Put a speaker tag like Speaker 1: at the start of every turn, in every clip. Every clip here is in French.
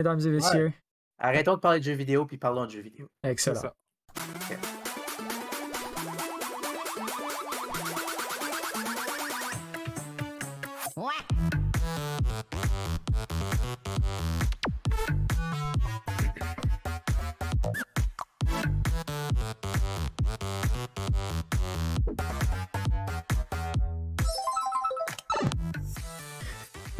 Speaker 1: mesdames et messieurs.
Speaker 2: Arrêtons de parler de jeux vidéo, puis parlons de jeux vidéo.
Speaker 3: C'est
Speaker 1: Excellent.
Speaker 3: ça.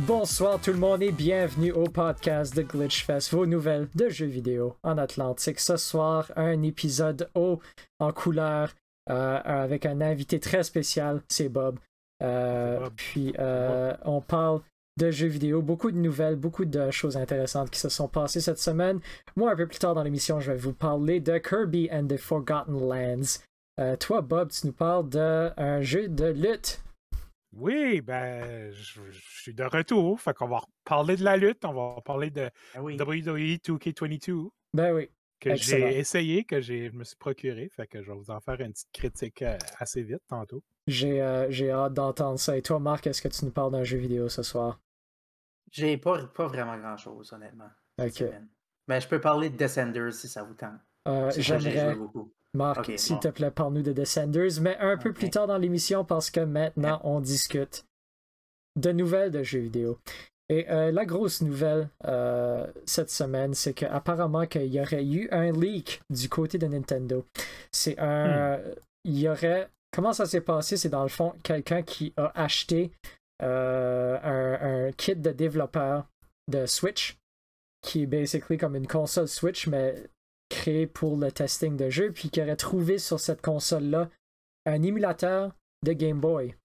Speaker 1: Bonsoir tout le monde et bienvenue au podcast de Glitchfest, vos nouvelles de jeux vidéo en Atlantique. Ce soir, un épisode haut en couleur euh, avec un invité très spécial, c'est Bob. Euh,
Speaker 3: C'est Bob.
Speaker 1: Puis euh, on parle de jeux vidéo, beaucoup de nouvelles, beaucoup de choses intéressantes qui se sont passées cette semaine. Moi, un peu plus tard dans l'émission, je vais vous parler de Kirby and the Forgotten Lands. Euh, toi, Bob, tu nous parles d'un jeu de lutte.
Speaker 3: Oui, ben, je, je suis de retour. Fait qu'on va parler de la lutte, on va parler de E
Speaker 2: Ah oui.
Speaker 3: WWE 2K22
Speaker 1: Ben oui.
Speaker 3: que
Speaker 1: Excellent.
Speaker 3: j'ai essayé, que j'ai- je me suis procuré. Fait que je vais vous en faire une petite critique euh, assez vite tantôt.
Speaker 1: J'ai euh, j'ai hâte d'entendre ça. Et toi, Marc, est-ce que tu nous parles d'un jeu vidéo ce soir?
Speaker 2: J'ai pas, pas vraiment grand-chose, honnêtement. cette
Speaker 1: Ok.
Speaker 2: semaine. Mais je peux parler de Descenders si ça vous tente.
Speaker 1: Euh,
Speaker 2: C'est ça, j'ai joué
Speaker 1: J'aimerais,
Speaker 2: beaucoup.
Speaker 1: Marc,
Speaker 2: Ok,
Speaker 1: s'il
Speaker 2: bon.
Speaker 1: te plaît, parle-nous de Descenders, mais un peu
Speaker 2: Ok.
Speaker 1: plus tard dans l'émission parce que maintenant, on discute de nouvelles de jeux vidéo. Et euh, la grosse nouvelle euh, cette semaine, c'est qu'apparemment qu'il y aurait eu un leak du côté de Nintendo. C'est un.
Speaker 2: Hmm.
Speaker 1: Il y aurait. Comment ça s'est passé? C'est dans le fond quelqu'un qui a acheté euh, un, un kit de développeur de Switch, qui est basically comme une console Switch, mais créée pour le testing de jeux, puis qui aurait trouvé sur cette console-là un émulateur de Game Boy.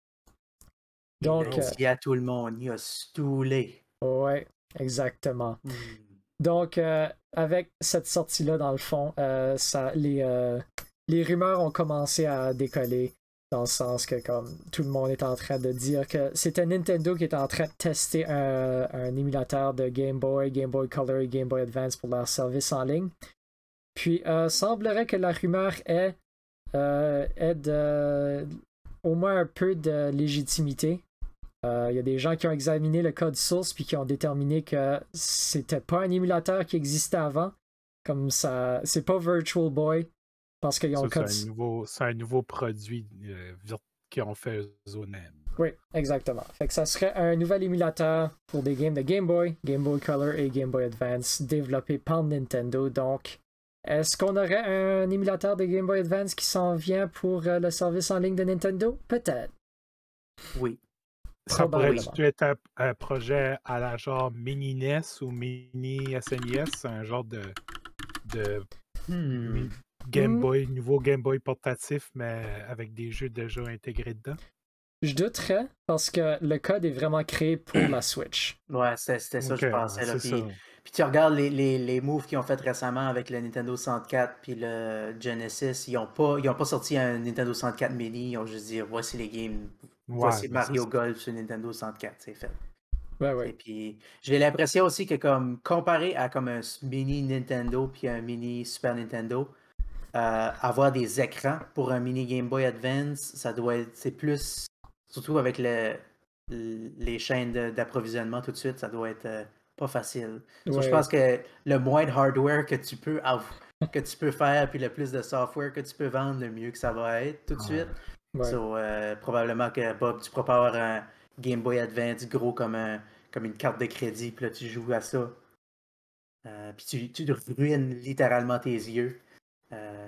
Speaker 1: Donc, euh,
Speaker 2: Il
Speaker 3: euh,
Speaker 2: dit à tout le monde, il a stoulé.
Speaker 1: Ouais, exactement.
Speaker 2: Hmm.
Speaker 1: Donc, euh, avec cette sortie-là, dans le fond, euh, ça, les, euh, les rumeurs ont commencé à décoller. Dans le sens que, comme tout le monde est en train de dire, que c'était Nintendo qui est en train de tester un, un émulateur de Game Boy, Game Boy Color et Game Boy Advance pour leur service en ligne. Puis, euh, semblerait que la rumeur ait, euh, ait de- au moins un peu de légitimité. Euh, Il y a des gens qui ont examiné le code source puis qui ont déterminé que c'était pas un émulateur qui existait avant. Comme ça, c'est pas Virtual Boy parce qu'ils ont
Speaker 3: Ça,
Speaker 1: le code.
Speaker 3: C'est un, nouveau- c'est un nouveau produit euh, vir- qu'ils ont fait E eux eux-mêmes.
Speaker 1: Oui, exactement. Fait que ça serait un nouvel émulateur pour des games de Game Boy, Game Boy Color et Game Boy Advance développés par Nintendo. Donc, est-ce qu'on aurait un émulateur de Game Boy Advance qui s'en vient pour euh, le service en ligne de Nintendo Peut-être.
Speaker 2: Oui.
Speaker 3: Ça pourrait
Speaker 1: Probablement.
Speaker 3: être un, un projet à la genre mini NES ou mini SNES, un genre de, de
Speaker 2: Hmm.
Speaker 3: Game
Speaker 1: Hmm.
Speaker 3: Boy, nouveau Game Boy portatif, mais avec des jeux déjà intégrés dedans.
Speaker 1: Je douterais parce que le code est vraiment créé pour la Switch.
Speaker 2: Ouais, c'est- c'était ça que je
Speaker 3: Ok,
Speaker 2: pensais. Là.
Speaker 3: c'est
Speaker 2: Puis,
Speaker 3: ça.
Speaker 2: puis tu regardes les, les, les moves qu'ils ont fait récemment avec le Nintendo 64 puis le Genesis, ils n'ont pas, ils ont pas sorti un Nintendo 64 mini, ils ont juste dit voici les games,
Speaker 3: Ouais,
Speaker 2: voici
Speaker 3: ben,
Speaker 2: Mario
Speaker 3: c'est-
Speaker 2: Golf sur Nintendo 64, c'est fait.
Speaker 1: Ouais,
Speaker 2: Et
Speaker 1: ouais.
Speaker 2: puis, j'ai l'impression aussi que comme comparé à comme un s- mini Nintendo puis un mini Super Nintendo, euh, avoir des écrans pour un mini Game Boy Advance, ça doit être, c'est plus, surtout avec le- les chaînes de- d'approvisionnement tout de suite, ça doit être euh, pas facile. So,
Speaker 1: Ouais.
Speaker 2: je pense que le moins de hardware que tu peux av- que tu peux faire, puis le plus de software que tu peux vendre, le mieux que ça va être tout de
Speaker 3: Ouais.
Speaker 2: suite.
Speaker 1: Ouais.
Speaker 2: So, euh, probablement que Bob, tu pourras pas avoir un Game Boy Advance gros comme, un, comme une carte de crédit, puis là tu joues à ça. Euh, puis tu, tu te ruines littéralement tes yeux. Euh,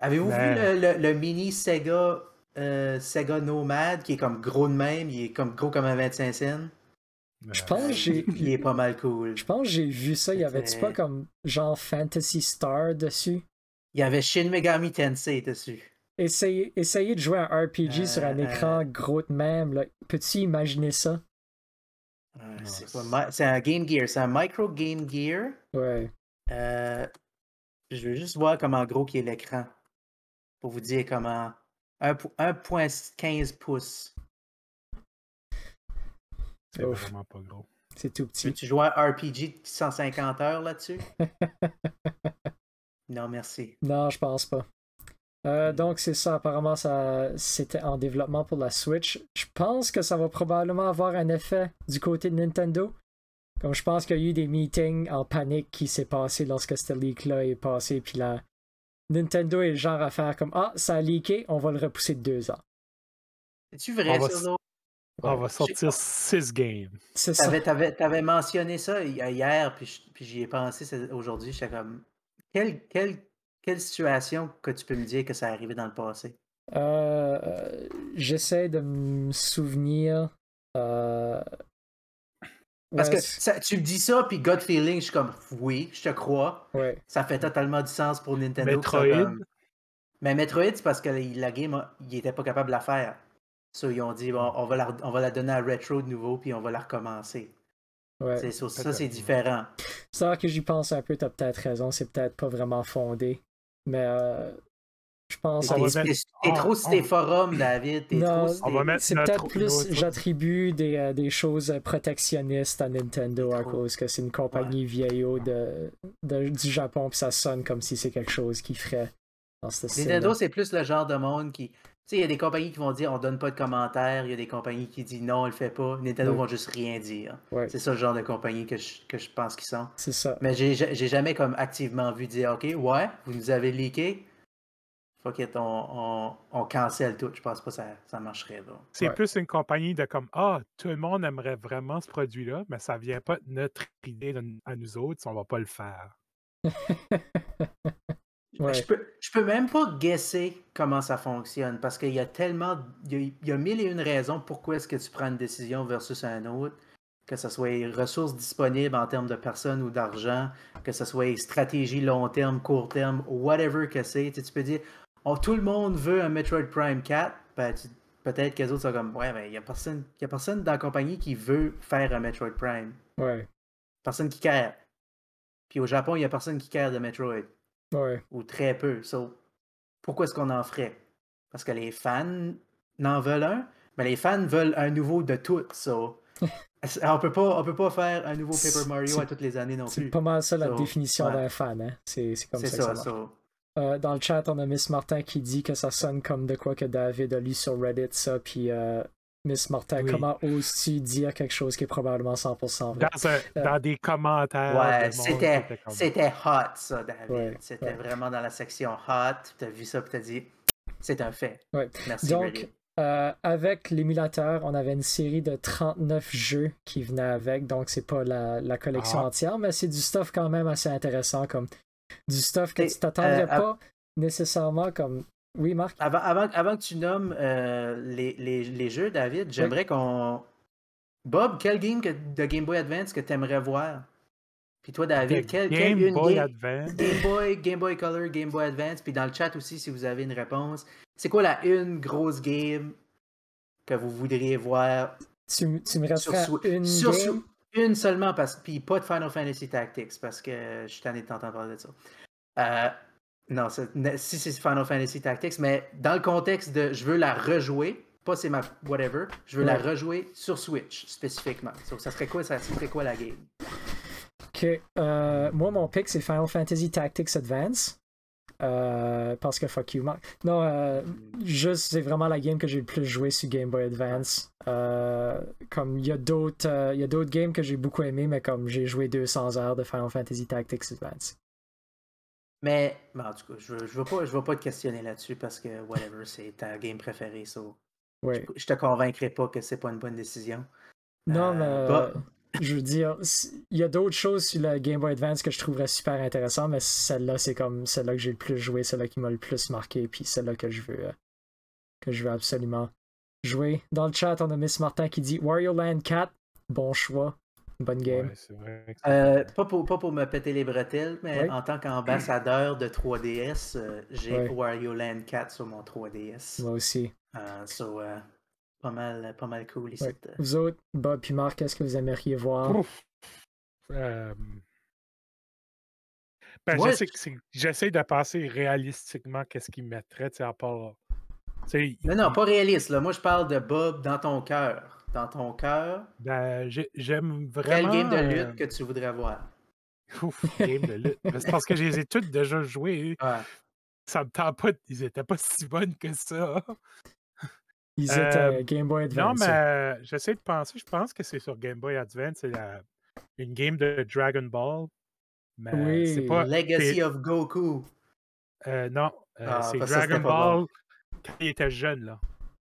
Speaker 2: Avez-vous
Speaker 1: Ben.
Speaker 3: Mais-
Speaker 2: vu le, le- le mini Sega, euh, Sega Nomad qui est comme gros de même, il est comme gros comme un 25 cents?
Speaker 1: Je
Speaker 3: euh,
Speaker 1: pense que Ah, j'ai.
Speaker 2: Il est pas mal cool.
Speaker 1: Je pense que j'ai vu ça. Il y avait-tu pas comme genre Fantasy Star dessus
Speaker 2: Il y avait Shin Megami Tensei dessus.
Speaker 1: Essayez, essayez de jouer un RPG sur un
Speaker 2: Euh,
Speaker 1: écran gros de même. là. Peux-tu imaginer ça?
Speaker 2: Euh,
Speaker 3: Non,
Speaker 2: c'est
Speaker 3: c'est-
Speaker 2: quoi, mi- c'est un Game Gear, c'est un micro Game Gear.
Speaker 1: Ouais.
Speaker 2: Euh, je veux juste voir comment gros qui est l'écran. Pour vous dire comment. un pou- 1.15 pouces.
Speaker 3: C'est
Speaker 1: Ouf.
Speaker 3: vraiment pas gros.
Speaker 1: C'est tout
Speaker 2: Tu
Speaker 1: petit.
Speaker 2: veux-tu jouer à un RPG de 150 heures là-dessus? non, merci.
Speaker 1: Non, je pense pas.
Speaker 2: Hmm.
Speaker 1: Euh, donc c'est ça, apparemment ça c'était en développement pour la Switch. Je pense que ça va probablement avoir un effet du côté de Nintendo. Comme je pense qu'il y a eu des meetings en panique qui s'est passé lorsque cette leak-là est passée, puis là, Nintendo est le genre à faire comme Ah, ça a leaké, on va le repousser de deux ans.
Speaker 2: C'est-tu vrai,
Speaker 3: On va
Speaker 2: ça,
Speaker 3: s-
Speaker 2: Zo?
Speaker 3: On va
Speaker 1: Ouais.
Speaker 2: J'ai-
Speaker 3: sortir 6 games.
Speaker 1: C'est ça.
Speaker 2: T'avais, t'avais- t'avais mentionné ça hi- hier, puis, je- puis j'y ai pensé c'est- aujourd'hui. J'étais comme, quelle, quelle, quelle situation que tu peux me dire que ça arrivait dans le passé?
Speaker 1: Euh, euh, J'essaie de me souvenir. euh,
Speaker 2: Parce
Speaker 3: Ben,
Speaker 1: ouais,
Speaker 2: que
Speaker 1: c'est-
Speaker 2: ça- tu me dis ça, puis gut feeling, je suis comme, oui, je te crois.
Speaker 1: ouais.
Speaker 2: Ça fait totalement du sens pour Nintendo. que ça,
Speaker 3: Metroid.
Speaker 2: comme- Mais Metroid, c'est parce que la, la game, a- ils n'étaient pas capables de la faire. So, ils ont dit, bon, on va, la, on va la donner à Retro de nouveau, puis on va la recommencer.
Speaker 1: ouais.
Speaker 2: C'est, so- ça,
Speaker 3: Peut-être,
Speaker 2: c'est
Speaker 3: ouais.
Speaker 2: différent.
Speaker 1: C'est vrai que j'y pense un peu, t'as peut-être raison, c'est peut-être pas vraiment fondé. Mais euh, je pense
Speaker 3: On
Speaker 2: T'es
Speaker 3: va
Speaker 2: t'es-
Speaker 3: mettre-
Speaker 2: t'es
Speaker 3: on-
Speaker 2: trop sur tes
Speaker 3: on-
Speaker 2: forums, David. T'es
Speaker 1: Non,
Speaker 2: trop sur
Speaker 3: On va
Speaker 2: tes-
Speaker 3: mettre
Speaker 1: C'est
Speaker 3: notre-
Speaker 1: peut-être plus,
Speaker 3: notre-
Speaker 1: j'attribue des, euh, des choses protectionnistes à Nintendo à
Speaker 2: Trop.
Speaker 1: cause que c'est une compagnie vieillot de, de- du Japon, puis ça sonne comme si c'est quelque chose qui ferait dans ce style
Speaker 2: Nintendo, c'est plus le genre de monde qui. Tu sais, il y a des compagnies qui vont dire on donne pas de commentaires, il y a des compagnies qui disent non, on le fait pas. Nintendo
Speaker 1: Ouais.
Speaker 2: vont juste rien dire.
Speaker 1: Ouais.
Speaker 2: C'est ça le genre de compagnie que je, que je pense qu'ils sont.
Speaker 1: C'est ça.
Speaker 2: Mais j'ai j'ai jamais comme activement vu dire ok, ouais, vous nous avez leaké. Fuck it, on, on, on cancelle tout. Je pense pas que ça, ça marcherait. là.
Speaker 3: C'est
Speaker 1: Ouais.
Speaker 3: plus une compagnie de comme Ah, tout le monde aimerait vraiment ce produit-là, mais ça vient pas de notre idée de- à nous autres, on va pas le faire.
Speaker 1: Ouais.
Speaker 2: Je, peux, je peux même pas guesser comment ça fonctionne parce qu'il y a tellement. Il y a, il y a mille et une raisons pourquoi est-ce que tu prends une décision versus un autre. Que ce soit les ressources disponibles en termes de personnes ou d'argent, que ce soit les stratégies long terme, court terme, whatever que c'est. Tu, sais, tu peux dire, oh, tout le monde veut un Metroid Prime 4. Ben, tu- peut-être que les autres sont comme, ouais, ben, il n'y a, personne- il y a personne dans la compagnie qui veut faire un Metroid Prime.
Speaker 1: Ouais,
Speaker 2: Personne qui care. Puis au Japon, il n'y a personne qui care de Metroid
Speaker 1: ouais,
Speaker 2: ou très peu. So, pourquoi est-ce qu'on en ferait? Parce que les fans n'en veulent un, mais les fans veulent un nouveau de tout. So, on peut pas, on peut pas faire un nouveau Paper
Speaker 1: C'est-
Speaker 2: Mario
Speaker 1: c'est-
Speaker 2: à toutes les années non
Speaker 1: c'est
Speaker 2: plus.
Speaker 1: pas mal ça la
Speaker 2: So,
Speaker 1: définition
Speaker 2: ouais.
Speaker 1: d'un fan, hein? C'est c'est comme
Speaker 2: C'est
Speaker 1: ça,
Speaker 2: ça.
Speaker 1: que ça marche.
Speaker 2: so,
Speaker 1: Euh, dans le chat, on a Miss Martin qui dit que ça sonne comme de quoi que David a lu sur Reddit, ça, puis euh, Miss Martin,
Speaker 3: Oui.
Speaker 1: comment oses-tu dire quelque chose qui est probablement 100% vrai?
Speaker 3: Dans, un- dans des commentaires. le
Speaker 2: ouais,
Speaker 3: monde,
Speaker 2: c'était,
Speaker 3: c'était comme-
Speaker 2: c'était hot ça, David.
Speaker 1: Ouais,
Speaker 2: c'était
Speaker 1: ouais.
Speaker 2: vraiment dans la section hot. T'as vu ça, puis t'as dit, c'est un fait.
Speaker 1: Ouais.
Speaker 2: Merci.
Speaker 1: Donc,
Speaker 2: Reddit.
Speaker 1: Euh, avec l'émulateur, on avait une série de 39 jeux qui venaient avec, donc c'est pas la, la collection
Speaker 3: Ah.
Speaker 1: entière, mais c'est du stuff quand même assez intéressant, comme du stuff que
Speaker 2: Et,
Speaker 1: tu t'attendrais
Speaker 2: euh, à-
Speaker 1: pas nécessairement comme. Oui, Marc?
Speaker 2: Avant, avant, avant que tu nommes euh, les, les- les jeux, David, j'aimerais qu'on. Bob, quel game que- de Game Boy Advance que t'aimerais voir? Puis toi, David,
Speaker 3: de
Speaker 2: quel, quelle
Speaker 3: Game
Speaker 2: une
Speaker 3: Boy
Speaker 2: game-
Speaker 3: Advance.
Speaker 2: Game Boy, Game Boy Color, Game Boy Advance, puis dans le chat aussi si vous avez une réponse. C'est quoi la une grosse game que vous voudriez voir
Speaker 1: Tu, tu me
Speaker 2: sur
Speaker 1: resterais à
Speaker 2: Switch?
Speaker 1: une
Speaker 2: Sur
Speaker 1: game?
Speaker 2: Swi- une seulement, parce, puis pas de Final Fantasy Tactics, parce que je suis tanné de t'entendre parler de ça. Euh, non, c'est- ne- si c'est Final Fantasy Tactics, mais dans le contexte de je veux la rejouer, pas c'est ma whatever, je veux la
Speaker 1: Ouais.
Speaker 2: rejouer sur Switch spécifiquement. Donc ça serait quoi, ça serait quoi la game?
Speaker 1: Ok, euh, moi mon pick c'est Final Fantasy Tactics Advance. Euh, parce que fuck you, Marc. Non, euh, juste c'est vraiment la game que j'ai le plus joué sur Game Boy Advance. Euh, comme il y a d'autres, euh, il y a d'autres games que j'ai beaucoup aimé, mais comme j'ai joué 200 heures de Final Fantasy Tactics Advance.
Speaker 2: Mais, mais en tout cas, je ne veux, pas- je veux pas te questionner là-dessus parce que, whatever, c'est ta game préférée. So.
Speaker 1: Ouais.
Speaker 2: Je te convaincrai pas que c'est pas une bonne décision.
Speaker 1: Non,
Speaker 2: Euh,
Speaker 1: mais euh,
Speaker 2: bah.
Speaker 1: je veux dire, si- il y a d'autres choses sur la Game Boy Advance que je trouverais super intéressant, mais celle-là, c'est comme celle-là que j'ai le plus joué, celle-là qui m'a le plus marqué, puis celle-là que je veux euh, que je veux absolument jouer. Dans le chat, on a Miss Martin qui dit Wario Land 4, bon choix, bonne game.
Speaker 3: Ouais, c'est vrai.
Speaker 2: Euh, pas, pour, pas pour me péter les bretelles, mais
Speaker 1: Ouais.
Speaker 2: en tant qu'ambassadeur de 3DS, euh, j'ai
Speaker 1: Ouais.
Speaker 2: Wario Land 4 sur mon 3DS.
Speaker 1: Moi aussi.
Speaker 2: Euh, so, euh, pas, mal, pas mal cool ici.
Speaker 1: Ouais. Vous autres, Bob puis Marc, qu'est-ce que vous aimeriez voir
Speaker 3: Ouf. Euh, ben,
Speaker 2: Moi,
Speaker 3: je sais que c'est- J'essaie de passer réalistiquement qu'est-ce qui mettrait, tu sais, à part. tu sais,
Speaker 2: Non, non, pas réaliste. Là. Moi, je parle de Bob dans ton cœur. Dans ton cœur,
Speaker 3: ben, j'ai-
Speaker 2: quelle
Speaker 3: j'aime vraiment.
Speaker 2: game de
Speaker 3: euh,
Speaker 2: lutte que tu voudrais voir?
Speaker 3: Ouf, game de lutte. Mais C'est parce que je les ai toutes déjà jouées.
Speaker 1: Ah,
Speaker 2: Ouais.
Speaker 3: Ça me tente pas. Ils étaient pas si bonnes que ça.
Speaker 1: Ils
Speaker 3: Euh,
Speaker 1: étaient Game Boy
Speaker 3: Non,
Speaker 1: Advance.
Speaker 3: mais j'essaie de penser. Je pense que c'est sur Game Boy Advance. C'est la, une game de Dragon Ball. Mais
Speaker 1: Oui.
Speaker 3: c'est pas.
Speaker 2: Legacy
Speaker 3: c'est-
Speaker 2: of Goku.
Speaker 3: euh, non, euh,
Speaker 2: Ah,
Speaker 3: c'est
Speaker 2: parce que ça,
Speaker 3: Dragon
Speaker 2: c'était pas
Speaker 3: Ball quand il était jeune, là.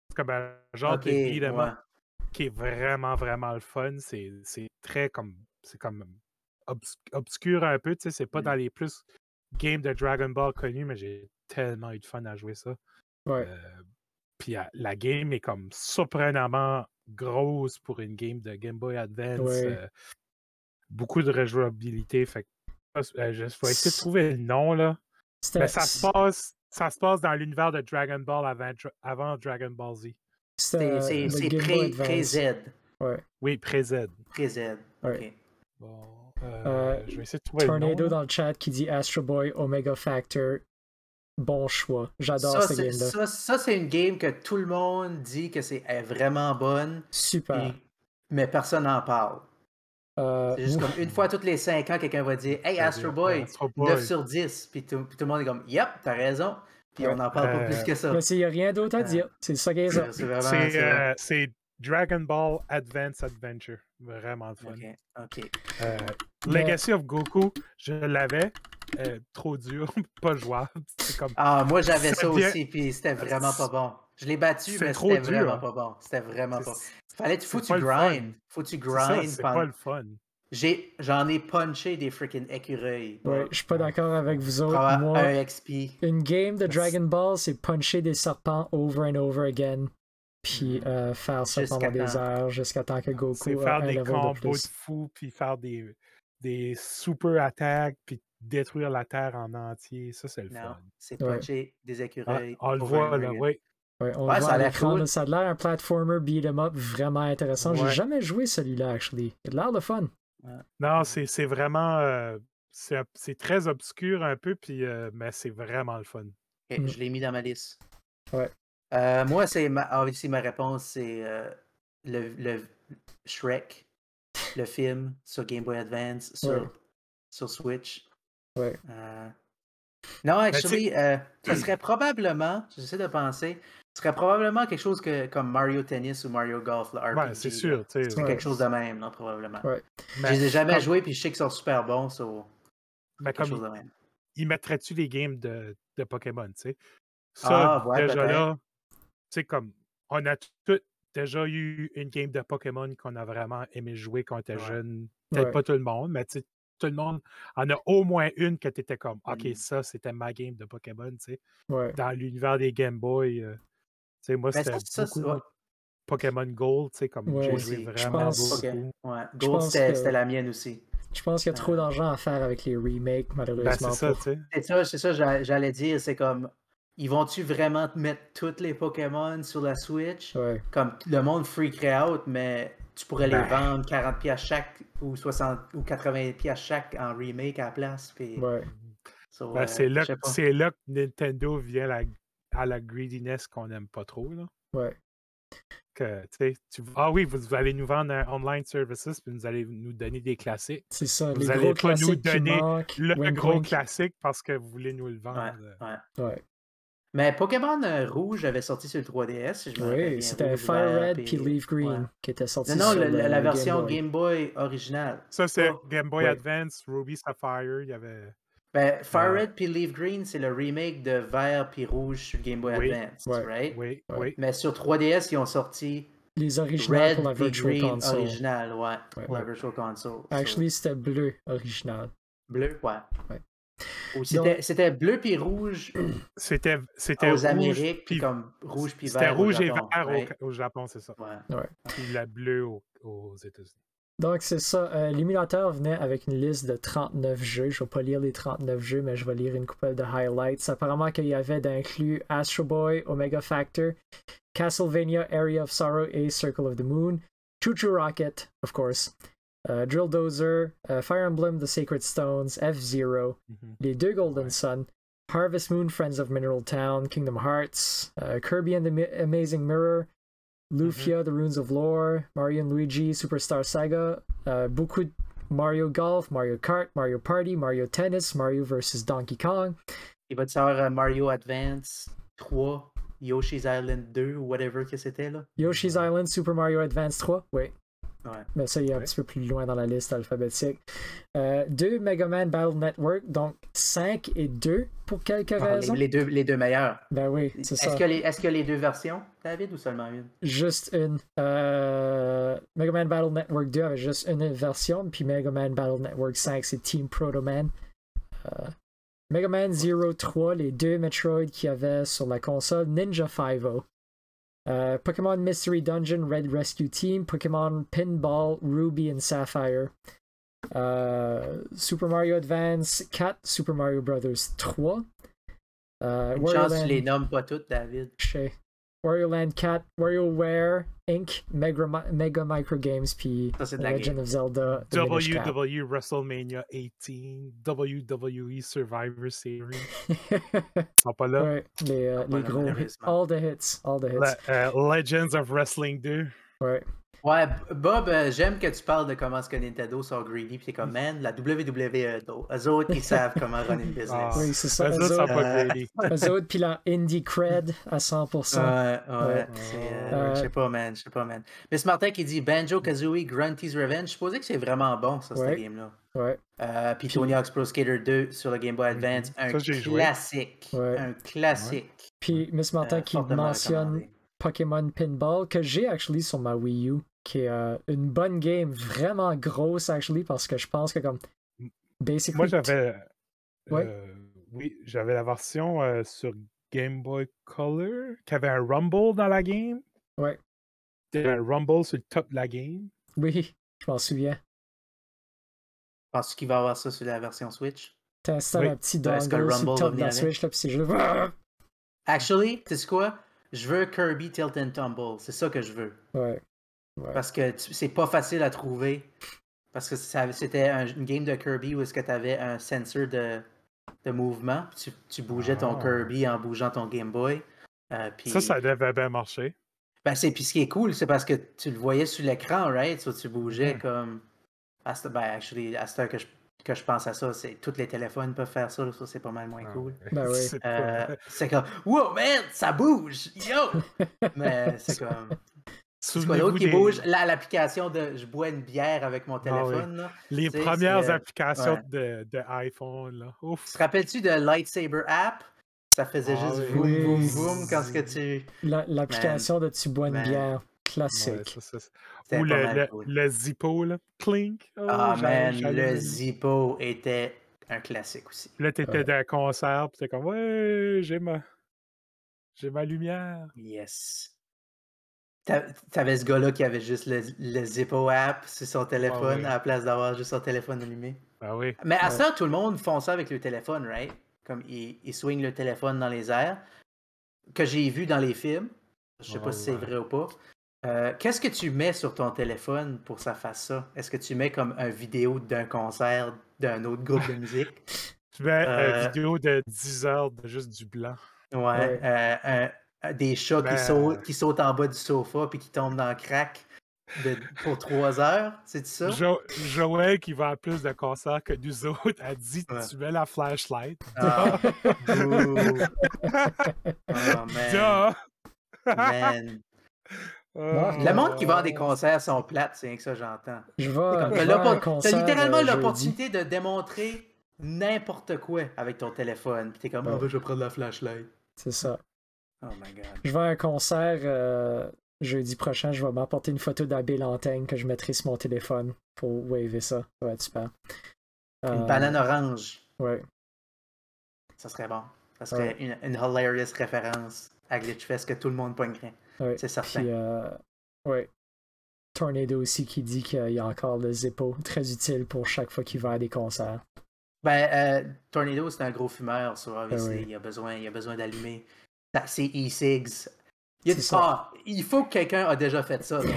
Speaker 3: C'est comme un genre
Speaker 2: Ok,
Speaker 3: de beat 'em up
Speaker 2: ouais.
Speaker 3: qui est vraiment, vraiment le fun. C'est c'est très comme. C'est comme obs- obscur un peu, tu sais. C'est pas
Speaker 2: Mm.
Speaker 3: dans les plus games de Dragon Ball connus, mais j'ai tellement eu de fun à jouer ça.
Speaker 1: Ouais.
Speaker 3: Euh, Puis euh, la game est comme surprenamment grosse pour une game de Game Boy Advance.
Speaker 1: Ouais.
Speaker 3: euh, beaucoup de rejouabilité. Fait que, euh, je je vais essayer de
Speaker 1: S-
Speaker 3: trouver le nom, là.
Speaker 1: C'était-
Speaker 3: Mais Ben, ça se passe, ça se passe dans l'univers de Dragon Ball avant, Dra- avant Dragon Ball Z.
Speaker 1: c'était,
Speaker 2: C'est-
Speaker 1: euh,
Speaker 2: C'est
Speaker 1: le
Speaker 2: c'est
Speaker 1: Game
Speaker 2: pré-
Speaker 1: Boy Advance.
Speaker 2: pré-Z.
Speaker 3: Oui, pré-Z.
Speaker 2: Pré-Z.
Speaker 1: Ouais.
Speaker 2: Ok.
Speaker 3: Bon, euh,
Speaker 1: Euh,
Speaker 3: je vais essayer de trouver le
Speaker 1: Tornado
Speaker 3: nom. là.
Speaker 1: dans le chat qui dit Astro Boy Omega Factor. Bon choix. J'adore
Speaker 2: Ça,
Speaker 1: cette
Speaker 2: c'est-
Speaker 1: game-là.
Speaker 2: ça- ça, c'est une game que tout le monde dit que c'est est vraiment bonne,
Speaker 1: Super.
Speaker 2: puis- Mm. mais personne n'en parle.
Speaker 1: Euh,
Speaker 2: C'est juste
Speaker 1: ouf.
Speaker 2: comme une fois tous les 5 ans, quelqu'un va dire Hey
Speaker 3: Ça
Speaker 2: Astro
Speaker 3: veut dire,
Speaker 2: Boy,
Speaker 3: Astro Boy.
Speaker 2: 9 sur 10. Puis tout, puis tout le monde est comme Yep, t'as raison. Puis on n'en parle pas
Speaker 3: Euh,
Speaker 2: plus que ça. Euh,
Speaker 1: Mais il n'y a rien d'autre à dire. C'est ça qui est ça.
Speaker 2: C'est vraiment.
Speaker 3: C'est
Speaker 2: c'est vrai.
Speaker 3: euh, c'est Dragon Ball Advance Adventure. Vraiment le fun.
Speaker 2: Ok, ok.
Speaker 3: Euh,
Speaker 1: Mais-
Speaker 3: Legacy of Goku, je l'avais. euh, trop dur, pas jouable. C'est comme
Speaker 2: Ah, moi j'avais
Speaker 3: Ça
Speaker 2: ça
Speaker 3: devient-
Speaker 2: aussi, puis c'était
Speaker 1: Ah,
Speaker 2: vraiment pas bon. Je l'ai battu,
Speaker 3: C'est
Speaker 2: mais
Speaker 3: trop
Speaker 2: c'était
Speaker 3: dur.
Speaker 2: vraiment pas bon. C'était vraiment pas.
Speaker 3: c'est-
Speaker 2: Fallait, faut
Speaker 3: c'est
Speaker 2: tu
Speaker 3: pas le fun.
Speaker 2: grind. Faut tu
Speaker 3: c'est ça,
Speaker 2: grind.
Speaker 3: c'est
Speaker 2: pendant-
Speaker 3: pas le fun.
Speaker 2: J'ai- J'en ai punché des freaking écureuils.
Speaker 1: Ouais, je suis pas d'accord avec vous
Speaker 2: Pour
Speaker 1: autres.
Speaker 2: avoir
Speaker 1: Moi,
Speaker 2: un XP.
Speaker 1: une game de Dragon Ball, c'est puncher des serpents over and over again. Puis
Speaker 2: Mhm.
Speaker 1: euh, faire ça
Speaker 2: Jusqu'à
Speaker 1: pendant des
Speaker 2: temps.
Speaker 1: heures jusqu'à temps que
Speaker 3: C'est
Speaker 1: Goku a
Speaker 3: faire
Speaker 1: un
Speaker 3: des
Speaker 1: level de
Speaker 3: combos de,
Speaker 1: plus.
Speaker 3: fous, puis faire des, euh, des super attaques, puis détruire la Terre en entier. Ça, c'est le
Speaker 2: Non,
Speaker 3: fun.
Speaker 2: c'est
Speaker 1: Ouais.
Speaker 2: puncher des
Speaker 3: Ah,
Speaker 2: écureuils.
Speaker 3: on le
Speaker 2: over and
Speaker 3: voit,
Speaker 2: over
Speaker 3: là,
Speaker 2: again.
Speaker 3: oui.
Speaker 1: Ouais, on
Speaker 2: Ouais,
Speaker 1: le voit
Speaker 2: ça a
Speaker 1: à
Speaker 2: l'air
Speaker 1: l'écran,
Speaker 2: cool.
Speaker 1: là, ça a l'air un platformer beat 'em up vraiment intéressant. J'ai
Speaker 3: Ouais.
Speaker 1: jamais joué celui-là, actually. Il a l'air de fun.
Speaker 3: Non,
Speaker 2: Mm.
Speaker 3: c'est c'est vraiment. euh, c'est ob- c'est très obscur un peu, puis, euh, mais c'est vraiment le fun.
Speaker 2: Ok,
Speaker 1: Mm.
Speaker 2: Je l'ai mis dans ma liste.
Speaker 1: Ouais.
Speaker 2: Euh, moi, c'est ma... ah, ici, ma réponse, c'est euh, le, le Shrek, le film sur Game Boy Advance, sur,
Speaker 1: Ouais.
Speaker 2: sur Switch.
Speaker 1: Ouais.
Speaker 2: Euh, Non,
Speaker 3: Ben, tu sais-
Speaker 2: actually, euh, ça serait probablement, j'essaie de penser, ce serait probablement quelque chose que, comme Mario Tennis ou Mario Golf, le RPG.
Speaker 3: Ouais, c'est
Speaker 2: là.
Speaker 3: sûr. tu sais,
Speaker 1: Ouais.
Speaker 2: Quelque chose de même, là, probablement.
Speaker 1: Ouais.
Speaker 2: Je
Speaker 3: Mais,
Speaker 2: les ai jamais
Speaker 3: comme-
Speaker 2: joués, puis je sais qu'ils sont super bons, so,
Speaker 3: mais
Speaker 2: quelque
Speaker 3: comme
Speaker 2: chose de même.
Speaker 3: il mettrait-tu les games de, de Pokémon, tu sais? Ça,
Speaker 2: Ah, ouais,
Speaker 3: déjà
Speaker 2: peut-être.
Speaker 3: là, tu sais, comme on a tous déjà eu une game de Pokémon qu'on a vraiment aimé jouer quand on était
Speaker 2: Ouais.
Speaker 3: jeune. Peut-être
Speaker 1: Ouais.
Speaker 3: pas tout le monde, mais tu sais, tout le monde en a au moins une que tu étais comme, OK,
Speaker 2: Mm.
Speaker 3: ça, c'était ma game de Pokémon, tu sais.
Speaker 1: Ouais.
Speaker 3: Dans l'univers des Game Boy, euh, tu sais, moi,
Speaker 2: Mais
Speaker 3: c'était
Speaker 2: Ben, ça, ça, c'est-
Speaker 3: beaucoup Pokémon Gold, tu sais, comme j'ai
Speaker 1: Ouais.
Speaker 3: joué
Speaker 2: Aussi, je
Speaker 3: vraiment
Speaker 1: pense-
Speaker 3: beaucoup. Ben,
Speaker 2: Ok, ouais.
Speaker 1: Je
Speaker 2: Gold,
Speaker 1: pense
Speaker 2: c'était
Speaker 1: que-
Speaker 2: c'était la mienne aussi.
Speaker 1: Je pense qu'il y a trop
Speaker 2: Euh,
Speaker 1: d'argent à faire avec les remakes,
Speaker 3: Ben,
Speaker 1: malheureusement.
Speaker 3: c'est ça,
Speaker 1: pour-
Speaker 3: tu sais.
Speaker 2: C'est ça, c'est ça, j'a- j'allais dire, c'est comme, ils vont-tu vraiment te mettre tous les Pokémon sur la Switch?
Speaker 1: Ouais.
Speaker 2: Comme, le monde freakerait out, mais tu pourrais les
Speaker 3: Ben.
Speaker 2: vendre 40 pièces chaque ou 60 ou 80 pièces chaque en remake à la place. Puis,
Speaker 1: Ouais.
Speaker 2: so,
Speaker 3: Ben,
Speaker 2: euh,
Speaker 3: c'est là,
Speaker 2: je sais pas.
Speaker 3: c'est là que Nintendo vient la- à la greediness qu'on n'aime pas trop. Là.
Speaker 1: Ouais.
Speaker 3: Que, tu sais, tu- ah oui, vous, vous allez nous vendre un online services, puis vous allez nous donner des classiques.
Speaker 1: C'est ça,
Speaker 3: Vous
Speaker 1: les
Speaker 3: allez
Speaker 1: gros
Speaker 3: pas nous
Speaker 1: classiques qui
Speaker 3: donner
Speaker 1: manquent.
Speaker 3: Le
Speaker 1: Wink,
Speaker 3: gros
Speaker 1: wink.
Speaker 3: classique parce que vous voulez nous le vendre. euh,
Speaker 2: Ouais, ouais.
Speaker 1: Ouais.
Speaker 2: Mais Pokémon euh, Rouge avait sorti sur le 3DS, si je me rappelle
Speaker 1: Oui,
Speaker 2: bien,
Speaker 1: c'était
Speaker 2: Rouge,
Speaker 1: Fire
Speaker 2: vert,
Speaker 1: Red puis Leaf Green
Speaker 2: ouais.
Speaker 1: qui était sorti
Speaker 2: Non, non,
Speaker 1: sur
Speaker 2: le-
Speaker 1: le-
Speaker 2: la,
Speaker 1: le
Speaker 2: la version
Speaker 1: Boy.
Speaker 2: Game Boy, originale.
Speaker 3: Ça, c'est
Speaker 2: Pas-
Speaker 3: Game Boy
Speaker 1: ouais.
Speaker 3: Advance, Ruby Sapphire. Il y avait.
Speaker 2: Ben, Fire
Speaker 1: Ah.
Speaker 3: Ouais.
Speaker 2: Red puis Leaf Green, c'est le remake de Vert puis Rouge sur Game Boy
Speaker 3: Oui,
Speaker 2: Advance,
Speaker 1: ouais,
Speaker 2: right?
Speaker 3: Oui,
Speaker 1: Ouais.
Speaker 3: oui.
Speaker 2: Mais sur 3DS, ils ont sorti
Speaker 1: Les originales
Speaker 2: Red
Speaker 1: pour la
Speaker 2: puis
Speaker 1: Virtual
Speaker 2: Green
Speaker 1: Console.
Speaker 2: original, ouais,
Speaker 1: Ouais.
Speaker 2: pour la Virtual Console. so-
Speaker 1: Actually, c'était bleu original.
Speaker 2: bleu, ouais.
Speaker 1: Ouais.
Speaker 2: Ou c'était, c'était bleu puis rouge
Speaker 3: C'était, c'était
Speaker 2: aux
Speaker 3: rouge,
Speaker 2: Amériques, puis
Speaker 3: puis-
Speaker 2: comme rouge puis
Speaker 3: C'était
Speaker 2: vert. au
Speaker 3: rouge et
Speaker 2: Japon,
Speaker 3: vert au-
Speaker 2: right?
Speaker 3: au, Japon, c'est ça.
Speaker 2: Ouais.
Speaker 3: Puis la bleue au- aux États-Unis.
Speaker 1: Donc, c'est ça. euh, L'émulateur venait avec une liste de 39 jeux. Je vais pas lire les 39 jeux, mais je vais lire une couple de highlights. Apparemment qu'il y avait d'inclus Astro Boy, Omega Factor, Castlevania Area of Sorrow et Circle of the Moon, Choo Choo Rocket, of course, euh, Drill Dozer, euh, Fire Emblem The Sacred Stones, F-Zero,
Speaker 3: Mhm.
Speaker 1: les deux Golden
Speaker 3: Ouais.
Speaker 1: Sun, Harvest Moon, Friends of Mineral Town, Kingdom Hearts, euh, Kirby and the Mi- Amazing Mirror,
Speaker 2: Mm-hmm.
Speaker 1: Lufia, The Runes of Lore, Mario and Luigi, Superstar Saga, euh, beaucoup de Mario Golf, Mario Kart, Mario Party, Mario Tennis, Mario vs Donkey Kong.
Speaker 2: Il va te sortir euh, Mario Advance 3, Yoshi's Island 2 ou whatever que c'était, là.
Speaker 1: Yoshi's Island, Super Mario Advance 3, oui.
Speaker 2: Ouais.
Speaker 1: Mais ça, il est un
Speaker 3: Ouais.
Speaker 1: petit peu plus loin dans la liste alphabétique. Euh, deux Mega Man Battle Network, donc 5 et 2 pour quelques
Speaker 2: Ah,
Speaker 1: raisons.
Speaker 2: les, les deux, les deux meilleurs.
Speaker 1: Ben oui, c'est
Speaker 2: Est-ce
Speaker 1: ça.
Speaker 2: que, les- est-ce que les deux versions, David, ou seulement une?
Speaker 1: Juste une. Euh, Mega Man Battle Network 2 avait juste une version, puis Mega Man Battle Network 5, c'est Team Proto Man. Euh, Mega Man 03, les deux Metroid qu'il y avait sur la console, Ninja 5 euh, Pokémon Mystery Dungeon, Red Rescue Team, Pokémon Pinball, Ruby and Sapphire. Euh, Super Mario Advance 4, Super Mario Bros. 3. Euh,
Speaker 2: Une
Speaker 1: Wario
Speaker 2: chance,
Speaker 1: Land-
Speaker 2: tu les nommes pas toutes, David.
Speaker 1: chez Wario Land 4, WarioWare, Inc., Mega, Mega Micro Games, puis
Speaker 2: Ça, c'est de la
Speaker 1: Legend
Speaker 2: game.
Speaker 1: of Zelda. The Minish Cap.
Speaker 3: WW WrestleMania 18, WWE E Survivor Series. Ils sont pas là.
Speaker 1: ouais, les, euh,
Speaker 2: Ah, voilà,
Speaker 1: les gros hits.
Speaker 2: malheureusement.
Speaker 1: All the hits. All the hits.
Speaker 3: Le- euh, Legends of Wrestling 2.
Speaker 1: Ouais.
Speaker 2: Ouais, B- Bob, euh, j'aime que tu parles de comment est-ce que Nintendo sont greedy, puis t'es comme, man, la WWE, eux autres- eux autres, ils savent comment run une
Speaker 3: Ah,
Speaker 2: business.
Speaker 1: Oui, c'est ça,
Speaker 3: eux
Speaker 1: eux
Speaker 3: autres sont
Speaker 1: autres.
Speaker 3: pas
Speaker 2: Euh,
Speaker 3: greedy.
Speaker 1: Eux autres, puis leur indie cred à 100%.
Speaker 2: Ouais, ouais,
Speaker 1: Ouais.
Speaker 2: c'est, euh,
Speaker 1: Euh,
Speaker 2: je sais pas, man, je sais pas, man. Miss Martin qui dit Banjo Kazooie Grunty's Revenge, je supposais que c'est vraiment bon, ça,
Speaker 1: Ouais.
Speaker 2: cette game-là.
Speaker 1: Ouais.
Speaker 2: Euh, puis Tony Hawk's Pro Skater 2 sur le Game Boy Advance, un
Speaker 3: Ça, j'ai joué.
Speaker 2: classique,
Speaker 1: Ouais.
Speaker 2: un classique.
Speaker 1: Puis Miss Martin
Speaker 2: euh,
Speaker 1: qui
Speaker 2: fortement
Speaker 1: mentionne
Speaker 2: recommandé.
Speaker 1: Pokémon Pinball, que j'ai actually sur ma Wii U, qui est euh, une bonne game, vraiment grosse actually, parce que je pense que comme. Basically,
Speaker 3: Moi, j'avais.
Speaker 1: Ouais.
Speaker 3: euh, oui, j'avais la version euh, sur Game Boy Color qui avait un Rumble dans la game.
Speaker 1: Ouais.
Speaker 3: Il y avait un Rumble sur le top de la game.
Speaker 1: Oui, je m'en souviens.
Speaker 2: Penses-tu qu'il va avoir ça sur la version Switch?
Speaker 1: T'installes
Speaker 3: Oui.
Speaker 1: un petit
Speaker 2: Ben, Est-ce que
Speaker 1: dongle sur le
Speaker 2: Rumble va
Speaker 1: top de
Speaker 2: venir
Speaker 1: la
Speaker 2: avec?
Speaker 1: Switch, là, puis c'est juste.
Speaker 2: Actually, tu sais quoi? Je veux Kirby Tilt and Tumble. C'est ça que je veux.
Speaker 1: Ouais.
Speaker 2: Parce que tu- c'est pas facile à trouver. Parce que ça- c'était un- une game de Kirby où est-ce que tu avais un sensor de, de mouvement. puis Tu, tu bougeais ton
Speaker 3: Ah.
Speaker 2: Kirby en bougeant ton Game Boy. Euh, puis-
Speaker 3: Ça, ça devait bien marcher.
Speaker 2: ben, c'est, puis ce qui est cool, c'est parce que tu le voyais sur l'écran, right? So, tu bougeais
Speaker 3: Mhm.
Speaker 2: comme. À ce, ben, actually, à cette heure que je, que je pense à ça, c'est tous les téléphones peuvent faire ça. Ça, c'est pas mal moins cool.
Speaker 1: Ben oui.
Speaker 3: Ah C'est
Speaker 2: Euh,
Speaker 3: pas-
Speaker 2: c'est comme Wow man, ça bouge! Yo! Mais c'est comme. C'est quoi
Speaker 3: Souvenez-vous
Speaker 2: l'autre qui
Speaker 3: des-
Speaker 2: bouge? La- L'application de je bois une bière avec mon
Speaker 3: Ah oui.
Speaker 2: téléphone. là. Tu
Speaker 3: Les
Speaker 2: sais,
Speaker 3: premières
Speaker 2: c'est- euh,
Speaker 3: applications de, de iPhone, là. Ouf.
Speaker 2: Tu te rappelles-tu de Lightsaber app? Ça faisait
Speaker 3: Ah
Speaker 2: juste
Speaker 3: oui.
Speaker 2: boum, boum,
Speaker 1: Oui.
Speaker 2: boum quand ce que tu.
Speaker 1: La- L'application de tu bois une
Speaker 2: Man.
Speaker 1: bière,
Speaker 3: Ouais,
Speaker 1: classique.
Speaker 3: ça, ça, ça.
Speaker 2: C'était
Speaker 3: Ou
Speaker 2: pas
Speaker 3: le,
Speaker 2: mal
Speaker 3: le,
Speaker 2: cool.
Speaker 3: le Zippo, là. Clink. Oh,
Speaker 2: Ah
Speaker 3: j'allais-
Speaker 2: man,
Speaker 3: j'allais-
Speaker 2: le Zippo était un classique aussi.
Speaker 3: Là, t'étais
Speaker 1: Ouais.
Speaker 3: dans un concert, pis t'es comme, ouais, j'ai ma... J'ai ma lumière.
Speaker 2: Yes. T'a- T'avais ce gars-là qui avait juste le, le Zippo app sur son téléphone
Speaker 3: Ah oui.
Speaker 2: à la place d'avoir juste son téléphone allumé.
Speaker 3: Ah oui.
Speaker 2: Mais à
Speaker 1: Ouais.
Speaker 2: ça, tout le monde font ça avec le téléphone, right? Comme ils, ils swingent le téléphone dans les airs, que j'ai vu dans les films. Je sais
Speaker 3: Ouais,
Speaker 2: pas si c'est
Speaker 3: ouais.
Speaker 2: vrai ou pas. Euh, Qu'est-ce que tu mets sur ton téléphone pour que ça fasse ça? Est-ce que tu mets comme un vidéo d'un concert d'un autre groupe de musique?
Speaker 3: Tu mets
Speaker 2: Euh,
Speaker 3: une vidéo de 10 heures de juste du blanc.
Speaker 2: Ouais.
Speaker 1: Ouais.
Speaker 2: euh, un- un- des chats
Speaker 3: Ben-
Speaker 2: qui, sautent, qui sautent en bas du sofa puis qui tombent dans le crack de- pour trois heures, c'est ça?
Speaker 3: Jo- Joël qui va à plus de concerts que nous autres a dit
Speaker 2: Ouais.
Speaker 3: tu mets la flashlight.
Speaker 2: Ah, ouh. Oh, man.
Speaker 3: Duh!
Speaker 2: man.
Speaker 3: Euh,
Speaker 2: Le monde qui vend des concerts sont plates, c'est rien que ça j'entends.
Speaker 1: Je vais.
Speaker 2: T'as
Speaker 1: je vais à un concert,
Speaker 2: littéralement
Speaker 1: euh, jeudi.
Speaker 2: l'opportunité de démontrer n'importe quoi avec ton téléphone. Puis t'es comme,
Speaker 1: Ouais.
Speaker 2: Ah ben, je vais prendre la flashlight.
Speaker 1: C'est ça.
Speaker 2: Oh my god.
Speaker 1: Je vais à un concert euh, jeudi prochain. Je vais m'apporter une photo d'Abbé Lantaigne que je mettrai sur mon téléphone pour waver ça. Ça va être super.
Speaker 2: Une
Speaker 1: Euh,
Speaker 2: banane orange,
Speaker 1: Ouais.
Speaker 2: ça serait bon. Ça serait une, une hilarious référence à Glitchfest que tout le monde pointerait.
Speaker 1: ouais.
Speaker 2: C'est certain.
Speaker 1: Puis, euh, ouais. Tornado aussi qui dit qu'il y a encore le Zippo, très utile pour chaque fois qu'il va à des concerts.
Speaker 2: Ben, euh, Tornado, c'est un gros fumeur, so obviously,
Speaker 1: Ben oui.
Speaker 2: il a besoin, il a besoin d'allumer. Ça, C'est e-cigs. Il a
Speaker 1: C'est
Speaker 2: dit,
Speaker 1: ça.
Speaker 2: ah, il faut que quelqu'un a déjà fait ça. donc.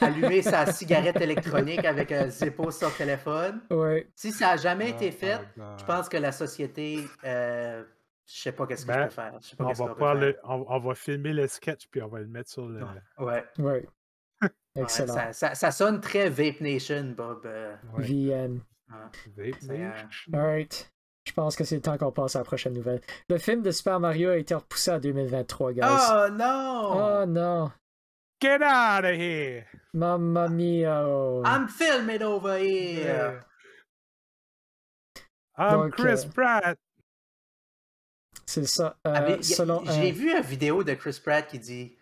Speaker 2: Allumer sa cigarette électronique avec un Zippo sur téléphone.
Speaker 1: Ouais,
Speaker 2: Si ça n'a jamais été fait,
Speaker 3: Oh my
Speaker 1: Ah,
Speaker 2: je
Speaker 1: ben,
Speaker 3: God.
Speaker 2: pense que la société, euh, je sais pas qu'est-ce que
Speaker 3: Ben,
Speaker 2: je peux faire. Je sais pas
Speaker 3: On
Speaker 2: qu'est-ce
Speaker 3: va,
Speaker 2: qu'on peut
Speaker 3: prendre
Speaker 2: faire.
Speaker 3: le- on, on va filmer le sketch puis on va le mettre sur le.
Speaker 2: Ouais, ouais,
Speaker 1: ouais. Excellent.
Speaker 2: ça, ça- ça sonne très Vape Nation, Bob. euh,
Speaker 3: Ouais.
Speaker 1: VN.
Speaker 3: Vape
Speaker 2: C'est, euh,
Speaker 3: Nation.
Speaker 1: Alright. Je pense que c'est le temps qu'on passe à la prochaine nouvelle. Le film de Super Mario a été repoussé à 2023, guys.
Speaker 2: Oh non!
Speaker 1: Oh non!
Speaker 3: Get out of here!
Speaker 2: Ah.
Speaker 1: Mamma mia!
Speaker 2: I'm filming over here.
Speaker 3: I'm
Speaker 1: Donc,
Speaker 3: Chris
Speaker 1: euh,
Speaker 3: Pratt.
Speaker 1: C'est ça. euh,
Speaker 2: Avez- ah, y-
Speaker 1: selon,
Speaker 2: J'ai
Speaker 1: euh,
Speaker 2: vu une vidéo de Chris Pratt qui dit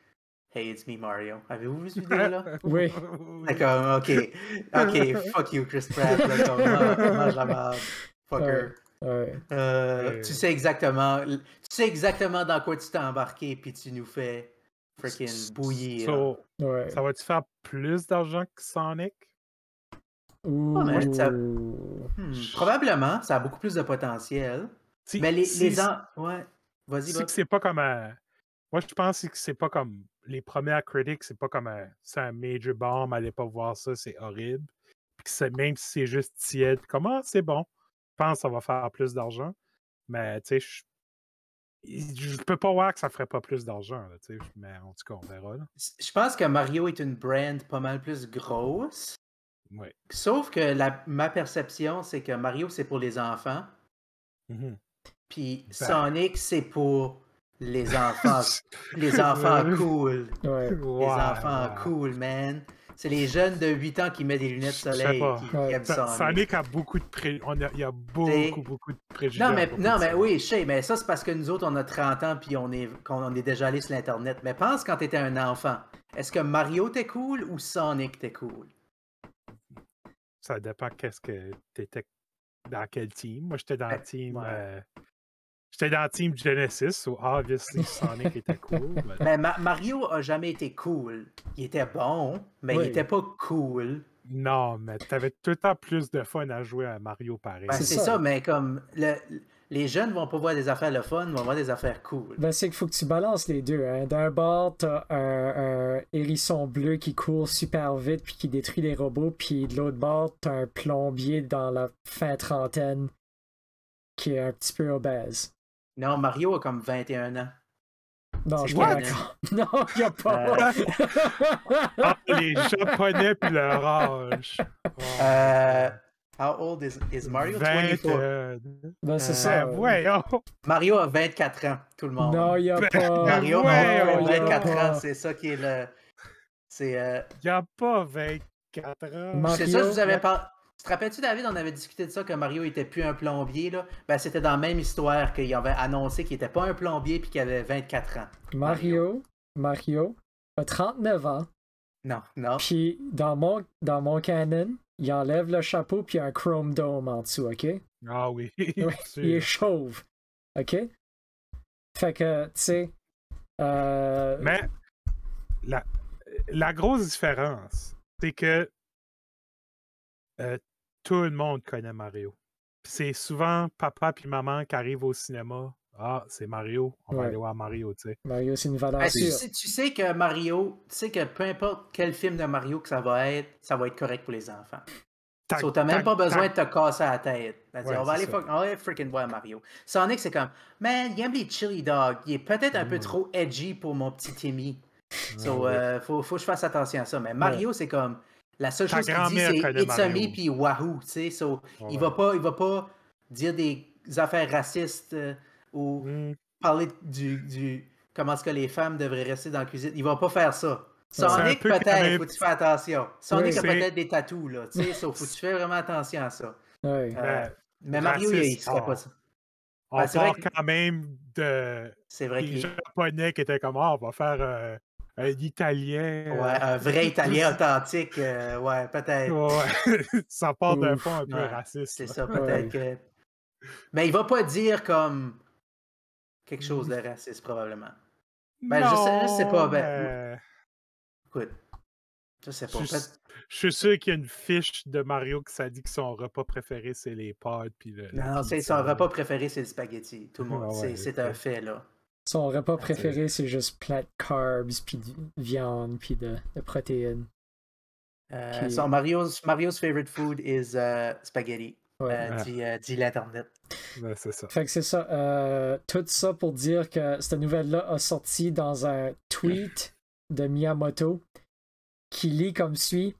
Speaker 2: Hey, it's me Mario. Avez-vous vu cette vidéo-là?
Speaker 1: Oui.
Speaker 2: D'accord, ok. Ok, fuck you, Chris Pratt. là, comme, ah, mange la merde. Fucker.
Speaker 1: ouais.
Speaker 2: Euh, Tu
Speaker 3: Euh.
Speaker 2: sais exactement. Tu sais exactement dans quoi tu t'es embarqué, puis tu nous fais freaking bouillir.
Speaker 3: So,
Speaker 1: Ouais.
Speaker 3: ça va-tu faire plus d'argent que Sonic?
Speaker 1: Ouh.
Speaker 2: Ah, mais ça- Hmm, Probablement, ça a beaucoup plus de potentiel.
Speaker 3: Si-
Speaker 2: Mais Ben, les,
Speaker 3: si-
Speaker 2: les en- Ouais. Vas-y,
Speaker 3: si
Speaker 2: Bob.
Speaker 3: que c'est pas comme un. Moi, je pense que c'est pas comme. Les premières critiques, c'est pas comme un. C'est un major bomb, allez pas voir ça, c'est horrible. Puis que c'est- même si c'est juste tiède, comment c'est bon. Je pense que ça va faire plus d'argent. Mais, tu sais, je. il- Je peux pas voir que ça ferait pas plus d'argent, là, tu sais. Mais en tout cas, on verra, là.
Speaker 2: Je pense que Mario est une brand pas mal plus grosse.
Speaker 3: Ouais.
Speaker 2: Sauf que la- ma perception, c'est que Mario, c'est pour les enfants. Mm-hmm.
Speaker 3: Mhm.
Speaker 2: Puis
Speaker 3: Ben.
Speaker 2: Sonic, c'est pour les enfants. les enfants
Speaker 3: Ouais.
Speaker 2: cool.
Speaker 1: Ouais.
Speaker 2: Ah, Les
Speaker 3: Ouais,
Speaker 2: enfants
Speaker 3: ouais.
Speaker 2: cool, man. C'est les jeunes de 8 ans qui mettent des lunettes de
Speaker 3: Je sais
Speaker 2: soleil
Speaker 3: pas.
Speaker 2: qui, qui
Speaker 1: Ouais.
Speaker 2: aiment
Speaker 3: Ça-
Speaker 2: Sonic.
Speaker 3: Sonic a beaucoup de pré... on a- Il y a beaucoup, beaucoup de préjugés. à
Speaker 2: Non, mais,
Speaker 3: propos de
Speaker 2: non, mais
Speaker 3: Sonic.
Speaker 2: oui, je sais, mais ça, c'est parce que nous autres, on a 30 ans puis on est, qu'on on est déjà allé sur l'Internet. Mais pense quand t'étais un enfant. Est-ce que Mario t'es cool ou Sonic t'es cool?
Speaker 3: Ça dépend qu'est-ce que t'étais dans quel team. Moi, j'étais dans le
Speaker 2: Ben,
Speaker 3: team.
Speaker 2: ouais.
Speaker 3: euh, J'étais dans le team Genesis, où obviously Sonic était cool. mais-
Speaker 2: Mais Ma- Mario a jamais été cool. Il était bon, mais
Speaker 1: Oui.
Speaker 2: il était pas cool.
Speaker 3: Non, mais t'avais tout le temps plus de fun à jouer à Mario pareil.
Speaker 2: Ben,
Speaker 1: C'est
Speaker 2: c'est
Speaker 1: ça.
Speaker 2: ça. mais comme le- les jeunes vont pas voir des affaires le fun, vont voir des affaires cool.
Speaker 1: Ben, c'est qu'il faut que tu balances les deux. Hein. D'un bord, t'as un, un hérisson bleu qui court super vite puis qui détruit les robots, puis de l'autre bord, t'as un plombier dans la fin trentaine qui est un petit peu obèse.
Speaker 2: Non, Mario a comme 21 ans.
Speaker 1: Non,
Speaker 2: C'est
Speaker 1: Ah, je suis
Speaker 2: quoi?
Speaker 1: pas d'accord. Non, y a
Speaker 3: Euh.
Speaker 1: pas.
Speaker 3: Ah, les Japonais puis leur âge.
Speaker 2: Euh, how old is, is Mario? 24.
Speaker 3: Euh,
Speaker 1: ben, c'est ça.
Speaker 3: ben, voyons.
Speaker 2: Mario a 24 ans, tout le monde.
Speaker 1: Non, y a
Speaker 3: Ben,
Speaker 1: pas.
Speaker 2: Mario
Speaker 1: Non,
Speaker 3: ouais,
Speaker 2: Mario a
Speaker 3: on
Speaker 1: y a
Speaker 2: 24
Speaker 1: pas.
Speaker 2: ans, c'est ça qui est le. C'est euh,
Speaker 3: Il n'y a pas 24 ans.
Speaker 1: Ma-
Speaker 2: c'est ça que je vous avais
Speaker 1: Mario-
Speaker 2: parlé. Tu te rappelles-tu, David, on avait discuté de ça que Mario était plus un plombier, là? Ben, c'était dans la même histoire qu'il avait annoncé qu'il était pas un plombier puis qu'il avait 24 ans.
Speaker 1: Mario, Mario a 39 ans,
Speaker 2: Non, non.
Speaker 1: puis dans mon, dans mon canon, il enlève le chapeau puis il y a un chrome dome en dessous, ok?
Speaker 3: Ah oui.
Speaker 1: Ouais,
Speaker 3: sûr.
Speaker 1: il est chauve. OK? Fait que, tu sais. euh,
Speaker 3: Mais la, la grosse différence, c'est que euh, tout le monde connaît Mario. Puis C'est souvent papa puis maman qui arrivent au cinéma. Ah, c'est Mario, on
Speaker 1: Ouais.
Speaker 3: va aller voir Mario, tu sais.
Speaker 1: Mario, c'est une valeur
Speaker 2: Ben, tu,
Speaker 1: sûre.
Speaker 2: sais, tu sais que Mario, tu sais que peu importe quel film de Mario que ça va être, ça va être correct pour les enfants.
Speaker 3: Tac,
Speaker 2: So, t'as même
Speaker 3: tac,
Speaker 2: pas besoin
Speaker 3: tac.
Speaker 2: de te casser la tête. Vas-y,
Speaker 3: Ouais,
Speaker 2: on, va
Speaker 3: c'est
Speaker 2: aller
Speaker 3: ça.
Speaker 2: fuck- on va aller freaking voir Mario. Sonic, c'est comme, man, il aime les chili dogs. Il est peut-être un peu
Speaker 3: Mm.
Speaker 2: trop edgy pour mon petit Timmy. So,
Speaker 3: Ah Ouais, ouais.
Speaker 2: euh, faut, faut que je fasse attention à ça. Mais Mario, c'est comme, la seule
Speaker 3: Ta
Speaker 2: chose qu'il dit,
Speaker 3: grand-mère
Speaker 2: c'est
Speaker 3: connaît
Speaker 2: It's a me
Speaker 3: Mario. Ah
Speaker 2: puis Wahoo. Tu sais, so, il, va
Speaker 3: Ouais.
Speaker 2: pas, il va pas dire des affaires racistes euh, ou
Speaker 3: Mm.
Speaker 2: parler du, du comment est-ce que les femmes devraient rester dans la cuisine. Il va pas faire ça.
Speaker 1: C'est un
Speaker 2: Sonic,
Speaker 3: peu comme
Speaker 2: peut-être,
Speaker 3: un-
Speaker 2: faut que tu fasses attention. Sonic a
Speaker 3: c'est-
Speaker 2: peut-être des tatous, là, tu sais, so, faut que tu fais vraiment attention à ça.
Speaker 1: Ouais.
Speaker 2: Euh,
Speaker 3: Ben,
Speaker 2: mais Mario, il,
Speaker 3: raciste,
Speaker 2: il serait
Speaker 3: oh.
Speaker 2: pas ça.
Speaker 3: on
Speaker 2: ben, c'est vrai
Speaker 3: part
Speaker 2: que-
Speaker 3: quand même de
Speaker 2: C'est vrai
Speaker 3: des
Speaker 2: qu'il
Speaker 3: Japonais qui étaient comme Ah, on va faire euh, un Italien.
Speaker 2: ouais,
Speaker 3: euh,
Speaker 2: un vrai Italien authentique, euh, ouais, peut-être.
Speaker 3: ouais. ça part d'un
Speaker 1: Ouf,
Speaker 3: fond un peu
Speaker 2: ouais,
Speaker 3: raciste.
Speaker 2: C'est
Speaker 3: là.
Speaker 2: ça, peut-être que. Mais il va pas dire comme quelque
Speaker 1: Mmh.
Speaker 2: chose de raciste, probablement. Ben, je sais- je sais pas,
Speaker 3: Non,
Speaker 2: ben,
Speaker 3: mais-
Speaker 2: Écoute, je sais pas.
Speaker 3: Je suis-
Speaker 2: peut-
Speaker 3: Je suis sûr qu'il y a une fiche de Mario qui ça dit que son repas préféré, c'est les pâtes. Puis le, la
Speaker 2: Non, c'est
Speaker 3: pizza.
Speaker 2: son repas préféré, c'est le spaghetti. Tout le monde,
Speaker 3: Ah ouais,
Speaker 2: c'est- c'est un
Speaker 3: ouais.
Speaker 2: fait, là.
Speaker 1: Son repas préféré, c'est juste plein de carbs, puis de viande, puis de, de protéines.
Speaker 2: Euh,
Speaker 1: Puis-
Speaker 2: son Mario's, Mario's favorite food is euh, spaghetti,
Speaker 1: Ouais.
Speaker 2: euh, dit, euh, dit l'Internet.
Speaker 3: Ouais, c'est ça.
Speaker 1: Fait que c'est ça. euh, tout ça pour dire que cette nouvelle-là a sorti dans un tweet de Miyamoto qui lit comme suit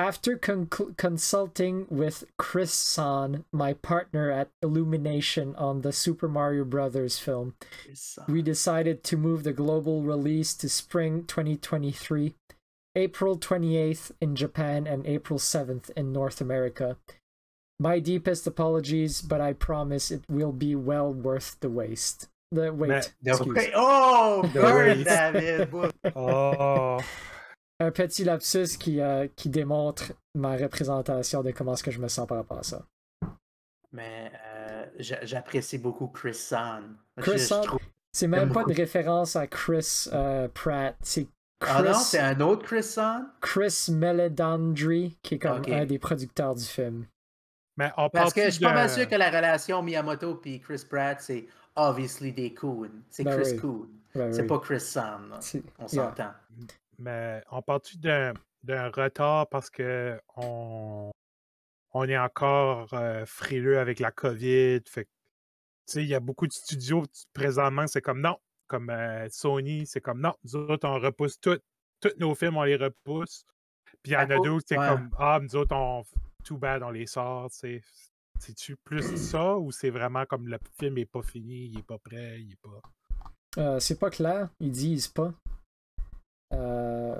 Speaker 1: After conclu- consulting with Chris San, my partner at Illumination on the Super Mario Brothers film,
Speaker 2: Yes.
Speaker 1: we decided to move the global release to spring 2023, April 28th in Japan and April 7th in North America. My deepest apologies, but I promise it will be well worth the waste. The wait.
Speaker 2: The
Speaker 1: excuse. Ben
Speaker 2: way- Oh,
Speaker 1: The
Speaker 2: burn
Speaker 3: way-
Speaker 2: David! boy.
Speaker 3: Oh,
Speaker 1: Un petit lapsus qui, euh, qui démontre ma représentation de comment est-ce que je me sens par rapport à ça.
Speaker 2: Mais euh, j'a- j'apprécie beaucoup Chris San. Je-
Speaker 1: Chris
Speaker 2: je
Speaker 1: San,
Speaker 2: trouve-
Speaker 1: C'est même pas de référence à Chris euh, Pratt, c'est Chris,
Speaker 2: Ah non, c'est un autre Chris San?
Speaker 1: Chris Meledandri qui est comme
Speaker 2: Ok.
Speaker 1: un des producteurs du film.
Speaker 3: mais on
Speaker 2: Parce
Speaker 3: parle
Speaker 2: que je suis pas
Speaker 3: de-
Speaker 2: mal sûr que la relation Miyamoto et Chris Pratt, c'est obviously des Coons. C'est
Speaker 1: Ben
Speaker 2: Chris
Speaker 1: oui.
Speaker 2: Coon.
Speaker 1: Ouais,
Speaker 2: C'est
Speaker 1: oui.
Speaker 2: pas Chris San. là.
Speaker 1: C'est-
Speaker 2: On
Speaker 1: yeah.
Speaker 2: s'entend.
Speaker 3: Mais on parle-tu d'un, d'un retard parce que on, on est encore euh, frileux avec la COVID? Fait que, tu sais, il y a beaucoup de studios tu- présentement, c'est comme non. Comme euh, Sony, c'est comme non. Nous autres, on repousse tout. Tous nos films, on les repousse. Puis il y
Speaker 2: À
Speaker 3: en a
Speaker 2: cause-
Speaker 3: d'autres, c'est
Speaker 2: ouais.
Speaker 3: comme ah, nous autres, on. Too bad, on les sort. tu sais. C'est-tu plus ça ou c'est vraiment comme le film n'est pas fini, il n'est pas prêt, il est pas.
Speaker 1: Euh, c'est pas clair, ils disent pas. Euh,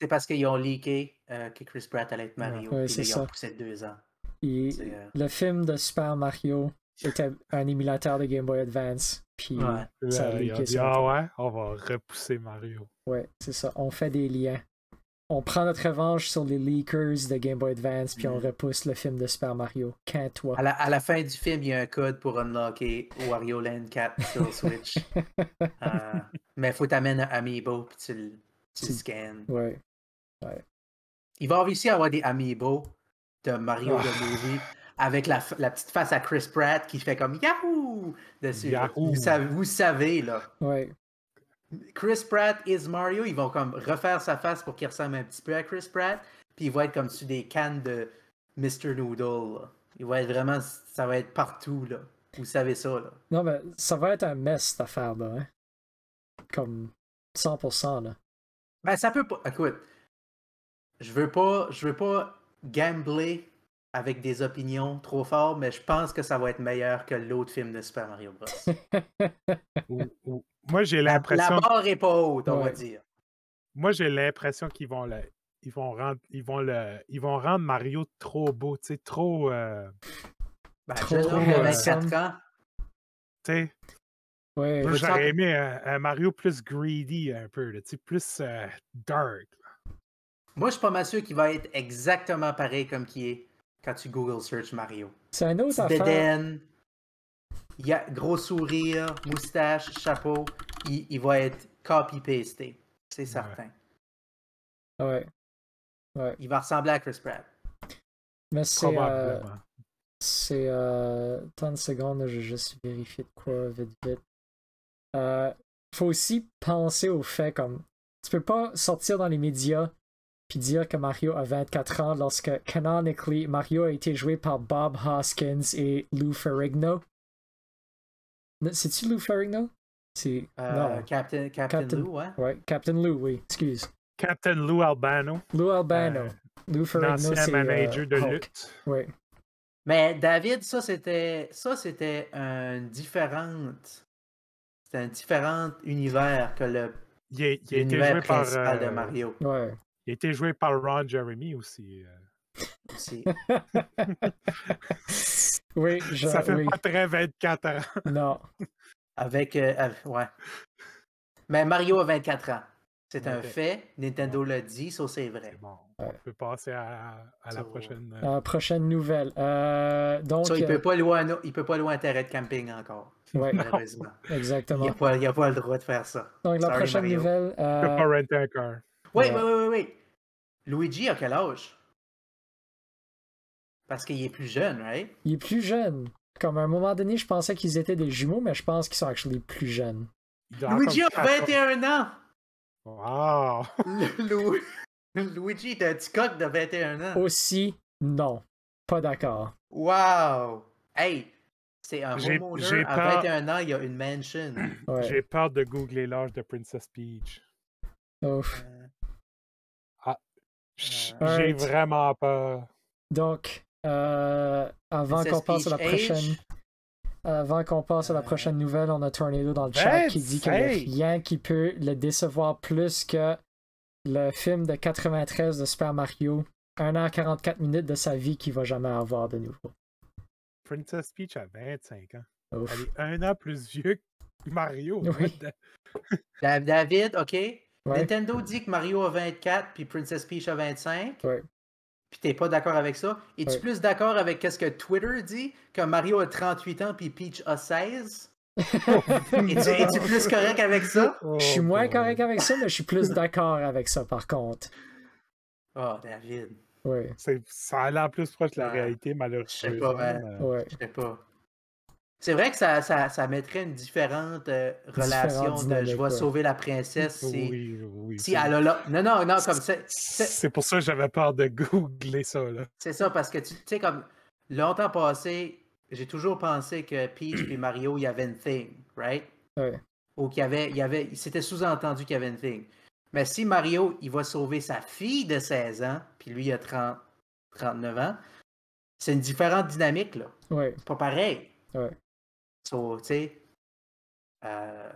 Speaker 2: C'est parce qu'ils ont leaké euh, que Chris Pratt allait être Mario.
Speaker 1: ouais,
Speaker 2: puis
Speaker 1: c'est
Speaker 2: là, ils
Speaker 1: ça.
Speaker 2: ont poussé de deux ans.
Speaker 1: il-
Speaker 2: C'est, euh,
Speaker 1: Le film de Super Mario était un émulateur de Game Boy Advance. Puis, ouais,
Speaker 2: ouais.
Speaker 1: Ça a
Speaker 3: Là, ils ont
Speaker 1: leaké
Speaker 3: dit,
Speaker 1: sur
Speaker 3: ah
Speaker 1: Internet.
Speaker 3: ouais, on va repousser Mario.
Speaker 1: c'est ça, on fait des liens. On prend notre revanche sur les leakers de Game Boy Advance, puis on
Speaker 2: Mhm.
Speaker 1: repousse le film de Super Mario. Qu'un toi.
Speaker 2: À la, à la fin du film, il y a un code pour unlocker Wario Land 4 sur Switch. Euh, mais il faut t'amener à Amiibo puis tu le tu le
Speaker 1: Tu-
Speaker 2: scannes.
Speaker 1: Ouais.
Speaker 2: Il va réussir à avoir des Amiibo de Mario
Speaker 3: Ah.
Speaker 2: de Movie avec la, f- la petite face à Chris Pratt qui fait comme Yahoo! dessus. là.
Speaker 3: Yahoo!
Speaker 2: Vous, savez, vous savez, là.
Speaker 1: Ouais.
Speaker 2: Chris Pratt is Mario. Ils vont comme refaire sa face pour qu'il ressemble un petit peu à Chris Pratt. Puis il va être comme sur des cannes de Mr. Noodle. là. Il va être vraiment. Ça va être partout, là. Vous savez ça, là.
Speaker 1: Non, mais ça va être un mess, cette affaire-là. hein. Comme 100%, là.
Speaker 2: Ben, ça peut pas. Écoute, je veux pas, je veux pas gambler avec des opinions trop fortes, mais je pense que ça va être meilleur que l'autre film de Super Mario Bros.
Speaker 3: Ou- ou- Moi,
Speaker 2: la,
Speaker 3: j'ai
Speaker 2: la
Speaker 3: l'impression,
Speaker 2: barre est pas haute, on va
Speaker 1: Ouais.
Speaker 2: dire.
Speaker 3: moi, j'ai l'impression qu'ils vont le, ils vont rendre, ils vont le, ils vont rendre Mario trop beau, tu sais, trop, euh,
Speaker 2: Ben,
Speaker 1: Trop,
Speaker 2: jeune homme de
Speaker 3: euh,
Speaker 2: 24 ans.
Speaker 3: tu sais.
Speaker 1: Ouais.
Speaker 3: Moi,
Speaker 2: veux
Speaker 3: j'aurais
Speaker 2: sentir-
Speaker 3: aimé un, un Mario plus greedy un peu, là, tu sais, plus euh, dark.
Speaker 2: Moi, je suis pas mal sûr qu'il va être exactement pareil comme qu'il est quand tu Google search Mario.
Speaker 1: C'est un autre
Speaker 2: Petite
Speaker 1: affaire.
Speaker 2: Bédaine, il a gros sourire, moustache, chapeau. Il, il va être copy-pasté. C'est certain.
Speaker 1: Ouais.
Speaker 2: Il va ressembler à Chris Pratt.
Speaker 1: Mais c'est. euh,
Speaker 3: Probablement.
Speaker 1: C'est. Euh... Tant de secondes, je vais juste vérifier de quoi, vite, vite. Euh, faut aussi penser au fait, comme. Tu peux pas sortir dans les médias puis dire que Mario a 24 ans lorsque, canonically, Mario a été joué par Bob Hoskins et Lou Ferrigno. Non, C'est-tu Lou Ferrigno? C'est.
Speaker 2: Euh,
Speaker 1: non.
Speaker 2: Captain, Captain,
Speaker 1: Captain-
Speaker 2: Lou, ouais.
Speaker 1: Ouais, Captain Lou, oui, excuse.
Speaker 3: Captain Lou Albano,
Speaker 1: Lou Albano.
Speaker 3: Euh,
Speaker 1: Lou Ferrigno,
Speaker 3: l'ancien
Speaker 1: c'est.
Speaker 3: manager
Speaker 1: euh,
Speaker 3: de
Speaker 1: Hulk.
Speaker 3: lutte.
Speaker 1: Ouais.
Speaker 2: Mais David, ça c'était ça c'était un différente c'était un différent univers que le
Speaker 3: Il, a- il a été
Speaker 2: l'univers
Speaker 3: joué par,
Speaker 2: principal de
Speaker 3: euh,
Speaker 2: Mario
Speaker 1: Ouais.
Speaker 3: il a été joué par Ron Jeremy aussi. euh.
Speaker 2: aussi.
Speaker 1: Oui, je,
Speaker 3: Ça fait
Speaker 1: oui.
Speaker 3: pas très 24 ans.
Speaker 1: Non.
Speaker 2: Avec, euh, av- ouais. Mais Mario a 24 ans. C'est un
Speaker 3: Ok.
Speaker 2: fait. Nintendo l'a dit, ça c'est vrai.
Speaker 3: C'est bon.
Speaker 1: Ouais.
Speaker 3: On peut passer à, à la
Speaker 2: So-
Speaker 3: prochaine. euh,
Speaker 1: Euh, prochaine nouvelle. Euh, donc,
Speaker 2: Ça, il
Speaker 1: euh,
Speaker 2: peut pas louer un, au- il peut pas louer un terrain de camping encore,
Speaker 1: ouais,
Speaker 2: malheureusement. Il
Speaker 1: exactement.
Speaker 2: n'a pas, il a pas le droit de faire ça.
Speaker 1: Donc, la
Speaker 2: Sorry,
Speaker 1: prochaine
Speaker 2: Mario.
Speaker 1: nouvelle.
Speaker 3: on peut
Speaker 1: euh,
Speaker 3: pas renter un car.
Speaker 2: Oui,
Speaker 1: Ouais.
Speaker 2: oui, oui, oui, oui. Luigi a quel âge? Parce qu'il est plus jeune, right?
Speaker 1: il est plus jeune. Comme à un moment donné, je pensais qu'ils étaient des jumeaux, mais je pense qu'ils sont actually plus jeunes.
Speaker 3: Il doit
Speaker 2: Luigi a
Speaker 3: avoir comme
Speaker 2: 21 ans!
Speaker 3: 14. Wow!
Speaker 2: Lu- Lu- Luigi est un petit coq de 21 ans.
Speaker 1: Aussi, non. Pas d'accord.
Speaker 2: Wow! Hey! C'est un
Speaker 3: J'ai-
Speaker 2: homeowner.
Speaker 3: j'ai
Speaker 2: À
Speaker 3: pas-
Speaker 2: 21 ans, il y a une mansion.
Speaker 1: Ouais.
Speaker 3: J'ai peur de googler l'âge de Princess Peach.
Speaker 1: Ouf.
Speaker 2: Euh,
Speaker 3: J'ai
Speaker 1: Alright.
Speaker 3: vraiment peur.
Speaker 1: Donc, euh, avant
Speaker 2: Princess
Speaker 1: qu'on passe à la
Speaker 2: Peach
Speaker 1: prochaine.
Speaker 2: Age.
Speaker 1: Avant qu'on passe à la prochaine
Speaker 3: Euh.
Speaker 1: nouvelle, on a Tornado dans le
Speaker 3: Ben,
Speaker 1: chat qui dit qu'il n'y a
Speaker 3: hey!
Speaker 1: rien qui peut le décevoir plus que le film de 93 de Super Mario, 1h44 minutes de sa vie qu'il va jamais avoir de nouveau.
Speaker 3: Princess Peach a 25 ans.
Speaker 1: Ouf.
Speaker 3: Elle est un an plus vieux que Mario.
Speaker 1: Oui.
Speaker 3: What the-
Speaker 2: Da- David, OK?
Speaker 1: Ouais.
Speaker 2: Nintendo dit que Mario a 24 puis Princess Peach a 25.
Speaker 1: Ouais.
Speaker 2: Puis t'es pas d'accord avec ça. Es-tu
Speaker 1: Ouais.
Speaker 2: plus d'accord avec ce que Twitter dit que Mario a 38 ans puis Peach a 16? Es-tu es-tu plus correct avec ça?
Speaker 3: Oh,
Speaker 1: Je suis moins
Speaker 3: boy.
Speaker 1: correct avec ça, mais je suis plus d'accord avec ça par contre.
Speaker 2: Oh, David.
Speaker 1: Oui,
Speaker 3: C'est- Ça a l'air plus proche de la
Speaker 2: Ah,
Speaker 3: réalité,
Speaker 2: je
Speaker 3: malheureusement.
Speaker 2: sais pas, man.
Speaker 3: mais-
Speaker 1: oui.
Speaker 2: Je sais pas. C'est vrai que ça, ça, ça mettrait une différente euh, relation de je
Speaker 1: dynamique,
Speaker 2: vais
Speaker 1: ouais.
Speaker 2: sauver la princesse si,
Speaker 3: Oui, oui.
Speaker 2: si elle a la- Non, non, non, comme ça.
Speaker 3: C'est
Speaker 2: C'est
Speaker 3: c'est pour ça que j'avais peur de googler ça, là.
Speaker 2: c'est ça, parce que tu tu sais, comme longtemps passé, j'ai toujours pensé que Peach et Mario, il y avait une thing, right?
Speaker 1: Ouais.
Speaker 2: Ou qu'il y avait. il Y avait C'était sous-entendu qu'il y avait une thing. Mais si Mario, il va sauver sa fille de 16 ans, puis lui, il a 30, 39 ans, c'est une différente dynamique, là.
Speaker 1: Oui,
Speaker 2: C'est pas pareil.
Speaker 1: Ouais.
Speaker 2: So, tu sais, euh,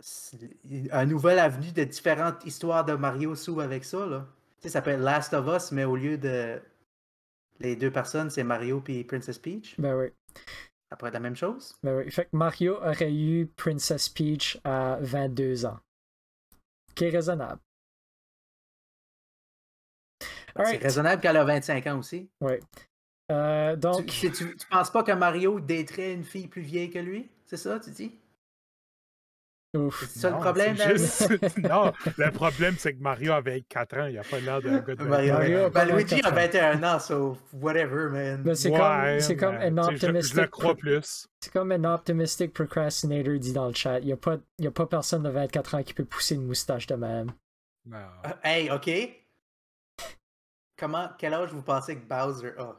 Speaker 2: c'est- un nouvel avenue de différentes histoires de Mario s'ouvre avec ça, là. Tu sais, ça peut être Last of Us, mais au lieu de les deux personnes, c'est Mario puis Princess Peach.
Speaker 1: ben oui,
Speaker 2: Ça pourrait être la même chose.
Speaker 1: ben oui. Fait que Mario aurait eu Princess Peach à 22 ans. Qui est raisonnable.
Speaker 3: Ben,
Speaker 2: C'est
Speaker 1: Alright.
Speaker 2: raisonnable qu'elle a 25 ans aussi.
Speaker 1: Euh,
Speaker 2: Tu-
Speaker 1: donc,
Speaker 2: Tu, tu- tu penses pas que Mario daterait une fille plus vieille que lui? C'est ça, tu dis?
Speaker 1: ouf.
Speaker 2: C'est ça
Speaker 3: Non,
Speaker 2: le problème,
Speaker 3: c'est
Speaker 2: David?
Speaker 3: juste- Non, le problème, c'est que Mario avait 4 ans. Il n'a pas l'air d'un gars de.
Speaker 2: Mario,
Speaker 1: Mario a pas
Speaker 2: ben, Luigi
Speaker 1: 24
Speaker 2: a
Speaker 1: ans.
Speaker 2: 21 ans, so whatever, man.
Speaker 1: Ben, c'est
Speaker 3: Ouais,
Speaker 1: comme, c'est
Speaker 3: mais,
Speaker 1: comme an
Speaker 3: tu sais, je- Je le
Speaker 1: optimistic,
Speaker 3: crois plus.
Speaker 1: c'est comme un optimistic procrastinator dit dans le chat. Il n'y a, pas- y a pas personne de 24 ans qui peut pousser une moustache de même.
Speaker 3: Non.
Speaker 2: Ah, Hey, ok. Comment, quel âge vous pensez que Bowser a?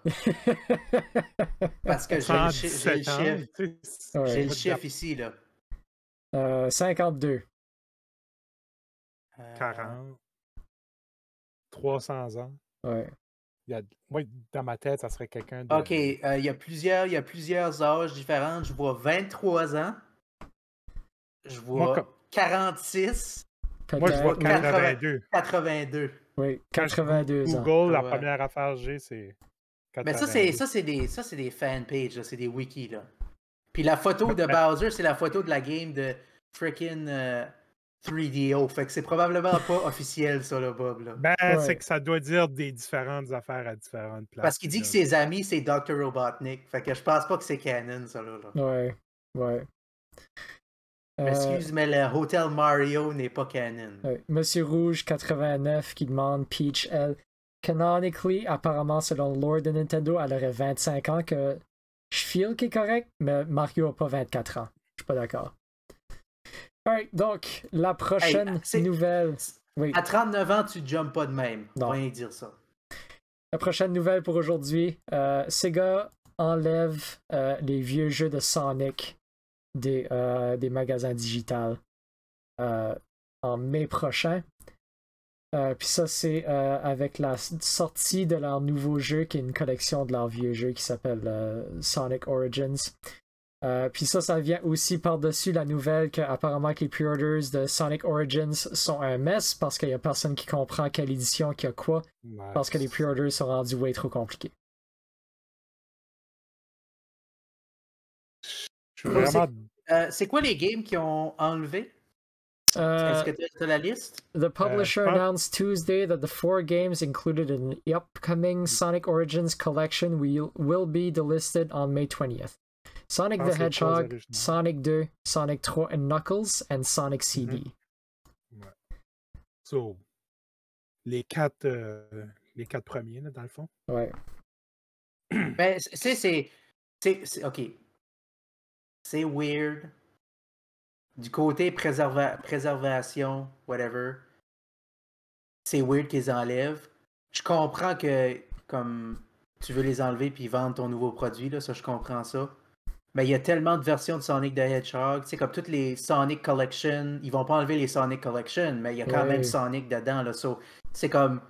Speaker 2: Parce que j'ai le, chi- j'ai le
Speaker 3: 117 ans,
Speaker 2: chiffre,
Speaker 3: tu sais, c'est-
Speaker 1: Ouais.
Speaker 2: j'ai le
Speaker 3: pas de
Speaker 2: chiffre ici, là.
Speaker 1: Euh, 52.
Speaker 2: Euh,
Speaker 3: 40, 300 ans.
Speaker 1: Ouais.
Speaker 3: Il y a- Moi, dans ma tête, ça serait quelqu'un de.
Speaker 2: Ok, euh, il y a plusieurs, il y a plusieurs âges différents. Je vois 23 ans. Je vois
Speaker 3: Moi, comme-
Speaker 2: 46,
Speaker 3: Moi, je vois
Speaker 1: Peut-être, oui.
Speaker 3: 82.
Speaker 2: 82.
Speaker 1: Oui,
Speaker 3: Quand je
Speaker 1: 82 ans.
Speaker 3: Google, la
Speaker 2: Ouais.
Speaker 3: première affaire que j'ai, c'est.
Speaker 2: Mais ça, c'est
Speaker 3: 82.
Speaker 2: ça, c'est des, ça, c'est des fan pages, là, c'est des wikis, là. Puis la photo de Bowser, c'est la photo de la game de freaking euh, 3DO. Fait que c'est probablement pas officiel, ça, là, Bob, là.
Speaker 3: Ben,
Speaker 1: Ouais.
Speaker 3: c'est que ça doit dire des différentes affaires à différentes places.
Speaker 2: Parce qu'il dit que ses amis, c'est Dr. Robotnik. Fait que je pense pas que c'est canon, ça, là. là.
Speaker 1: Ouais, ouais. Euh,
Speaker 2: Excuse, mais le Hotel Mario n'est pas canon.
Speaker 1: ouais. Monsieur Rouge 89 qui demande Peach, elle. Canonically, apparemment, selon le lore de Nintendo, elle aurait 25 ans, que je feel qui est correct, mais Mario a pas 24 ans. Je suis pas d'accord. Alright, donc, la prochaine
Speaker 2: c'est-
Speaker 1: nouvelle. Oui.
Speaker 2: À 39 ans, tu jumpes pas de même. On
Speaker 1: Non.
Speaker 2: va rien dire ça.
Speaker 1: La prochaine nouvelle pour aujourd'hui, euh, Sega enlève euh, les vieux jeux de Sonic des, euh, des magasins digitales euh, en mai prochain. Euh, Puis ça, c'est euh, avec la s- sortie de leur nouveau jeu, qui est une collection de leurs vieux jeux qui s'appelle euh, Sonic Origins. Euh, Puis ça, ça vient aussi par-dessus la nouvelle que apparemment que les pre-orders de Sonic Origins sont un mess parce qu'il n'y a personne qui comprend quelle édition qui a quoi. Parce que les pre-orders sont rendus way trop compliqués.
Speaker 3: Je suis vraiment.
Speaker 2: Euh, c'est quoi les games qui ont enlevé?
Speaker 1: Euh,
Speaker 2: Est-ce que t'as- t'as la liste?
Speaker 1: the publisher
Speaker 3: euh, je pense-
Speaker 1: announced Tuesday that the four games included in the upcoming Sonic Origins collection will, will be delisted on May 20th. Sonic
Speaker 3: Je
Speaker 1: the
Speaker 3: pense que les trois
Speaker 1: Hedgehog,
Speaker 3: originaux.
Speaker 1: Sonic 2, Sonic 3 and Knuckles, and Sonic CD.
Speaker 3: So, les quatre, euh, les quatre premiers, là, dans le fond.
Speaker 1: Ouais.
Speaker 2: Ben, c- tu sais, c'est. c'est- c'est- Ok. C'est weird. Du côté préserva- préservation, whatever. C'est weird qu'ils enlèvent. Je comprends que, comme, tu veux les enlever puis vendre ton nouveau produit, là, ça, je comprends ça. Mais il y a tellement de versions de Sonic the Hedgehog. Tu sais, comme toutes les Sonic Collection, ils vont pas enlever les Sonic Collection, mais il y a quand
Speaker 1: Ouais.
Speaker 2: même Sonic dedans, là. So, c'est comme.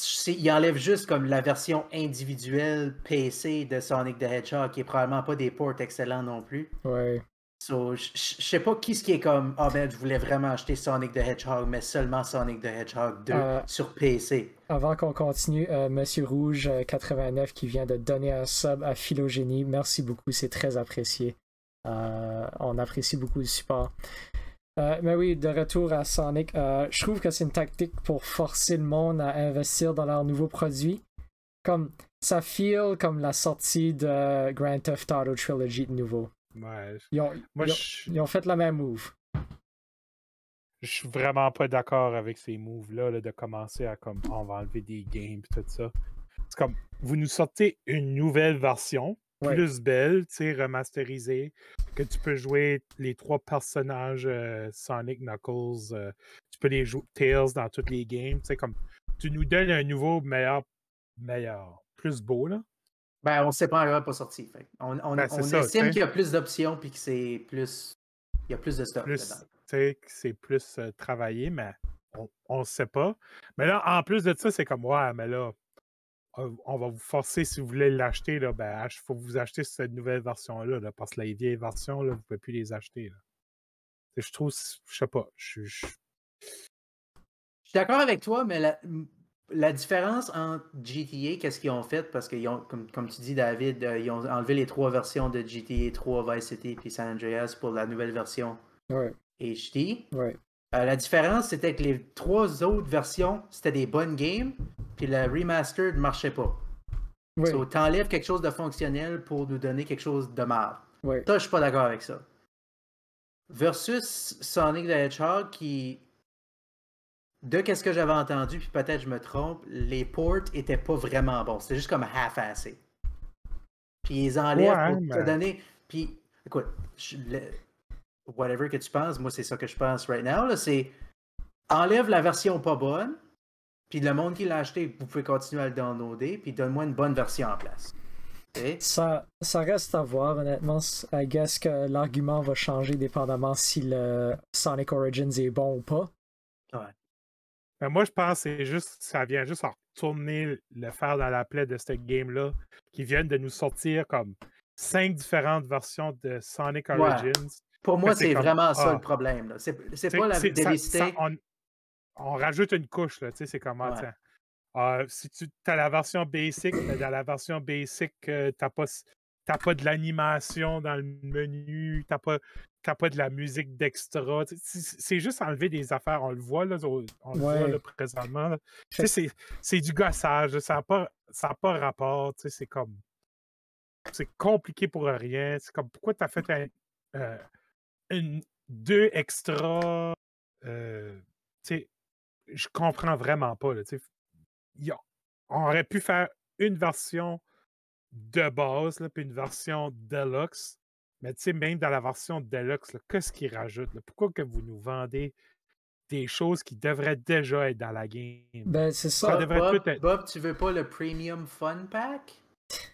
Speaker 2: Je c'est- il enlève juste comme la version individuelle PC de Sonic the Hedgehog, qui est probablement pas des ports excellents non plus.
Speaker 1: Ouais.
Speaker 2: So, je je- je sais pas qui ce qui est comme Ah ben, je voulais vraiment acheter Sonic the Hedgehog, mais seulement Sonic the Hedgehog 2
Speaker 1: Euh,
Speaker 2: sur PC.
Speaker 1: Avant qu'on continue, euh, Monsieur Rouge euh, 89 qui vient de donner un sub à Philogénie, merci beaucoup, c'est très apprécié. Euh, on apprécie beaucoup le support. Euh, mais oui, de retour à Sonic, euh, je trouve que c'est une tactique pour forcer le monde à investir dans leurs nouveaux produits. Comme ça feel comme la sortie de Grand Theft Auto Trilogy de nouveau.
Speaker 3: Ouais.
Speaker 1: Ils ont,
Speaker 3: Moi,
Speaker 1: ils ont-
Speaker 3: je
Speaker 1: ils ont fait la même move.
Speaker 3: je suis vraiment pas d'accord avec ces moves-là là, de commencer à comme on va enlever des games et tout ça. C'est comme vous nous sortez une nouvelle version,
Speaker 1: Ouais.
Speaker 3: plus belle, tu sais, remasterisée, que tu peux jouer les trois personnages euh, Sonic, Knuckles, euh, tu peux les jouer Tails dans toutes les games, tu sais, comme tu nous donnes un nouveau meilleur, meilleur, plus beau, là.
Speaker 2: Ben, on sait pas encore pas sorti. fait que On, on,
Speaker 3: Ben, c'est
Speaker 2: on
Speaker 3: ça,
Speaker 2: estime
Speaker 3: t'sais.
Speaker 2: qu'il y a plus d'options puis que c'est plus. Il y a plus de stuff
Speaker 3: plus,
Speaker 2: dedans.
Speaker 3: tu sais, que c'est plus euh, travaillé, mais on ne sait pas. Mais là, en plus de ça, c'est comme, ouais, mais là, on, on va vous forcer, si vous voulez l'acheter, là, ben, il faut que vous acheter cette nouvelle version-là, là, parce que les vieilles versions, là, vous ne pouvez plus les acheter. là. Et Je trouve, je sais pas, je, je-
Speaker 2: Je suis d'accord avec toi, mais la, la différence entre GTA, qu'est-ce qu'ils ont fait? Parce qu'ils ont, comme, comme tu dis, David, euh, ils ont enlevé les trois versions de GTA 3, Vice City puis San Andreas pour la nouvelle version
Speaker 1: Ouais,
Speaker 2: HD.
Speaker 1: ouais.
Speaker 2: Euh, la différence, c'était que les trois autres versions, c'était des bonnes games, puis la remastered ne marchait pas.
Speaker 1: Ouais,
Speaker 2: So, t'enlèves quelque chose de fonctionnel pour nous donner quelque chose de mal.
Speaker 1: ouais.
Speaker 2: Ça, je suis pas d'accord avec ça. Versus Sonic the Hedgehog qui. De qu'est-ce que j'avais entendu, puis peut-être je me trompe, les ports étaient pas vraiment bons. C'était juste comme half-assé. Puis ils enlèvent
Speaker 3: Ouais,
Speaker 2: pour
Speaker 3: mais-
Speaker 2: te donner. Puis, écoute, je- le- whatever que tu penses, moi c'est ça que je pense right now. là, c'est enlève la version pas bonne, puis le monde qui l'a acheté, vous pouvez continuer à le downloader, puis donne-moi une bonne version en place. Tu sais?
Speaker 1: Ça, ça reste à voir, honnêtement. I guess que l'argument va changer dépendamment si le Sonic Origins est bon ou pas.
Speaker 3: mais moi, je pense que c'est juste, ça vient juste en tourner le fer dans la plaie de cette game-là, qui viennent de nous sortir comme cinq différentes versions de Sonic
Speaker 2: Ouais.
Speaker 3: Origins.
Speaker 2: Pour moi,
Speaker 3: Mais c'est
Speaker 2: c'est
Speaker 3: comme-
Speaker 2: vraiment ça
Speaker 3: ah.
Speaker 2: le problème. là. C'est c'est
Speaker 3: T'sais,
Speaker 2: pas la
Speaker 3: c'est- ça-
Speaker 2: vérité.
Speaker 3: ça- on, on rajoute une couche, là, tu sais, c'est comment,
Speaker 2: Ouais.
Speaker 3: tiens. Euh, si tu as la version basic, mais dans la version basic, euh, t'as pas, s- t'as pas de l'animation dans le menu, t'as pas, t'as pas de la musique d'extra. tu sais, C'est c'est juste enlever des affaires, on le voit, là, on, on le voit,
Speaker 1: Ouais.
Speaker 3: là, présentement. là. Tu
Speaker 1: Fait-
Speaker 3: sais, c'est- c'est du gossage, ça n'a pas, ça a pas rapport, tu sais, c'est comme. C'est compliqué pour rien. C'est comme pourquoi t'as fait un, euh, une- deux extra. euh, tu sais, je comprends vraiment pas. Là, tu sais. Y a- on aurait pu faire une version de base, là, puis une version deluxe. Mais tu sais, même dans la version deluxe, là, qu'est-ce qu'ils rajoutent? là? Pourquoi que vous nous vendez des choses qui devraient déjà être dans la game?
Speaker 1: Ben, c'est
Speaker 3: Ça
Speaker 1: ça.
Speaker 3: devrait
Speaker 2: Bob,
Speaker 3: peut-être-
Speaker 2: Bob, tu veux pas le Premium Fun Pack?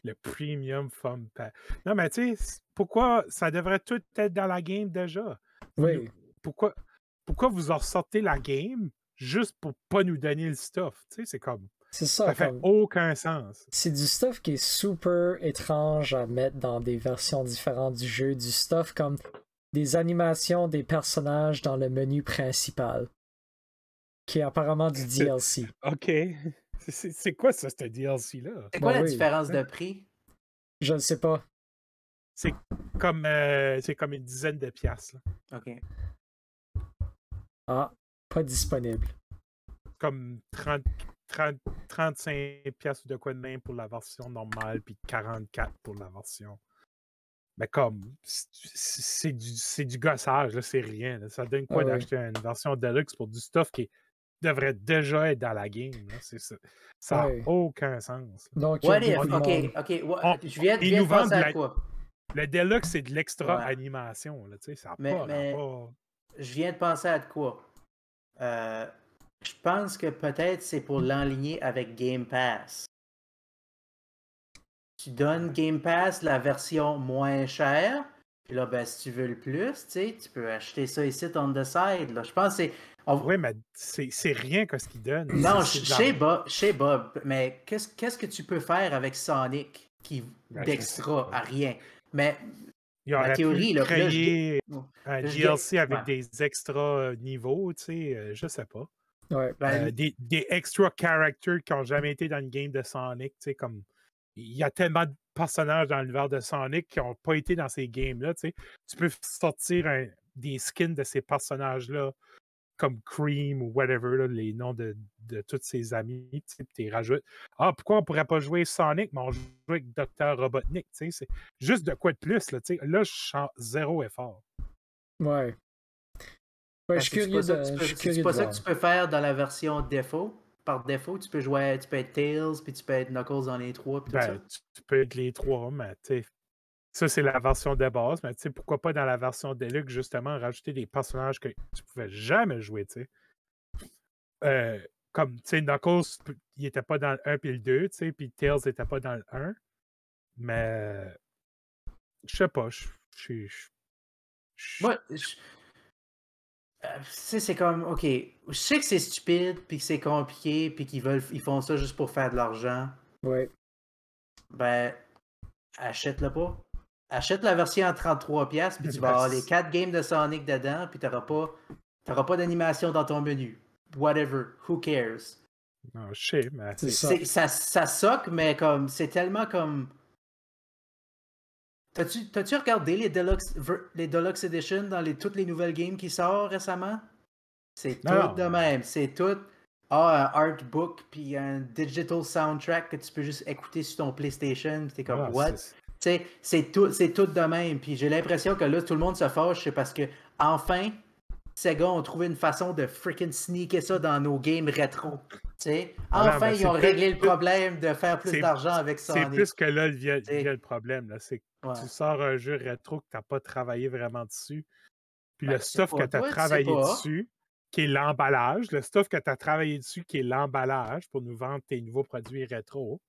Speaker 3: Le premium fun pack. Non, mais tu sais, c- pourquoi ça devrait tout être dans la game déjà?
Speaker 1: Oui,
Speaker 3: Pourquoi, pourquoi vous en sortez la game juste pour pas nous donner le stuff? Tu sais, c'est comme.
Speaker 1: c'est
Speaker 3: Ça
Speaker 1: ça.
Speaker 3: fait
Speaker 1: comme-
Speaker 3: aucun sens.
Speaker 1: C'est du stuff qui est super étrange à mettre dans des versions différentes du jeu. Du stuff comme des animations des personnages dans le menu principal. Qui est apparemment du DLC.
Speaker 3: OK. C'est c'est quoi ça, ce DLC-là?
Speaker 2: C'est quoi
Speaker 1: Ben
Speaker 2: la
Speaker 1: oui.
Speaker 2: différence de prix?
Speaker 1: Je ne sais pas.
Speaker 3: Comme, euh, c'est comme une dizaine de piastres. là.
Speaker 2: OK.
Speaker 1: Ah, pas disponible.
Speaker 3: Comme 30, 30 35 piastres ou de quoi de même pour la version normale, puis 44 pour la version. Mais comme, c'est- c'est c'est du, c'est du gossage, là, c'est rien. là. Ça donne quoi
Speaker 1: Ah ouais.
Speaker 3: d'acheter une version deluxe pour du stuff qui devrait déjà être dans la game? là? C'est Ça n'a
Speaker 1: Ouais.
Speaker 3: aucun sens. là.
Speaker 1: Donc, il y a
Speaker 2: What if?
Speaker 1: beaucoup de
Speaker 2: OK,
Speaker 1: monde-
Speaker 2: OK. what-
Speaker 3: On-
Speaker 2: je viens, je
Speaker 3: ils
Speaker 2: viens
Speaker 3: nous
Speaker 2: de penser
Speaker 3: vendent
Speaker 2: à
Speaker 3: la-
Speaker 2: quoi?
Speaker 3: Le deluxe, c'est de l'extra
Speaker 2: Ouais.
Speaker 3: animation. Là, tu sais, ça n'a
Speaker 2: Mais-
Speaker 3: pas
Speaker 2: mais-
Speaker 3: rapport.
Speaker 2: Je viens de penser à de quoi? Euh, je pense que peut-être c'est pour l'enligner avec Game Pass. Tu donnes Game Pass la version moins chère, Puis là, ben, si tu veux le plus, tu sais, tu peux acheter ça ici, on the side. Là. Je pense que c'est. on-
Speaker 3: Oui, mais c'est c'est rien que ce qu'ils donnent.
Speaker 2: Non,
Speaker 3: Ah, C'est-
Speaker 2: je-
Speaker 3: c'est de la-
Speaker 2: chez Bob, chez Bob, mais qu'est-ce qu'est-ce que tu peux faire avec Sonic qui
Speaker 3: Ben, je
Speaker 2: d'extra
Speaker 3: sais pas.
Speaker 2: à rien? Mais
Speaker 3: Ils auraient
Speaker 2: théorie,
Speaker 3: pu
Speaker 2: là, puis là, je-
Speaker 3: créer un
Speaker 2: je-
Speaker 3: DLC avec
Speaker 2: ouais.
Speaker 3: des extra euh, niveaux, tu sais, euh, je sais pas.
Speaker 1: Ouais.
Speaker 2: ben,
Speaker 3: Euh, des, des extra characters qui n'ont jamais été dans une game de Sonic. tu sais, Comme, il y a tellement de personnages dans l'univers de Sonic qui n'ont pas été dans ces games-là. tu sais. Tu peux sortir un- des skins de ces personnages-là, comme Cream ou whatever, là, les noms de, de tous ses amis, tu sais, puis tu les rajoutes. Ah, pourquoi on pourrait pas jouer Sonic, mais on joue avec Dr. Robotnik? tu sais, C'est juste de quoi de plus. Là, tu sais. là je sens zéro effort.
Speaker 1: Ouais. Ouais, je suis
Speaker 2: parce que c'est Ben, pas
Speaker 1: curieux
Speaker 2: ça
Speaker 1: de.
Speaker 2: que tu
Speaker 1: je
Speaker 2: peux-
Speaker 1: suis
Speaker 2: C'est
Speaker 1: curieux
Speaker 2: pas
Speaker 1: de
Speaker 2: ça
Speaker 1: voir.
Speaker 2: que tu peux faire dans la version défaut. Par défaut, tu peux jouer, tu peux être Tails, puis tu peux être Knuckles dans les trois, puis tout ça.
Speaker 3: Ben, tu, tu peux être les trois, mais tu sais, ça, c'est la version de base, mais tu sais, pourquoi pas dans la version Deluxe, justement, rajouter des personnages que tu pouvais jamais jouer, tu sais. Euh, comme, tu sais, Knuckles, tu peux- il était pas dans le 1 puis le 2, tu sais, puis Tails n'était pas dans le 1. Mais, je sais pas, je je suis... je- je-
Speaker 2: Moi, je... Euh, tu sais, c'est comme, ok, je sais que c'est stupide, puis que c'est compliqué, puis qu'ils veulent, ils font ça juste pour faire de l'argent.
Speaker 1: Ouais.
Speaker 2: Ben, achète-le pas. Achète la version à 33$, piastres, puis tu vas avoir les 4 games de Sonic dedans, puis t'auras pas, t'auras pas d'animation dans ton menu. Whatever, who cares?
Speaker 3: non, je sais, mais...
Speaker 1: C'est ça.
Speaker 2: C'est- Ça, ça soque, mais comme, c'est tellement comme. T'as-tu, t'as-tu regardé les Deluxe, ver- les Deluxe Edition dans les, toutes les nouvelles games qui sortent récemment? C'est tout
Speaker 3: Non,
Speaker 2: de
Speaker 3: non.
Speaker 2: même. C'est tout. Ah, un artbook, puis un digital soundtrack que tu peux juste écouter sur ton PlayStation, puis t'es comme,
Speaker 3: ah,
Speaker 2: what?
Speaker 3: c'est-
Speaker 2: Tu sais, c'est tout, c'est tout de même. Puis j'ai l'impression que là, tout le monde se fâche, c'est parce que enfin, Sega ont trouvé une façon de freaking sneaker ça dans nos games rétro. Tu sais,
Speaker 3: Ah non,
Speaker 2: enfin,
Speaker 3: mais
Speaker 2: ils ont
Speaker 3: c'est plus-
Speaker 2: réglé le problème de faire plus
Speaker 3: c'est-
Speaker 2: d'argent avec ça.
Speaker 3: C'est plus que là, il y a, il
Speaker 2: C'est-
Speaker 3: y a le problème, là, c'est tu sors un jeu rétro que tu n'as pas travaillé vraiment dessus. Puis
Speaker 2: Ben,
Speaker 3: le
Speaker 2: je sais
Speaker 3: stuff
Speaker 2: pas,
Speaker 3: que tu
Speaker 2: toi,
Speaker 3: as
Speaker 2: tu sais
Speaker 3: travaillé
Speaker 2: pas.
Speaker 3: dessus, qui est l'emballage, le stuff que tu as travaillé dessus, qui est l'emballage pour nous vendre tes nouveaux produits rétro,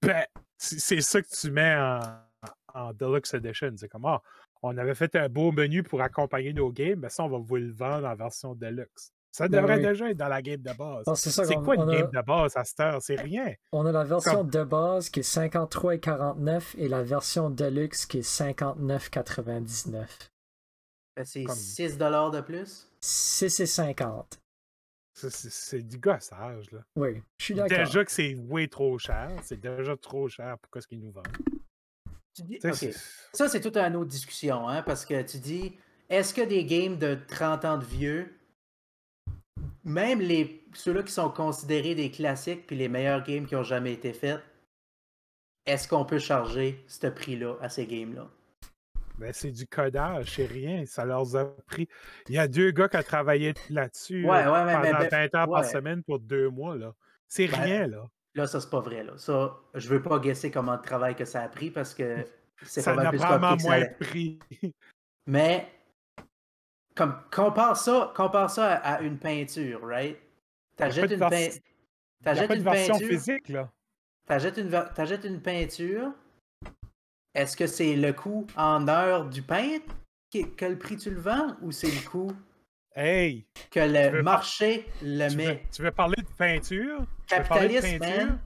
Speaker 3: ben, c- c'est ça que tu mets en, en Deluxe Edition. C'est comme, ah, on avait fait un beau menu pour accompagner nos games, mais ça, on va vous le vendre en version Deluxe. Ça
Speaker 1: Ben
Speaker 3: devrait
Speaker 1: oui.
Speaker 3: déjà être dans la game de base.
Speaker 1: Non, c'est ça
Speaker 3: C'est
Speaker 1: qu'on-
Speaker 3: quoi
Speaker 1: on
Speaker 3: une
Speaker 1: a-
Speaker 3: game de base à cette heure? C'est rien.
Speaker 1: On a la version de base qui est 53 et 49 et la version deluxe qui est 59,99.
Speaker 2: Ben, c'est
Speaker 3: comme-
Speaker 2: 6$ de plus.
Speaker 1: 6 et 50.
Speaker 3: C'est- C'est c'est du gossage, là.
Speaker 1: Oui, je suis d'accord.
Speaker 3: Déjà que c'est way trop cher, c'est déjà trop cher pour ce qu'ils nous vendent.
Speaker 2: Tu dis-
Speaker 3: Tu
Speaker 2: ok.
Speaker 3: sais,
Speaker 2: Ça, c'est toute une autre discussion, hein, parce que tu dis, est-ce que des games de 30 ans de vieux, même les ceux-là qui sont considérés des classiques puis les meilleurs games qui ont jamais été faites, est-ce qu'on peut charger ce prix-là à ces games-là?
Speaker 3: c'est- ben, c'est du codage, c'est rien. Ça leur a pris. Il y a deux gars qui ont travaillé là-dessus
Speaker 2: Ouais,
Speaker 3: là,
Speaker 2: ouais, mais- mais-
Speaker 3: pendant
Speaker 2: mais-
Speaker 3: 20 heures par
Speaker 2: ouais.
Speaker 3: semaine pour deux mois. là. C'est
Speaker 2: Ben,
Speaker 3: rien, là.
Speaker 2: Là, ça, c'est pas vrai, là. Ça, je veux pas guesser comment de travail que ça a pris parce que c'est
Speaker 3: Ça
Speaker 2: pas mal
Speaker 3: n'a
Speaker 2: plus
Speaker 3: vraiment
Speaker 2: compliqué que ça
Speaker 3: moins
Speaker 2: allait.
Speaker 3: pris.
Speaker 2: Mais comme compare ça, compare ça à, à une peinture, right? T'achètes
Speaker 3: de
Speaker 2: une,
Speaker 3: vers-
Speaker 2: pein-
Speaker 3: Il n'y a
Speaker 2: t'achètes
Speaker 3: pas de
Speaker 2: une
Speaker 3: version
Speaker 2: peinture.
Speaker 3: physique, là.
Speaker 2: T'achètes une, ver- t'achètes une peinture, est-ce que c'est le coût en heure du peintre qui- que le prix tu le vends ou c'est le coût
Speaker 3: Hey!
Speaker 2: que
Speaker 3: Tu veux
Speaker 2: le
Speaker 3: pas-
Speaker 2: marché le
Speaker 3: Tu veux,
Speaker 2: met?
Speaker 3: tu veux parler de peinture? Tu veux parler de
Speaker 2: Capitaliste,
Speaker 3: peinture?
Speaker 2: man.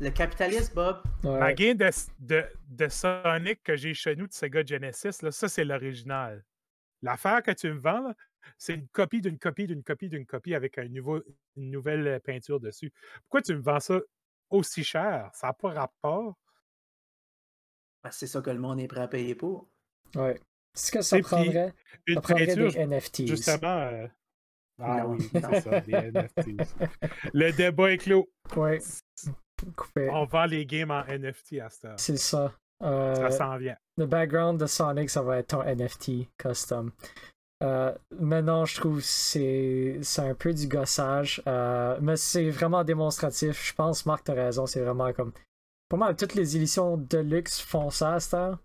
Speaker 2: Le capitaliste, Bob.
Speaker 1: Ouais.
Speaker 3: Ma game de, de, de Sonic que j'ai chez nous de Sega Genesis, là, ça, c'est l'original. L'affaire que tu me vends, là, c'est une copie d'une copie d'une copie d'une copie avec un nouveau, une nouvelle euh, peinture dessus. Pourquoi tu me vends ça aussi cher? Ça n'a pas rapport.
Speaker 2: Ben, c'est ça que le monde est prêt à payer pour.
Speaker 1: Ouais. Est-ce que ça
Speaker 3: Et puis,
Speaker 1: prendrait,
Speaker 3: Une
Speaker 1: ça prendrait
Speaker 3: peinture,
Speaker 1: des NFTs?
Speaker 3: justement. euh, Ah
Speaker 2: Non,
Speaker 3: oui,
Speaker 2: non.
Speaker 3: c'est ça, des NFTs. Le débat est clos.
Speaker 1: Ouais. Coupé.
Speaker 3: On vend les games en NFT à cette heure.
Speaker 1: C'est ça. Euh,
Speaker 3: Oh. Ça s'en vient.
Speaker 1: Le background de Sonic, ça va être ton NFT custom. Euh, maintenant, je trouve que c'est c'est un peu du gossage, euh, mais c'est vraiment démonstratif. Je pense, Marc, t'as raison. C'est vraiment comme. Pas mal, toutes les éditions de luxe font ça à cette heure.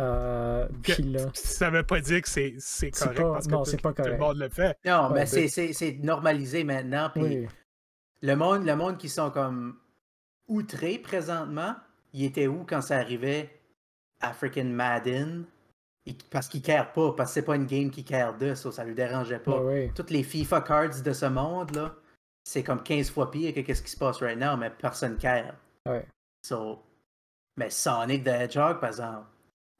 Speaker 1: Euh,
Speaker 3: Que-
Speaker 1: puis là.
Speaker 3: Ça ne veut pas dire que c'est c'est
Speaker 1: C'est
Speaker 3: correct
Speaker 1: pas-
Speaker 3: parce que
Speaker 1: non,
Speaker 3: tout,
Speaker 1: c'est pas
Speaker 3: tout le
Speaker 1: correct.
Speaker 3: monde le fait.
Speaker 2: Non,
Speaker 1: Ouais,
Speaker 2: mais c'est-
Speaker 1: ben-
Speaker 2: c'est c'est normalisé maintenant. Puis
Speaker 1: Oui.
Speaker 2: le, monde, le monde qui sont comme outrés présentement, il était où quand ça arrivait à freaking Madden il- parce qu'il care pas, parce que c'est pas une game qui care de, ça, ça lui dérangeait pas.
Speaker 1: Ah oui.
Speaker 2: Toutes les FIFA cards de ce monde, là, c'est comme 15 fois pire que quest ce qui se passe right now, mais personne care.
Speaker 1: Ouais.
Speaker 2: So, mais Sonic the Hedgehog, par exemple,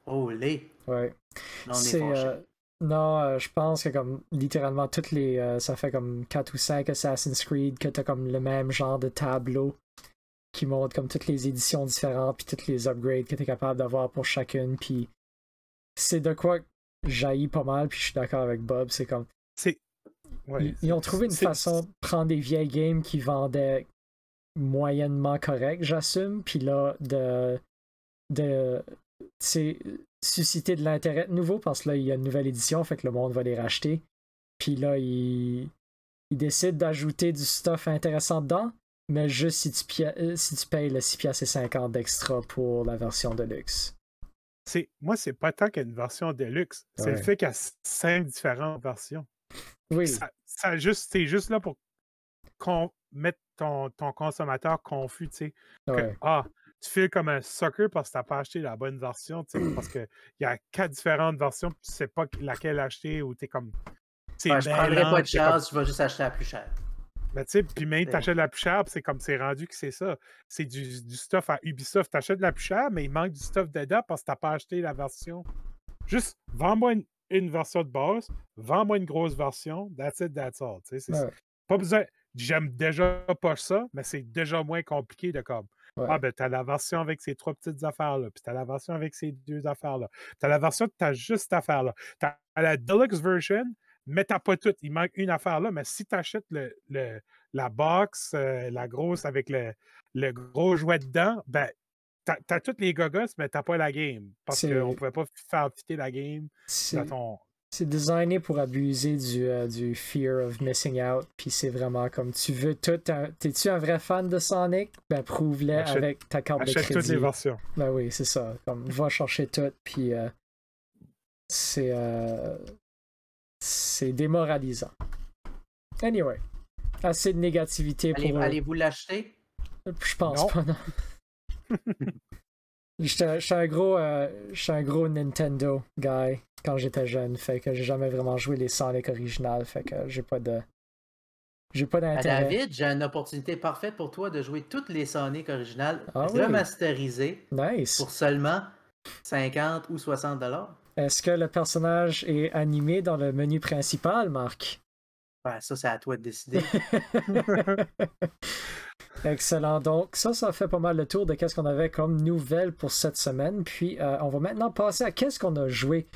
Speaker 2: holy,
Speaker 1: Ouais.
Speaker 2: là, on est,
Speaker 1: C'est,
Speaker 2: fâché.
Speaker 1: euh, non, euh, je pense que comme littéralement toutes les. euh, ça fait comme 4 ou 5 Assassin's Creed que t'as comme le même genre de tableau qui montre comme toutes les éditions différentes puis toutes les upgrades que t'es capable d'avoir pour chacune. Puis c'est de quoi que jaillit pas mal, puis je suis d'accord avec Bob. C'est comme.
Speaker 3: C'est. ouais,
Speaker 1: ils, ils ont trouvé une
Speaker 3: c'est-
Speaker 1: façon de prendre des vieilles games qui vendaient moyennement correct, j'assume, puis là, de, de tu sais, susciter de l'intérêt de nouveau, parce que là, il y a une nouvelle édition, fait que le monde va les racheter. Puis là, ils, ils décident d'ajouter du stuff intéressant dedans, mais juste si tu, pia- euh, si tu payes le 6 piastres et 50 d'extra pour la version de luxe.
Speaker 3: c'est- Moi, c'est pas tant qu'une version deluxe. C'est le
Speaker 1: Ouais.
Speaker 3: fait qu'il y a cinq différentes versions.
Speaker 1: Oui,
Speaker 3: ça, ça juste, c'est juste là pour con- mettre ton, ton consommateur confus, tu sais. que,
Speaker 1: ouais,
Speaker 3: ah, tu files comme un sucker parce que t'as pas acheté la bonne version, tu sais, parce qu'il y a quatre différentes versions, puis tu sais pas laquelle acheter, ou t'es comme... c'est
Speaker 2: Ouais, Ben, je
Speaker 3: bien
Speaker 2: prendrais
Speaker 3: lent,
Speaker 2: pas de
Speaker 3: t'es comme-
Speaker 2: chance, je vais juste acheter la plus chère.
Speaker 3: mais Ben, tu sais, puis même
Speaker 2: Ouais.
Speaker 3: t'achètes la plus chère, puis c'est comme c'est rendu que c'est ça. C'est du, du stuff à Ubisoft. T'achètes la plus chère, mais il manque du stuff dedans parce que t'as pas acheté la version. Juste, vends-moi une, une version de base, vends-moi une grosse version, that's it, that's all. Tu sais, c'est
Speaker 1: Ouais.
Speaker 3: Pas besoin. J'aime déjà pas ça, mais c'est déjà moins compliqué de comme.
Speaker 1: Ouais.
Speaker 3: Ah, ben, t'as la version avec ces trois petites affaires-là, puis t'as la version avec ces deux affaires-là, t'as la version que t'as juste affaire-là, t'as la deluxe version, mais t'as pas tout. Il manque une affaire là, mais si t'achètes le, le- la box, euh, la grosse avec le, le gros jouet dedans, ben, t'as as toutes les gogos, mais t'as pas la game. Parce
Speaker 1: C'est-
Speaker 3: qu'on pouvait pas faire fitter la game
Speaker 1: c'est-
Speaker 3: dans ton.
Speaker 1: C'est designé pour abuser du, euh, du fear of missing out, puis c'est vraiment comme tu veux tout. un- T'es-tu un vrai fan de Sonic? Ben prouve-le
Speaker 3: Achète-
Speaker 1: avec ta carte de
Speaker 3: Achète toutes
Speaker 1: crédit.
Speaker 3: les versions.
Speaker 1: Ben oui, c'est ça. Comme va chercher tout, puis euh, c'est euh, c'est démoralisant. Anyway, assez de négativité pour.
Speaker 2: Allez-
Speaker 1: euh,
Speaker 2: Allez-vous l'acheter?
Speaker 1: je pense
Speaker 3: Non.
Speaker 1: pas, non. J'étais j'étais un gros euh, j'étais un gros Nintendo guy quand j'étais jeune, fait que j'ai jamais vraiment joué les Sonic originales, fait que j'ai pas de j'ai pas
Speaker 2: À
Speaker 1: d'intérêt.
Speaker 2: Ben, David, j'ai une opportunité parfaite pour toi de jouer toutes les Sonic originales
Speaker 1: Ah oui.
Speaker 2: remasterisées
Speaker 1: Nice.
Speaker 2: pour seulement 50 ou 60 dollars.
Speaker 1: Est-ce que le personnage est animé dans le menu principal, Marc
Speaker 2: Ben, ça, c'est à toi de décider.
Speaker 1: Excellent. Donc ça, ça fait pas mal le tour de qu'est-ce qu'on avait comme nouvelles pour cette semaine. Puis euh, on va maintenant passer à qu'est-ce qu'on a joué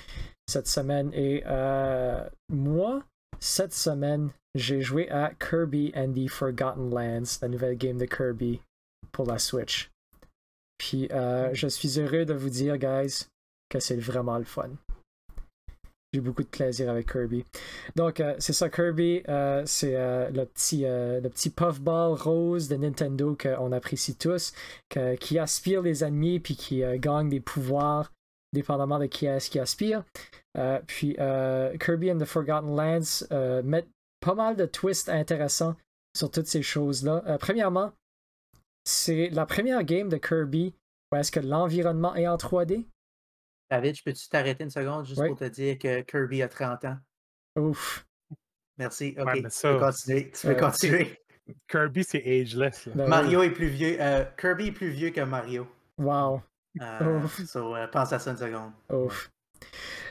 Speaker 1: cette semaine. Et euh, moi, cette semaine, j'ai joué à Kirby and the Forgotten Lands, la nouvelle game de Kirby pour la Switch. Puis euh, je suis heureux de vous dire, guys, que c'est vraiment le fun. J'ai beaucoup de plaisir avec Kirby. Donc, euh, c'est ça, Kirby, euh, c'est euh, le, petit, euh, le petit puffball rose de Nintendo qu'on apprécie tous, que- qui aspire les ennemis puis qui euh, gagne des pouvoirs dépendamment de qui est-ce qui aspire. Euh, puis euh, Kirby and the Forgotten Lands euh, mettent pas mal de twists intéressants sur toutes ces choses-là. Euh, premièrement, c'est la première game de Kirby où est-ce que l'environnement est en 3D.
Speaker 2: David, je peux-tu t'arrêter une seconde juste
Speaker 1: Oui.
Speaker 2: pour te dire que Kirby a 30 ans?
Speaker 1: Ouf.
Speaker 2: Merci. Ok,
Speaker 3: Ouais, mais ça-
Speaker 2: tu peux continuer. Tu peux
Speaker 1: Ouais.
Speaker 2: continuer.
Speaker 3: Kirby, c'est ageless. là.
Speaker 1: Ben oui.
Speaker 2: Mario est plus vieux. euh, Kirby est plus vieux que Mario.
Speaker 1: Wow.
Speaker 2: Euh,
Speaker 1: Ouf.
Speaker 2: so, euh, pense à ça une seconde.
Speaker 1: Ouf.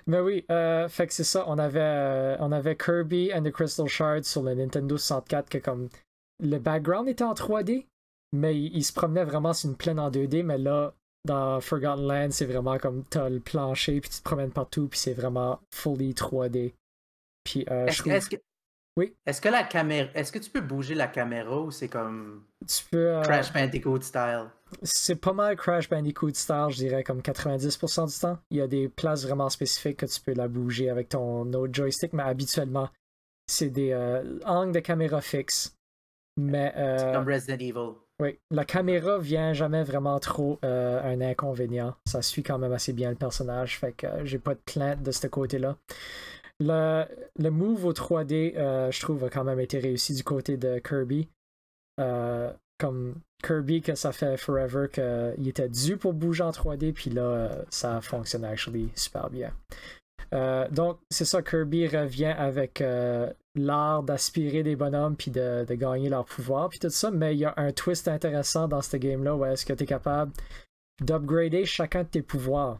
Speaker 1: Mais oui, euh, fait que c'est ça. On avait, euh, on avait Kirby and the Crystal Shard sur le Nintendo 64 que comme le background était en 3D, mais il, il se promenait vraiment sur une plaine en 2D, mais là, dans Forgotten Land, c'est vraiment comme t'as le plancher, puis tu te promènes partout, puis c'est vraiment fully 3D. Puis euh, je
Speaker 2: Est-ce que-
Speaker 1: trouve-
Speaker 2: est-ce que.
Speaker 1: Oui.
Speaker 2: Est-ce que la caméra. Est-ce que tu peux bouger la caméra ou c'est comme
Speaker 1: tu peux... euh,
Speaker 2: Crash Bandicoot style?
Speaker 1: c'est pas mal Crash Bandicoot Star, je dirais comme 90% du temps. Il y a des places vraiment spécifiques que tu peux la bouger avec ton autre joystick, mais habituellement, c'est des euh, angles de caméra fixes. Mais euh,
Speaker 2: Comme Resident Evil.
Speaker 1: oui, la caméra vient jamais vraiment trop euh, un inconvénient. Ça suit quand même assez bien le personnage, fait que euh, j'ai pas de plainte de ce côté-là. Le, le move au 3D, euh, je trouve, a quand même été réussi du côté de Kirby. Euh, comme Kirby que ça fait forever qu'il était dû pour bouger en 3D, puis là, euh, ça fonctionne actually super bien. Euh, donc, c'est ça, Kirby revient avec euh, l'art d'aspirer des bonhommes puis de, de, gagner leur pouvoir, puis tout ça, mais il y a un twist intéressant dans ce game-là où est-ce que tu es capable d'upgrader chacun de tes pouvoirs.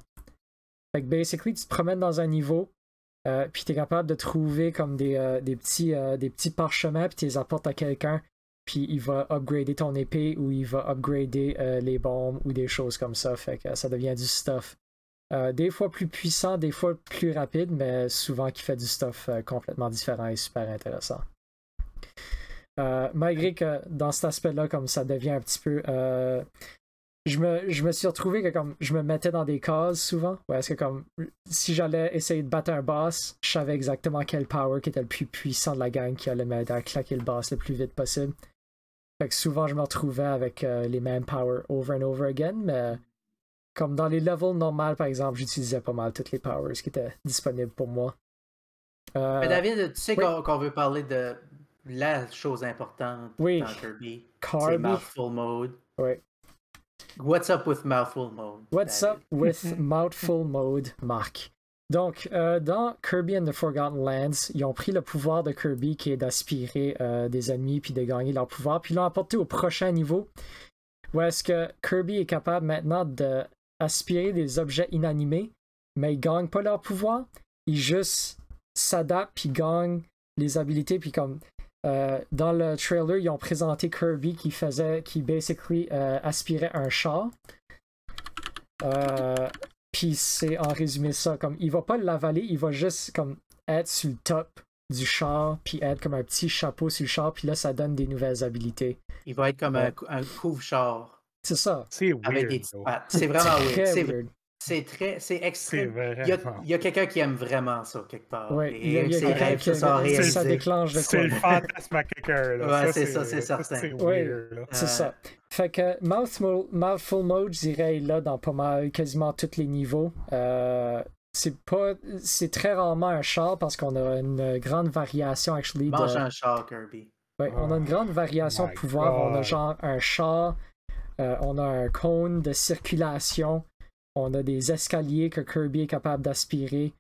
Speaker 1: Fait que basically, tu te promènes dans un niveau, euh, puis tu es capable de trouver comme des, des petits, euh, des petits parchemins, puis tu les apportes à quelqu'un, puis il va upgrader ton épée ou il va upgrader euh, les bombes ou des choses comme ça. Fait que ça devient du stuff. Euh, des fois plus puissant, des fois plus rapide, mais souvent qui fait du stuff euh, complètement différent et super intéressant. Euh, malgré que dans cet aspect-là, comme ça devient un petit peu. euh, je, me, je me suis retrouvé que comme je me mettais dans des cases souvent. Ouais, est-ce que comme si j'allais essayer de battre un boss, je savais exactement quel power qui était le plus puissant de la gang qui allait m'aider à claquer le boss le plus vite possible. Fait que souvent je me retrouvais avec euh, les mêmes powers over and over again, mais comme dans les levels normales, par exemple, j'utilisais pas mal toutes les powers qui étaient disponibles pour moi.
Speaker 2: Euh, Mais David, tu sais oui. qu'on, qu'on veut parler de la chose importante
Speaker 1: oui.
Speaker 2: dans Kirby. Kirby. C'est Mouthful Mode.
Speaker 1: Oui.
Speaker 2: What's up with Mouthful Mode?
Speaker 1: What's David? up with Mouthful Mode, Marc? Donc, euh, dans Kirby and the Forgotten Lands, ils ont pris le pouvoir de Kirby qui est d'aspirer euh, des ennemis puis de gagner leur pouvoir, puis l'ont apporté au prochain niveau. Où est-ce que Kirby est capable maintenant de aspirer des objets inanimés, mais ils gagnent pas leur pouvoir. Ils juste s'adaptent puis gagnent les habilités. Puis comme euh, dans le trailer, ils ont présenté Kirby qui faisait, qui basically euh, aspirait un char. Euh, puis c'est en résumé ça, comme il va pas l'avaler, il va juste comme être sur le top du char, puis être comme un petit chapeau sur le char, puis là ça donne des nouvelles habilités.
Speaker 2: Il va être comme un, un couvre-char.
Speaker 1: C'est ça.
Speaker 3: C'est weird. Avec
Speaker 2: des ah, c'est vraiment weird. C'est, weird. c'est très, c'est extrême. C'est il, y a, il y a, quelqu'un qui aime vraiment ça quelque part.
Speaker 1: Oui, il y a, il y a quelqu'un qui
Speaker 3: ça,
Speaker 1: ça déclenche de quoi.
Speaker 3: C'est le fantasme à quelqu'un.
Speaker 2: Là. Ouais, ça, c'est ça, c'est certain.
Speaker 3: C'est weird,
Speaker 1: oui, c'est euh... ça. Fait que Mouthful, Mouthful Mode, je dirais, là dans pas mal, quasiment tous les niveaux. Euh, c'est pas, c'est très rarement un char parce qu'on a une grande variation actually.
Speaker 2: Mange de... un char, Kirby.
Speaker 1: Ouais, oh, on a une grande variation de pouvoir. God. On a genre un char, euh, on a un cône de circulation. On a des escaliers que Kirby est capable d'aspirer.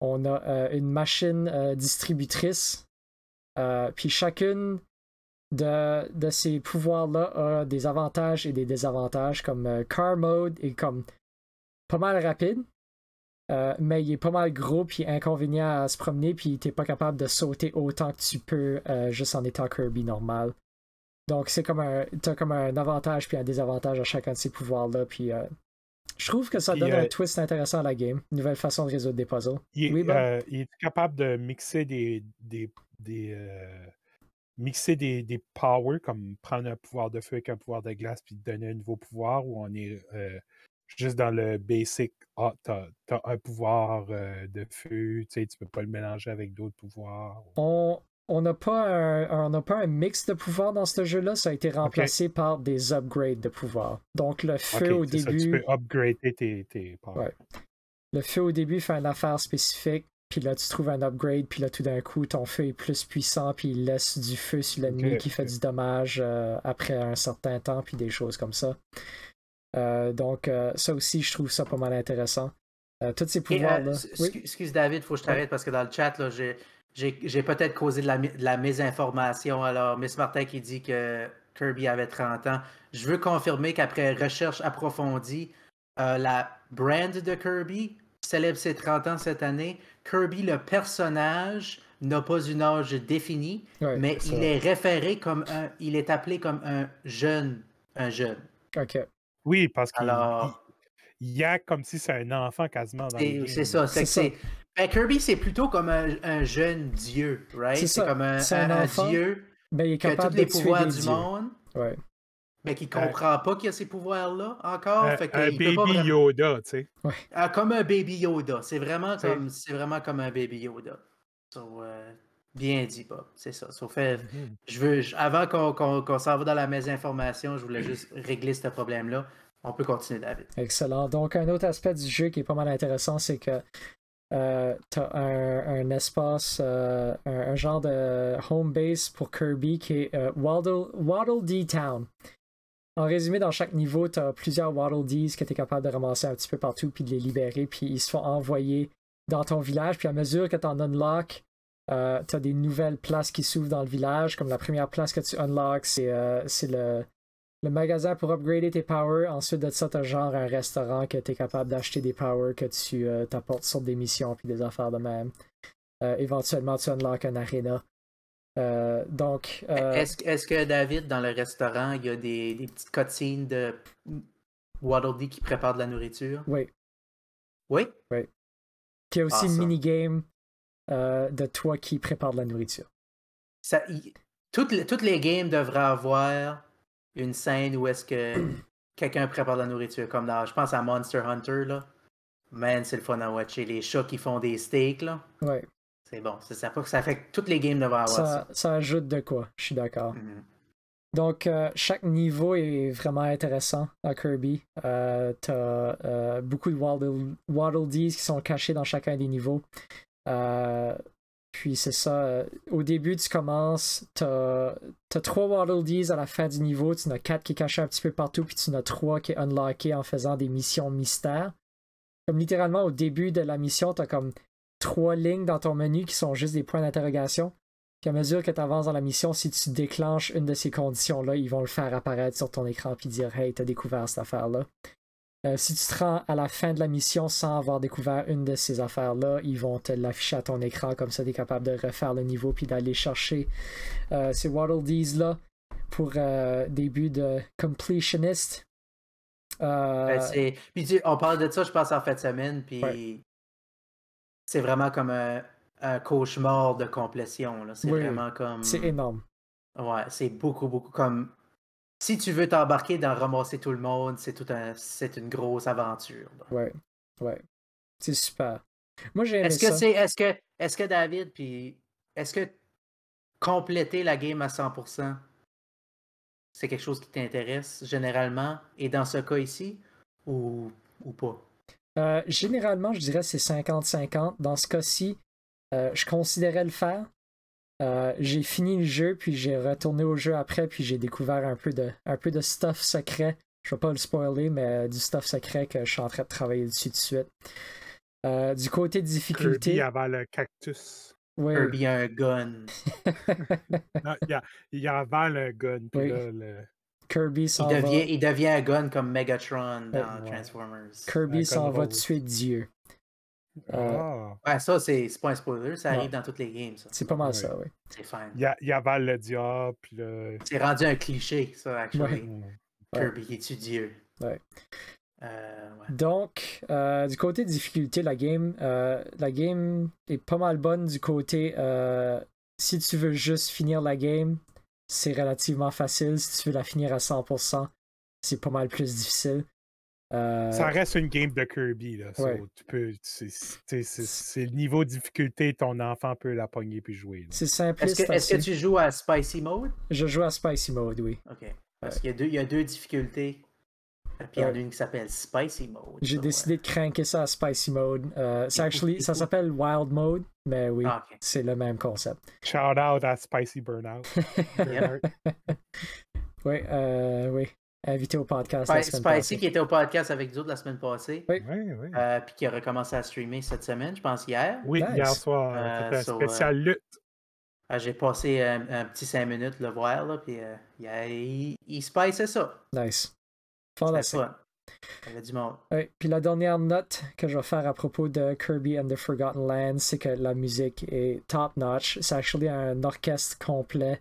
Speaker 1: On a euh, une machine euh, distributrice. euh, puis chacune de, de, ces pouvoirs-là a des avantages et des désavantages. Comme euh, Car Mode est comme pas mal rapide. euh, mais il est pas mal gros puis inconvénient à se promener puis t'es pas capable de sauter autant que tu peux euh, juste en étant Kirby normal. Donc, c'est comme un. T'as comme un avantage puis un désavantage à chacun de ces pouvoirs-là. Puis euh, je trouve que ça puis, donne euh, un twist intéressant à la game. Une nouvelle façon de résoudre des puzzles.
Speaker 3: Il, oui, ben? euh, il est capable de mixer des. des, des euh, mixer des, des powers, comme prendre un pouvoir de feu avec un pouvoir de glace puis te donner un nouveau pouvoir où on est euh, juste dans le basic. Ah, t'as, t'as un pouvoir euh, de feu, tu sais, tu peux pas le mélanger avec d'autres pouvoirs.
Speaker 1: On, on n'a pas un, on n'a pas un mix de pouvoir dans ce jeu-là, ça a été remplacé okay. par des upgrades de pouvoir. Donc le feu okay, au
Speaker 3: c'est
Speaker 1: début.
Speaker 3: Ça, tu peux upgrader tes, tes powers. Ouais.
Speaker 1: Le feu au début fait une affaire spécifique, puis là tu trouves un upgrade, puis là tout d'un coup ton feu est plus puissant, puis il laisse du feu sur l'ennemi okay, qui fait du dommage euh, après un certain temps, puis des choses comme ça. Euh, donc euh, ça aussi, je trouve ça pas mal intéressant. Euh, tous
Speaker 2: euh,
Speaker 1: ces pouvoirs-là.
Speaker 2: Oui? Excuse David, faut que je t'arrête parce que dans le chat, là, j'ai. J'ai, j'ai peut-être causé de la, de la, mésinformation. Alors, Miss Martin qui dit que Kirby avait 30 ans. Je veux confirmer qu'après recherche approfondie, euh, la brand de Kirby célèbre ses 30 ans cette année. Kirby, le personnage, n'a pas une âge défini,
Speaker 1: ouais,
Speaker 2: mais il est référé comme un. Il est appelé comme un jeune. Un jeune.
Speaker 1: OK.
Speaker 3: Oui, parce qu'il
Speaker 2: Alors,
Speaker 3: il y a comme si c'est un enfant quasiment dans
Speaker 2: C'est,
Speaker 3: le
Speaker 2: c'est ça. C'est, c'est que ça. Ben Kirby, c'est plutôt comme un, un jeune dieu, right?
Speaker 1: C'est, ça.
Speaker 2: c'est comme un,
Speaker 1: c'est un,
Speaker 2: un
Speaker 1: enfant,
Speaker 2: dieu
Speaker 1: mais il est capable
Speaker 2: qui a tous les
Speaker 1: de
Speaker 2: pouvoirs
Speaker 1: des
Speaker 2: du
Speaker 1: dieux.
Speaker 2: monde,
Speaker 1: ouais.
Speaker 2: mais qui comprend pas qu'il y a ces pouvoirs-là encore.
Speaker 3: Un,
Speaker 2: fait qu'il
Speaker 3: Euh, un
Speaker 2: peut
Speaker 3: baby
Speaker 2: pas vraiment-
Speaker 3: Yoda, tu sais.
Speaker 1: Ouais.
Speaker 2: Ah, comme un baby Yoda. C'est vraiment, comme, c'est vraiment comme un baby Yoda. So, euh, bien dit, Bob. C'est ça. So, fait,
Speaker 3: Mhm.
Speaker 2: je veux, je- avant qu'on, qu'on, qu'on s'en va dans la mésinformation, je voulais juste régler ce problème-là. On peut continuer, David.
Speaker 1: Excellent. Donc, un autre aspect du jeu qui est pas mal intéressant, c'est que euh, t'as un, un espace, euh, un, un genre de home base pour Kirby qui est euh, Waddle, Waddle Dee Town. En résumé, dans chaque niveau, tu as plusieurs Waddle Dees que tu es capable de ramasser un petit peu partout puis de les libérer. Puis ils se font envoyer dans ton village. Puis à mesure que tu en unlock, euh, tu as des nouvelles places qui s'ouvrent dans le village. Comme la première place que tu unlock, c'est euh, c'est le, le magasin pour upgrader tes powers. Ensuite de ça, tu as genre un restaurant que tu es capable d'acheter des powers que tu euh, t'apportes sur des missions puis des affaires de même. Euh, éventuellement, tu unlock un arena. Euh, donc. euh,
Speaker 2: Est-ce est-ce que David, dans le restaurant, il y a des, des petites cotines de Waddle Dee qui prépare de la nourriture?
Speaker 1: Oui.
Speaker 2: Oui?
Speaker 1: Puis il y a aussi
Speaker 2: Ah,
Speaker 1: une
Speaker 2: ça.
Speaker 1: minigame euh, de toi qui prépare de la nourriture.
Speaker 2: Ça, il- toutes, les- toutes les games devraient avoir une scène où est-ce que quelqu'un prépare de la nourriture, comme dans, je pense à Monster Hunter, là. Man, c'est le fun à watcher. Les chats qui font des steaks, là.
Speaker 1: Ouais.
Speaker 2: C'est bon. C'est ça, ça fait que toutes les games devraient avoir Ah, ça.
Speaker 1: ça, ça ajoute de quoi, je suis d'accord.
Speaker 2: Mhm.
Speaker 1: Donc, euh, chaque niveau est vraiment intéressant à Kirby. Euh, T'as euh, beaucoup de Waddle, Waddle Dees qui sont cachés dans chacun des niveaux. Euh, puis c'est ça. euh, Au début, tu commences, t'as as trois Waddle Dees à la fin du niveau, tu en as quatre qui est caché un petit peu partout, puis tu en as trois qui est unlocké en faisant des missions mystères. Comme littéralement, au début de la mission, t'as comme trois lignes dans ton menu qui sont juste des points d'interrogation. Puis à mesure que tu avances dans la mission, si tu déclenches une de ces conditions-là, ils vont le faire apparaître sur ton écran puis dire Hey, t'as découvert cette affaire-là. Euh, si tu te rends à la fin de la mission sans avoir découvert une de ces affaires-là, ils vont te l'afficher à ton écran, comme ça tu es capable de refaire le niveau puis d'aller chercher euh, ces Waddle Dees-là pour euh, début de completionist. Euh,
Speaker 2: Ben, c'est- Puis tu- on parle de ça, je pense, en fin de semaine, puis
Speaker 1: Ouais.
Speaker 2: c'est vraiment comme un, un cauchemar de complétion. là. C'est
Speaker 1: Oui,
Speaker 2: vraiment comme.
Speaker 1: c'est énorme.
Speaker 2: Ouais, c'est beaucoup, beaucoup comme. Si tu veux t'embarquer dans ramasser tout le monde, c'est tout un, c'est une grosse aventure. là.
Speaker 1: Ouais, ouais. C'est super. Moi, j'ai aimé
Speaker 2: Est-ce que
Speaker 1: ça.
Speaker 2: c'est, est-ce que, est-ce que David, puis est-ce que compléter la game à 100%, c'est quelque chose qui t'intéresse généralement, et dans ce cas ici, ou, ou pas?
Speaker 1: Euh, généralement, je dirais que c'est 50-50. Dans ce cas-ci, euh, je considérais le faire. Euh, j'ai fini le jeu, puis j'ai retourné au jeu après, puis j'ai découvert un peu de, un peu de stuff secret. Je vais pas le spoiler, mais euh, du stuff secret que je suis en train de travailler dessus tout de suite. Euh, du côté difficulté,
Speaker 3: Kirby avant le cactus.
Speaker 1: oui,
Speaker 2: Kirby a un gun.
Speaker 3: Non, il, a- il avale un gun. puis
Speaker 1: Oui.
Speaker 3: là, le-
Speaker 1: Kirby s'en
Speaker 2: Il
Speaker 1: va.
Speaker 2: devient, il devient un gun comme Megatron dans
Speaker 1: ouais.
Speaker 2: Transformers.
Speaker 3: Un
Speaker 1: Kirby s'en va
Speaker 3: contrôle.
Speaker 1: tuer Dieu. Euh,
Speaker 3: Ah.
Speaker 2: Ouais, ça, c'est, c'est pas un spoiler, ça
Speaker 1: Ouais.
Speaker 2: arrive dans toutes les games, ça.
Speaker 1: C'est pas mal
Speaker 3: Ouais.
Speaker 1: ça, oui.
Speaker 2: C'est fine.
Speaker 3: il, a- il avale le diable. puis le-
Speaker 2: C'est rendu un cliché, ça, actually.
Speaker 1: Euh. Ouais.
Speaker 2: Kirby qui tue Dieu.
Speaker 1: Ouais.
Speaker 2: Euh, ouais.
Speaker 1: Donc, euh, du côté difficulté, la game, euh, la game est pas mal bonne du côté euh, si tu veux juste finir la game, c'est relativement facile. Si tu veux la finir à 100%, c'est pas mal plus difficile. Euh,
Speaker 3: Ça reste une game de Kirby. Là, so
Speaker 1: Ouais.
Speaker 3: tu peux, c'est, c'est- c'est- c'est le niveau de difficulté, ton enfant peut la pogner puis jouer. là.
Speaker 1: C'est simple.
Speaker 2: Est-ce que, est-ce que tu joues à Spicy Mode?
Speaker 1: Je joue à Spicy Mode, oui.
Speaker 2: OK. Parce qu'il y a deux, il y a deux difficultés. Euh, Puis il y en a une qui s'appelle Spicy Mode.
Speaker 1: J'ai
Speaker 2: ça,
Speaker 1: décidé de cranker ça à Spicy Mode. Euh, c'est actually, ça s'appelle Wild Mode, mais oui,
Speaker 2: ouais. Ah, OK.
Speaker 1: c'est le même concept.
Speaker 3: Shout out à Spicy Burnout. Burnout.
Speaker 1: Oui, euh, oui. Invité au podcast. la
Speaker 2: Spi-
Speaker 1: semaine
Speaker 2: Spicy
Speaker 1: passée.
Speaker 2: qui était au podcast avec nous autres la semaine passée.
Speaker 1: Oui.
Speaker 3: Ouais, ouais.
Speaker 2: euh, puis qui a recommencé à streamer cette semaine, je pense hier.
Speaker 3: Oui,
Speaker 1: Nice.
Speaker 3: hier soir,
Speaker 2: Euh,
Speaker 3: c'était un
Speaker 2: so,
Speaker 3: spécial lutte.
Speaker 2: Ah, J'ai passé un, un petit 5 minutes le voir, là, puis euh, il, a- il, il spiceait ça.
Speaker 1: Nice.
Speaker 3: Ah, ben,
Speaker 2: C'était
Speaker 1: Fantastique.
Speaker 2: fun. Il y avait du monde.
Speaker 1: Ouais, puis la dernière note que je vais faire à propos de Kirby and the Forgotten Land, c'est que la musique est top notch. C'est actually un orchestre complet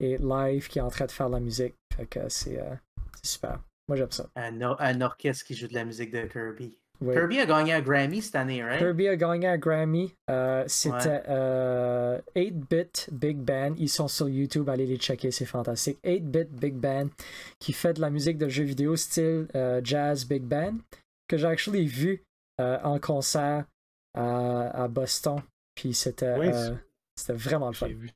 Speaker 1: et live qui est en train de faire la musique. Fait que c'est euh, c'est super. Moi j'aime ça.
Speaker 2: Un, or- un orchestre qui joue de la musique de Kirby.
Speaker 1: Oui.
Speaker 2: Kirby a gagné un Grammy cette année, right?
Speaker 1: Kirby a gagné un Grammy. Euh, C'était
Speaker 2: Ouais.
Speaker 1: euh, 8-Bit Big Band. Ils sont sur YouTube, allez les checker, c'est fantastique. 8-Bit Big Band qui fait de la musique de jeux vidéo style euh, jazz Big Band que j'ai actually vu euh, en concert à, à Boston. Puis c'était
Speaker 3: Oui,
Speaker 1: euh, c'était vraiment le fun.
Speaker 3: J'ai vu,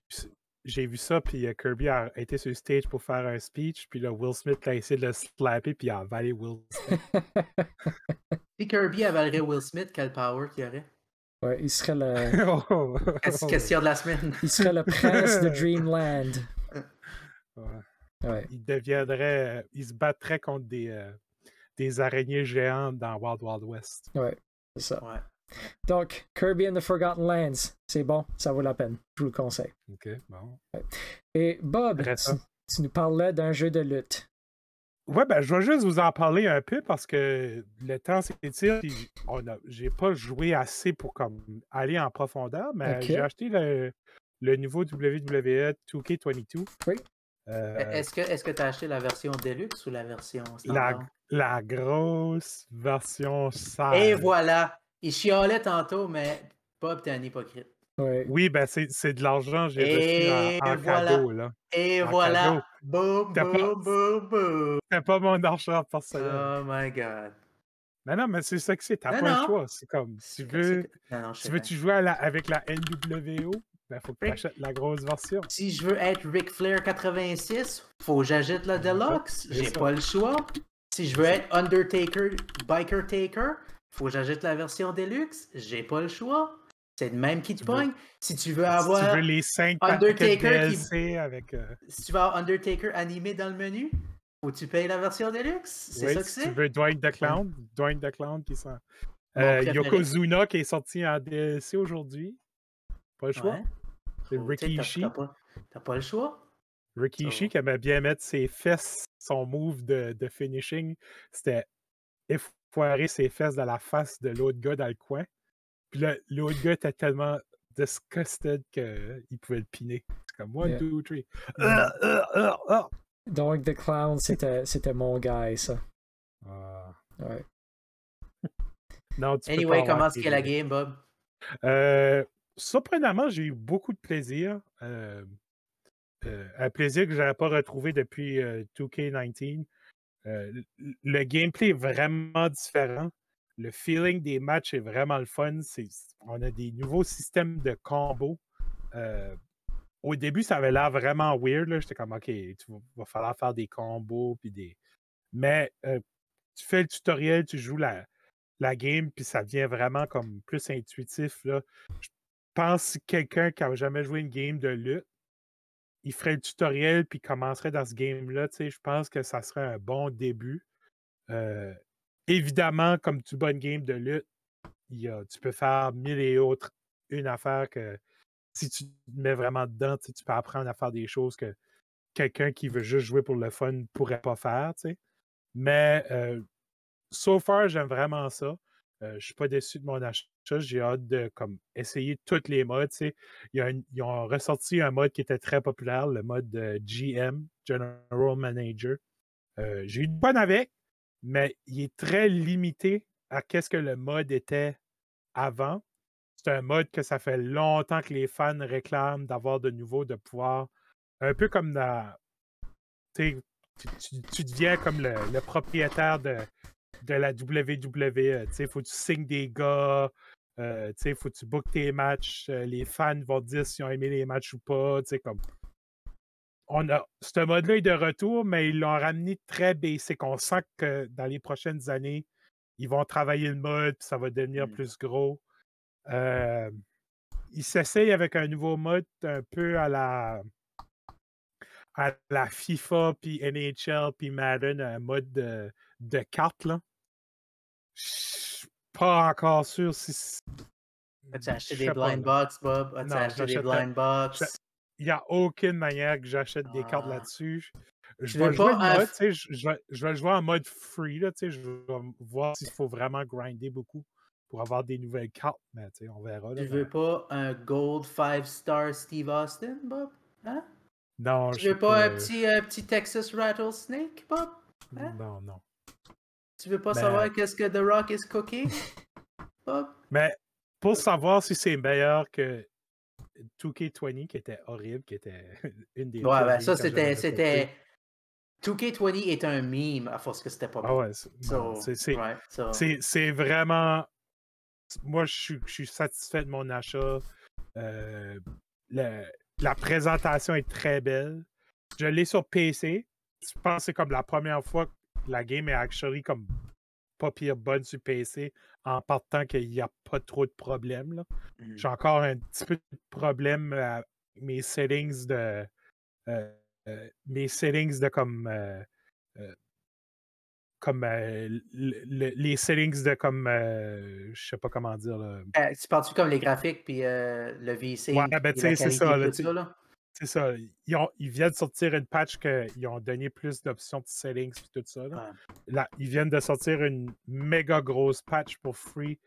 Speaker 3: j'ai vu ça, puis euh, Kirby a été sur le stage pour faire un speech, puis là, Will Smith a essayé de le slapper, puis il a avalé Will Smith.
Speaker 2: Si Kirby avalerait Will Smith, quel power qu'il y aurait?
Speaker 1: Ouais, il serait le
Speaker 3: Oh,
Speaker 2: Qu'est-ce- Question de la semaine.
Speaker 1: il serait le prince de Dreamland.
Speaker 3: oh, ouais.
Speaker 1: Ouais.
Speaker 3: il deviendrait, euh, il se battrait contre des, euh, des araignées géantes dans Wild Wild West.
Speaker 1: C'est ça.
Speaker 2: Ouais.
Speaker 1: Donc, Kirby and the Forgotten Lands, c'est bon, ça vaut la peine. Je vous le conseille.
Speaker 3: Ok, bon.
Speaker 1: Et Bob, tu,
Speaker 3: Intéressant.
Speaker 1: tu nous parlais d'un jeu de lutte.
Speaker 3: Ouais, ben, je vais juste vous en parler un peu parce que le temps s'étire. puis On a, j'ai pas joué assez pour comme aller en profondeur, mais
Speaker 1: Ok.
Speaker 3: j'ai acheté le, le nouveau E WWE 2K22.
Speaker 1: Oui.
Speaker 3: Euh,
Speaker 2: E-, Est-ce que est-ce que tu as acheté la version Deluxe ou la version standard?
Speaker 3: la, la grosse version sale.
Speaker 2: Et voilà! Il chialait tantôt, mais Bob, t'es un hypocrite.
Speaker 1: Ouais.
Speaker 3: Oui, ben, c'est, c'est de l'argent que j'ai
Speaker 2: Et
Speaker 3: reçu en, en
Speaker 2: voilà.
Speaker 3: cadeau, là.
Speaker 2: Et
Speaker 3: En cadeau.
Speaker 2: voilà! Boum,
Speaker 3: T'as pas-
Speaker 2: boum, boum, boum!
Speaker 3: C'est pas mon argent personnel.
Speaker 2: Oh my god.
Speaker 3: Mais non, mais c'est ça que c'est. T'as
Speaker 2: Non,
Speaker 3: pas
Speaker 2: non.
Speaker 3: le choix. C'est comme, tu veux,
Speaker 2: Non, non, je
Speaker 3: tu
Speaker 2: sais
Speaker 3: veux
Speaker 2: bien.
Speaker 3: tu jouer à la- avec la NWO, ben faut que
Speaker 2: Oui.
Speaker 3: t'achètes la grosse version.
Speaker 2: Si je veux être Ric Flair 86, faut que j'ajoute la Deluxe.
Speaker 3: c'est
Speaker 2: J'ai
Speaker 3: ça.
Speaker 2: pas le choix. Si je veux être Undertaker, Biker Taker, faut que j'ajoute la version Deluxe. J'ai pas le choix. C'est le même qui te
Speaker 3: Tu veux-
Speaker 2: pogne. Si tu veux
Speaker 3: Si tu
Speaker 2: avoir
Speaker 3: veux les 5 paquets de
Speaker 2: Ben, Undertaker qui-
Speaker 3: DLC avec. euh,
Speaker 2: si tu veux avoir Undertaker animé dans le menu, faut que tu payes la version Deluxe. C'est
Speaker 3: oui,
Speaker 2: ça que
Speaker 3: si tu
Speaker 2: c'est?
Speaker 3: veux Dwayne the Clown, Dwayne the Clown qui sont.
Speaker 2: Mon
Speaker 3: Euh,
Speaker 2: préféré.
Speaker 3: Yokozuna qui est sorti en DLC aujourd'hui. Pas le choix.
Speaker 2: Ouais.
Speaker 3: C'est
Speaker 2: Faut- t'sais, t'as-
Speaker 3: Rikishi.
Speaker 2: T'as pas, t'as pas le choix.
Speaker 3: Rikishi
Speaker 2: va.
Speaker 3: qui aimait bien mettre ses fesses, son move de, de finishing, c'était effoirer ses fesses dans la face de l'autre gars dans le coin. Puis là, l'autre gars était tellement disgusted qu'il pouvait le piner. C'est comme one,
Speaker 1: Yeah.
Speaker 3: two, three.
Speaker 2: Mm.
Speaker 3: Ah, ah, ah, ah.
Speaker 1: Donc, The Clown, c'était c'était mon guy, ça.
Speaker 3: Ah.
Speaker 1: Ouais.
Speaker 3: Non, tu peux
Speaker 2: Anyway,
Speaker 3: pas avoir
Speaker 2: comment
Speaker 3: tes
Speaker 2: est-ce qu'est la
Speaker 3: jouets.
Speaker 2: game, Bob?
Speaker 3: Euh, surprenamment, j'ai eu beaucoup de plaisir. euh, euh, un plaisir que je n'avais pas retrouvé depuis euh, 2K19. Euh, l- l- le gameplay est vraiment différent. Le feeling des matchs est vraiment le fun. C'est- on a des nouveaux systèmes de combos. Euh, au début, ça avait l'air vraiment weird. là. J'étais comme, OK, il va falloir faire des combos. Puis des... Mais euh, tu fais le tutoriel, tu joues la, la game, puis ça devient vraiment comme plus intuitif. Là. Je pense que quelqu'un qui n'a jamais joué une game de lutte, il ferait le tutoriel puis commencerait dans ce game-là. tu sais, Je pense que ça serait un bon début. Euh, évidemment, comme toute bonne game de lutte, il y a- tu peux faire mille et autres une affaire que si tu te mets vraiment dedans, tu sais, tu peux apprendre à faire des choses que quelqu'un qui veut juste jouer pour le fun ne pourrait pas faire. tu sais. Mais euh, so far, j'aime vraiment ça. Euh, je suis pas déçu de mon achat. J'ai hâte de comme, essayer tous les modes. tu sais. Il y a un- ils ont ressorti un mode qui était très populaire, le mode de GM, General Manager. Euh, J'ai eu du fun avec, mais il est très limité à qu'est-ce que le mode était avant. C'est un mode que ça fait longtemps que les fans réclament d'avoir de nouveau, de pouvoir, un peu comme dans, tu sais, tu, tu- tu deviens comme le, le propriétaire de, de la WWE. euh, Tu sais, faut que tu signes des gars. Euh, tu sais, faut que tu bookes tes matchs. euh, les fans vont te dire s'ils ont aimé les matchs ou pas. Tu sais, comme. On a, ce mode-là est de retour, mais ils l'ont ramené très basic. On sent que dans les prochaines années, ils vont travailler le mode, puis ça va devenir
Speaker 2: Mm.
Speaker 3: plus gros. Euh, ils s'essayent avec un nouveau mode un peu à la à la FIFA, puis NHL, puis Madden, un mode de, de cartes, là. Je suis pas encore sûr si. c-
Speaker 2: As-tu acheté
Speaker 3: je
Speaker 2: des
Speaker 3: sais pas,
Speaker 2: blind
Speaker 3: là.
Speaker 2: box, Bob? As-tu
Speaker 3: Non,
Speaker 2: acheté des
Speaker 3: j'achète
Speaker 2: blind box?
Speaker 3: j'a- Il n'y a aucune manière que j'achète des cartes
Speaker 2: Ah.
Speaker 3: là-dessus. Je
Speaker 2: Tu
Speaker 3: vais
Speaker 2: veux pas
Speaker 3: jouer le
Speaker 2: un
Speaker 3: mode,
Speaker 2: f-
Speaker 3: tu sais, je, je vais- je vais le jouer en mode free, là, tu sais, je vais voir s'il faut vraiment grinder beaucoup pour avoir des nouvelles cartes, mais tu sais, on verra. là,
Speaker 2: Tu
Speaker 3: mais-
Speaker 2: veux pas un Gold 5 Star Steve Austin, Bob? Hein?
Speaker 3: Non,
Speaker 2: Tu
Speaker 3: je
Speaker 2: veux
Speaker 3: sais
Speaker 2: pas un
Speaker 3: euh,
Speaker 2: petit, un petit Texas Rattlesnake, Bob? hein?
Speaker 3: Non, non.
Speaker 2: Tu veux pas
Speaker 3: Ben-
Speaker 2: savoir qu'est-ce que The Rock is cooking? Bob?
Speaker 3: Mais pour savoir si c'est meilleur que 2K20, qui était horrible, qui était une des.
Speaker 2: Ouais, ben
Speaker 3: pires games
Speaker 2: ça,
Speaker 3: que j'avais
Speaker 2: c'était.
Speaker 3: testé.
Speaker 2: c'était... 2K20 est un meme à force que c'était pas
Speaker 3: Ah
Speaker 2: bon.
Speaker 3: ouais, c'est- non,
Speaker 2: So,
Speaker 3: c'est- c'est
Speaker 2: right, so-
Speaker 3: c'est- c'est vraiment. Moi, je suis, je suis satisfait de mon achat. Euh, le- la présentation est très belle. Je l'ai sur PC. Je pense que c'est comme la première fois que la game est actually comme pas pire bonne sur PC en partant qu'il n'y a pas trop de problèmes. là.
Speaker 2: Mm.
Speaker 3: j'ai encore un petit peu de problème à mes settings de, euh, euh, mes settings de comme. euh, euh, comme euh, le- le- les settings de comme. euh, je sais pas comment dire. là.
Speaker 2: Euh, tu parles-tu comme les graphiques, puis euh, le VC?
Speaker 3: Ouais, ben, tu sais, c'est ça, là, tu-
Speaker 2: là.
Speaker 3: C'est ça. Ils, ont- ils viennent de sortir une patch qu'ils ont donné plus d'options de settings et tout ça. là. Là, ils viennent de sortir une méga grosse patch pour free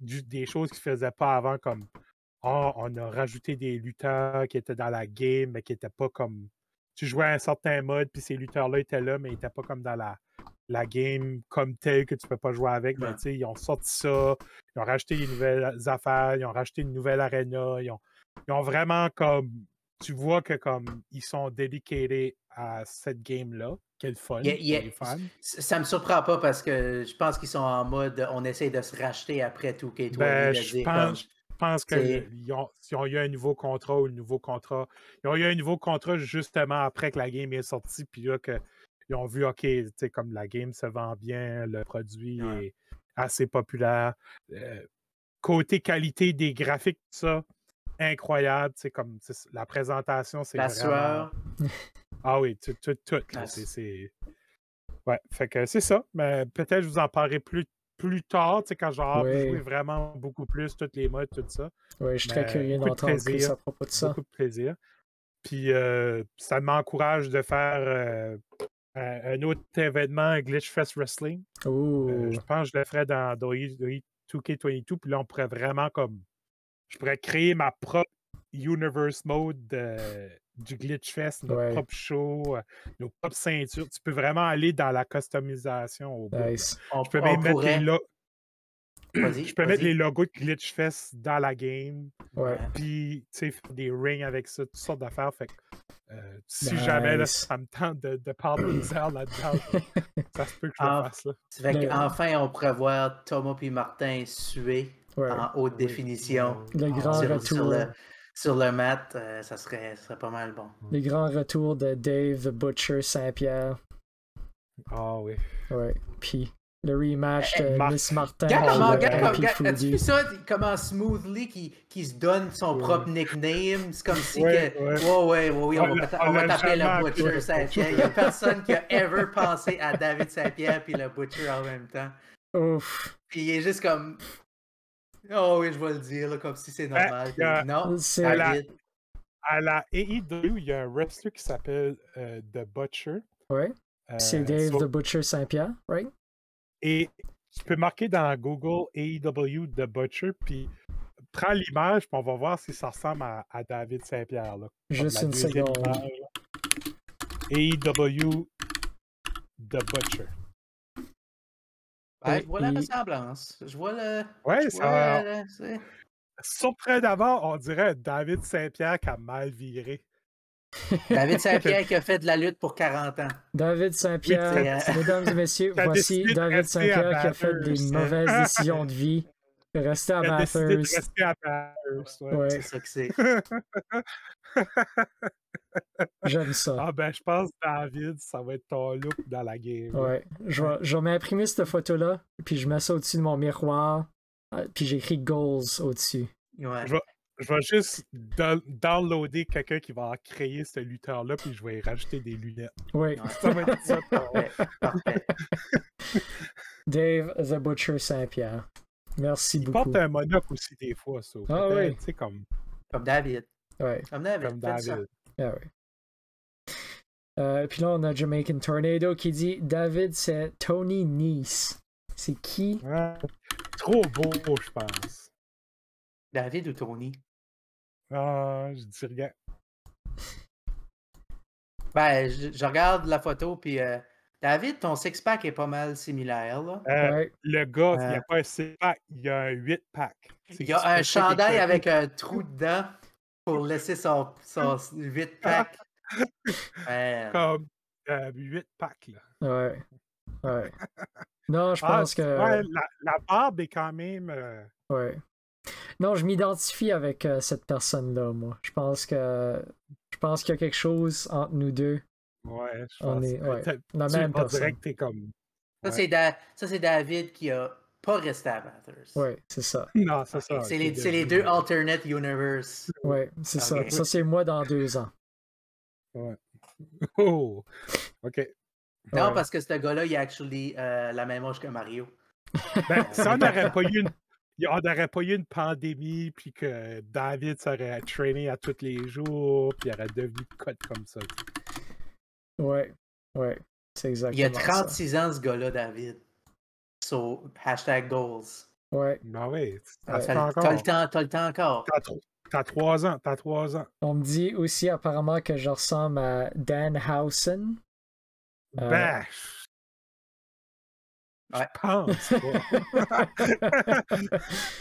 Speaker 3: du- des choses qu'ils faisaient pas avant, comme Ah, on a rajouté des lutteurs qui étaient dans la game, mais qui n'étaient pas comme. Tu jouais à un certain mode, puis ces lutteurs-là étaient là, mais ils n'étaient pas comme dans la, la game comme telle que tu peux pas jouer avec. Mais
Speaker 2: Ouais.
Speaker 3: tu sais, ils ont sorti ça, ils ont rajouté des nouvelles affaires, ils ont rajouté une nouvelle arena, ils ont, ils ont vraiment comme. Tu vois que comme ils sont dédiés à cette game-là. Quel fun
Speaker 2: Yeah, yeah.
Speaker 3: pour les fans.
Speaker 2: C- Ça me surprend pas parce que je pense qu'ils sont en mode on essaie de se racheter après tout k
Speaker 3: Ben, je pense- Je pense
Speaker 2: C'est-
Speaker 3: qu'ils ont, s'ils ont eu un nouveau contrat ou un nouveau contrat. Ils ont eu un nouveau contrat justement après que la game est sortie, puis là que ils ont vu, OK, tu sais, comme la game se vend bien, le produit
Speaker 2: Ouais.
Speaker 3: est assez populaire. Euh, côté qualité des graphiques, tout ça, incroyable. C'est comme tu sais, la présentation, c'est
Speaker 2: La
Speaker 3: vraiment...
Speaker 2: sueur.
Speaker 3: Ah oui, tout, tout, tout. là,
Speaker 2: Ah, c'est-
Speaker 3: c'est- c'est- Ouais, fait que c'est ça. Mais peut-être je vous en parlerai plus, plus tard, tu sais, quand j'aurai
Speaker 1: Ouais.
Speaker 3: joué vraiment beaucoup plus, toutes les modes, tout ça.
Speaker 1: Ouais, je suis très
Speaker 3: Ben,
Speaker 1: curieux
Speaker 3: beaucoup de
Speaker 1: d'entendre plus
Speaker 3: plaisir,
Speaker 1: à propos de ça.
Speaker 3: Beaucoup de plaisir. Puis euh, ça m'encourage de faire euh, un, un autre événement, Glitch Fest Wrestling.
Speaker 1: Ouh.
Speaker 3: Euh, je pense que je le ferais dans DOI 2K22. Puis là, on pourrait vraiment comme. Je pourrais créer ma propre Universe Mode euh, du Glitch Fest, notre
Speaker 1: Ouais.
Speaker 3: propre show, euh, nos propres ceintures. Tu peux vraiment aller dans la customisation au bout. là.
Speaker 1: nice.
Speaker 2: On,
Speaker 3: Je peux
Speaker 2: on
Speaker 3: même mettre,
Speaker 2: pourrait-
Speaker 3: les, lo-
Speaker 2: vas-y,
Speaker 3: je peux mettre
Speaker 2: vas-y.
Speaker 3: les logos de Glitch Fest dans la game
Speaker 1: Ouais.
Speaker 3: puis tu sais, faire des rings avec ça, toutes sortes d'affaires. Fait que, euh, si jamais là,
Speaker 1: Nice.
Speaker 3: ça me tente de, de prendre des heures là-dedans, je- ça se peut que je
Speaker 2: Ah,
Speaker 3: le fasse. Là.
Speaker 2: Fait
Speaker 1: Le-
Speaker 2: Enfin, on pourrait voir Thomas puis Martin suer
Speaker 1: Ouais.
Speaker 3: Ah.
Speaker 2: en haute
Speaker 3: Oui,
Speaker 2: définition
Speaker 3: oui,
Speaker 1: Le
Speaker 3: oui.
Speaker 1: grand
Speaker 3: Ah,
Speaker 2: sur,
Speaker 1: retour.
Speaker 2: sur le, sur le mat. euh, ça, serait, ça serait pas mal bon.
Speaker 1: Les grands retours de Dave the Butcher Saint-Pierre.
Speaker 3: Ah oui.
Speaker 1: Ouais. Puis le rematch de
Speaker 3: Eh, Marc-
Speaker 1: Miss Martin.
Speaker 2: Regarde
Speaker 1: contre
Speaker 2: comment,
Speaker 1: le
Speaker 2: regarde comme-
Speaker 1: Happy
Speaker 2: regarde- as-tu vu
Speaker 1: Foodie.
Speaker 2: ça? Comment smoothly qui, qui se donne son
Speaker 3: Ouais.
Speaker 2: propre nickname. C'est comme si
Speaker 3: Ouais,
Speaker 2: que.
Speaker 3: ouais.
Speaker 2: Ouais, ouais, ouais, oui, on,
Speaker 3: On
Speaker 2: va,
Speaker 3: l'a-
Speaker 2: ta-
Speaker 3: on
Speaker 2: on va
Speaker 3: l'a
Speaker 2: taper
Speaker 3: jamais
Speaker 2: le
Speaker 3: appelé
Speaker 2: Butcher
Speaker 3: le
Speaker 2: Saint-Pierre. Il n'y a personne qui a ever pensé à David Saint-Pierre puis le Butcher en même temps.
Speaker 1: Ouf.
Speaker 2: Puis il est juste comme. Oh oui, je vais le dire, là, comme si c'est
Speaker 3: Ben,
Speaker 2: normal. Puis
Speaker 3: euh,
Speaker 2: non,
Speaker 1: C'est
Speaker 3: la-
Speaker 2: David.
Speaker 3: À la AEW, il y a un wrestler qui s'appelle euh, The Butcher.
Speaker 1: Ouais.
Speaker 3: Euh,
Speaker 1: C'est Dave
Speaker 3: so-
Speaker 1: the Butcher Saint-Pierre, right?
Speaker 3: Et tu peux marquer dans Google AEW The Butcher, puis prends l'image, puis on va voir si ça ressemble à, à David Saint-Pierre. là. Comme
Speaker 1: Juste
Speaker 3: la
Speaker 1: une
Speaker 3: deuxième
Speaker 1: seconde.
Speaker 3: image, là. AEW The Butcher.
Speaker 2: Ouais, je vois la
Speaker 1: il-
Speaker 2: ressemblance. Je vois le.
Speaker 3: Ouais,
Speaker 2: je
Speaker 3: ça
Speaker 2: vois
Speaker 3: va-
Speaker 2: le- c'est-
Speaker 3: Surprenamment, on dirait un David Saint-Pierre qui a mal viré.
Speaker 2: David Saint-Pierre qui a fait de la lutte pour 40 ans.
Speaker 1: David Saint-Pierre,
Speaker 2: Oui, c'est-
Speaker 1: mesdames et messieurs,
Speaker 3: T'as
Speaker 1: voici
Speaker 3: décidé de
Speaker 1: David
Speaker 3: rester à
Speaker 1: Saint-Pierre qui a fait
Speaker 3: Bathurst.
Speaker 1: des mauvaises décisions de vie. Restez à
Speaker 3: Il a décidé de
Speaker 1: Bathurst.
Speaker 3: rester à Bathurst. ouais.
Speaker 1: Ouais,
Speaker 2: C'est ça que c'est.
Speaker 1: j'aime ça.
Speaker 3: Ah ben, je pense, David, ça va être ton look dans la game.
Speaker 1: Ouais. Je vais, je vais m'imprimer cette photo-là, puis je mets ça au-dessus de mon miroir, euh, puis j'écris goals au-dessus.
Speaker 2: Ouais.
Speaker 3: Je Je vais juste do- downloader quelqu'un qui va créer ce lutteur-là, puis je vais y rajouter des lunettes.
Speaker 1: Oui,
Speaker 2: Ouais.
Speaker 3: Ça va être ça. ton-
Speaker 2: Parfait, parfait.
Speaker 1: Dave the Butcher Saint-Pierre. Merci
Speaker 3: Il
Speaker 1: beaucoup.
Speaker 3: porte un monocle aussi des fois, ça.
Speaker 1: Ah
Speaker 3: peut-être,
Speaker 1: oui.
Speaker 3: Tu sais, comme,
Speaker 2: Comme David.
Speaker 1: Ouais,
Speaker 2: Comme David.
Speaker 3: comme
Speaker 2: faites ça.
Speaker 3: David.
Speaker 1: ah ouais. Euh, puis là, on a Jamaican Tornado qui dit David, c'est Tony Nice. C'est qui
Speaker 3: Ouais. Trop beau, je pense.
Speaker 2: David ou Tony?
Speaker 3: Ah, je dis rien.
Speaker 2: Ben, je, je regarde la photo, puis euh, David, ton six-pack est pas mal similaire. Là.
Speaker 3: Euh,
Speaker 1: Ouais,
Speaker 3: Le gars, il n'y
Speaker 2: Euh.
Speaker 3: a pas un 6-pack, il y a un 8-pack.
Speaker 2: Il y a un chandail avec un trou dedans pour laisser son, son 8-pack.
Speaker 3: Comme 8-pack, là.
Speaker 1: ouais, ouais. Non, je
Speaker 3: Ah,
Speaker 1: pense que.
Speaker 3: ouais, la, la barbe est quand même. euh,
Speaker 1: Ouais. Non, je m'identifie avec euh, cette personne-là, moi. Je pense que je pense qu'il y a quelque chose entre nous deux.
Speaker 3: ouais, je
Speaker 1: On
Speaker 3: pense.
Speaker 1: est-
Speaker 3: que
Speaker 1: ouais,
Speaker 3: t'as-
Speaker 1: La
Speaker 3: tu-
Speaker 1: même
Speaker 3: on dirait
Speaker 1: personne.
Speaker 3: que t'es comme.
Speaker 2: ça, c'est Da- ça, c'est David qui a pas resté à Bathurst.
Speaker 1: Ouais, c'est ça.
Speaker 3: Non, c'est
Speaker 1: Ah,
Speaker 3: ça.
Speaker 2: Ah, C'est
Speaker 3: t'es
Speaker 2: les, c'est les
Speaker 3: devenu-
Speaker 2: deux alternate universe.
Speaker 1: Ouais, c'est
Speaker 2: Ok.
Speaker 1: ça. Ça, c'est moi dans deux ans.
Speaker 3: Ouais. Oh! OK.
Speaker 2: Non,
Speaker 1: Ouais.
Speaker 2: parce que ce gars-là, il a actually euh, la même âge que Mario.
Speaker 3: Ben, si on n'aurait pas eu une. y- On n'aurait pas eu une pandémie, puis que David serait traîné à tous les jours, puis il aurait devenu code comme ça.
Speaker 1: Ouais, ouais, c'est exactement
Speaker 2: Il a
Speaker 1: ça.
Speaker 2: 36 ans, ce gars-là, David. So, hashtag goals.
Speaker 1: Ouais,
Speaker 3: Ben oui, ça
Speaker 1: Ouais.
Speaker 3: se fait
Speaker 2: T'as t'as
Speaker 3: encore.
Speaker 2: le temps, t'as le temps encore.
Speaker 3: T'as tro- T'as trois ans, t'as trois ans.
Speaker 1: on me dit aussi apparemment que je ressemble à Dan Housen. Euh,
Speaker 3: Ben, je
Speaker 2: Ouais.
Speaker 3: pense pas.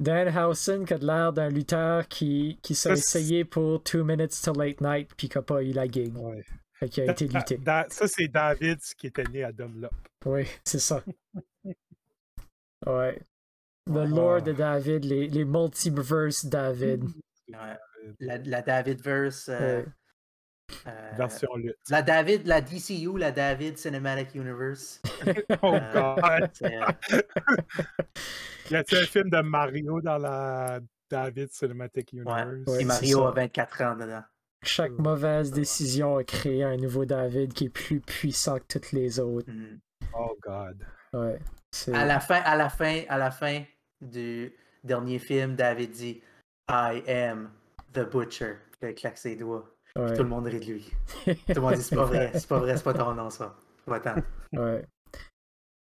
Speaker 1: Dan Housen qui a de l'air d'un lutteur qui, qui s'est
Speaker 3: Ça, c'est-
Speaker 1: essayé pour Two Minutes to Late Night puis qui n'a pas eu la gig.
Speaker 3: Ouais.
Speaker 1: Fait qu'il a été
Speaker 3: Da-
Speaker 1: lutté.
Speaker 3: Da- ça, c'est David qui était né à Dunlop.
Speaker 1: Oui, c'est ça. Ouais.
Speaker 3: Ah.
Speaker 1: Le lore de David, les, les multiverse David.
Speaker 3: Mm.
Speaker 2: Ouais. La, la David verse. euh,
Speaker 1: Ouais. euh,
Speaker 3: Version lutte.
Speaker 2: la David, la DCU, la David Cinematic Universe.
Speaker 3: Oh
Speaker 2: Euh,
Speaker 3: god!
Speaker 2: C'est, euh,
Speaker 3: Y a-t-il un film de Mario dans la David Cinematic Universe?
Speaker 1: Ouais,
Speaker 2: et
Speaker 1: c'est
Speaker 2: Mario
Speaker 1: ça.
Speaker 2: a 24 ans dedans.
Speaker 1: Chaque
Speaker 3: Ah.
Speaker 1: mauvaise décision a créé un nouveau David qui est plus puissant que toutes les autres.
Speaker 2: Mhm.
Speaker 3: Oh god.
Speaker 1: Ouais. C'est...
Speaker 2: À la fin, à la fin, à la fin du dernier film, David dit I am the butcher. Puis Il claque ses doigts.
Speaker 1: ouais.
Speaker 2: Tout le monde rit de lui. Tout le monde dit c'est pas vrai, c'est pas vrai, c'est pas ton nom ça. Va-t'en.
Speaker 1: Ouais.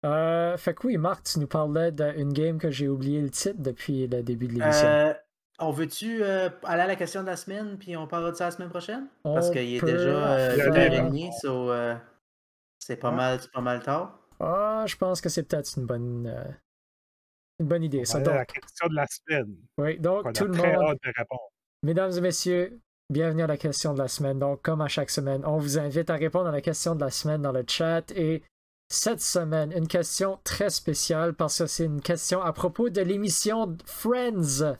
Speaker 1: Euh, fait que oui, Marc, tu nous parlais d'une game que j'ai oublié le titre depuis le début de l'émission.
Speaker 2: Euh, on veut-tu euh, aller à la question de la semaine, puis on parlera de ça la semaine prochaine? Parce
Speaker 1: On
Speaker 2: qu'il est
Speaker 1: peut
Speaker 2: déjà euh,
Speaker 1: faire-
Speaker 3: Il y a des-
Speaker 2: 8h30, so, euh, c'est pas
Speaker 3: Ouais.
Speaker 2: mal, c'est pas mal tard.
Speaker 1: Ah, je pense que c'est peut-être une bonne, euh, une bonne idée. Ça,
Speaker 3: Voilà la
Speaker 1: donc,
Speaker 3: question de la semaine.
Speaker 1: oui,
Speaker 3: On a
Speaker 1: donc tout le
Speaker 3: très
Speaker 1: monde,
Speaker 3: hâte de répondre.
Speaker 1: mesdames et messieurs, bienvenue à la question de la semaine. Donc, comme à chaque semaine, on vous invite à répondre à la question de la semaine dans le chat. Et cette semaine, une question très spéciale parce que c'est une question à propos de l'émission Friends.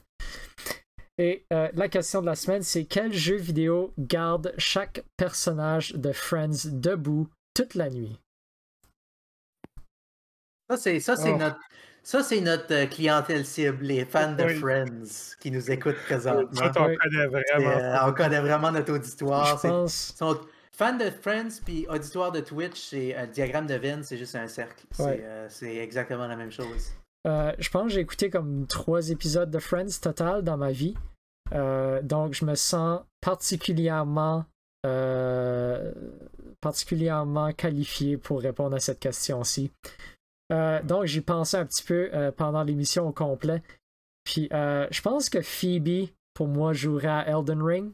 Speaker 1: Et euh, la question de la semaine, c'est quel jeu vidéo garde chaque personnage de Friends debout toute la nuit?
Speaker 2: Ça, c'est ça, c'est
Speaker 3: Oh.
Speaker 2: notre. Ça, c'est notre euh, clientèle cible, les fans de
Speaker 3: Oui.
Speaker 2: Friends qui nous écoutent
Speaker 3: Ça,
Speaker 1: Euh,
Speaker 2: présentement.
Speaker 3: t'en
Speaker 1: Ah Ouais.
Speaker 3: connais
Speaker 2: Et,
Speaker 3: vraiment.
Speaker 2: euh, on connaît vraiment notre auditoire.
Speaker 1: je
Speaker 2: Ah, C'est
Speaker 1: pense.
Speaker 2: sont fans de Friends puis auditoire de Twitch, c'est un diagramme de Venn, c'est juste un cercle. C'est,
Speaker 1: Ouais.
Speaker 2: euh, C'est exactement la même chose.
Speaker 1: Euh, je pense que j'ai écouté comme trois épisodes de Friends total dans ma vie. Euh, donc je me sens particulièrement euh, particulièrement qualifié pour répondre à cette question-ci. Euh, donc j'y pensais un petit peu euh, pendant l'émission au complet. Puis euh, je pense que Phoebe, pour moi, jouerait à Elden Ring.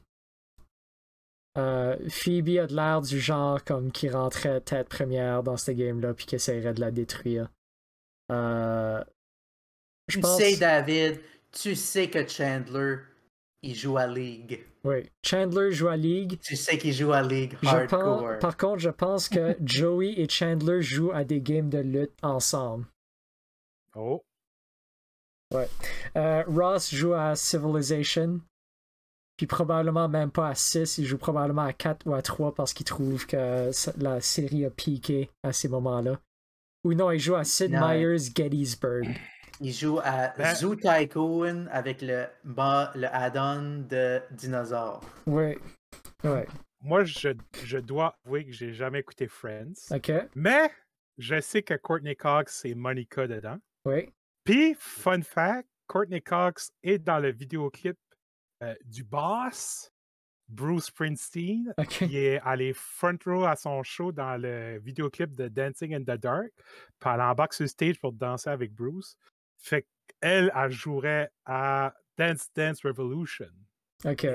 Speaker 1: Euh, Phoebe a de l'air du genre comme qui rentrait tête première dans ce game-là puis qui essayerait de la détruire. Euh, je
Speaker 2: Tu
Speaker 1: pense...
Speaker 2: sais, David, tu sais que Chandler, il joue à League.
Speaker 1: Oui. Chandler joue à League.
Speaker 2: Tu sais qu'il joue à League
Speaker 1: Je pense,
Speaker 2: Hardcore.
Speaker 1: par contre, je pense que Joey et Chandler jouent à des games de lutte ensemble.
Speaker 3: Oh.
Speaker 1: Euh, Ross joue à Civilization. Puis probablement même pas à 6, il joue probablement à 4 ou à 3 parce qu'il trouve que ça- la série a piqué à ces moments-là. Ou non, il joue à Sid
Speaker 2: Non.
Speaker 1: Meier's Gettysburg.
Speaker 2: Il joue à
Speaker 3: Ben-
Speaker 2: Zoo Tycoon avec le, ba- le add-on de Dinosaur.
Speaker 1: Ouais. Ouais.
Speaker 3: Moi, je, je dois avouer que j'ai jamais écouté Friends.
Speaker 1: Ok.
Speaker 3: Mais je sais que Courtney Cox, c'est Monica dedans.
Speaker 1: Oui.
Speaker 3: Puis, fun fact, Courtney Cox est dans le vidéoclip euh, du boss, Bruce Springsteen.
Speaker 1: Ok.
Speaker 3: Il est allé front row à son show dans le vidéoclip de Dancing in the Dark. Puis elle embarque sur le stage pour danser avec Bruce. Fait qu'elle, elle jouerait à Dance Dance Revolution.
Speaker 1: Ok.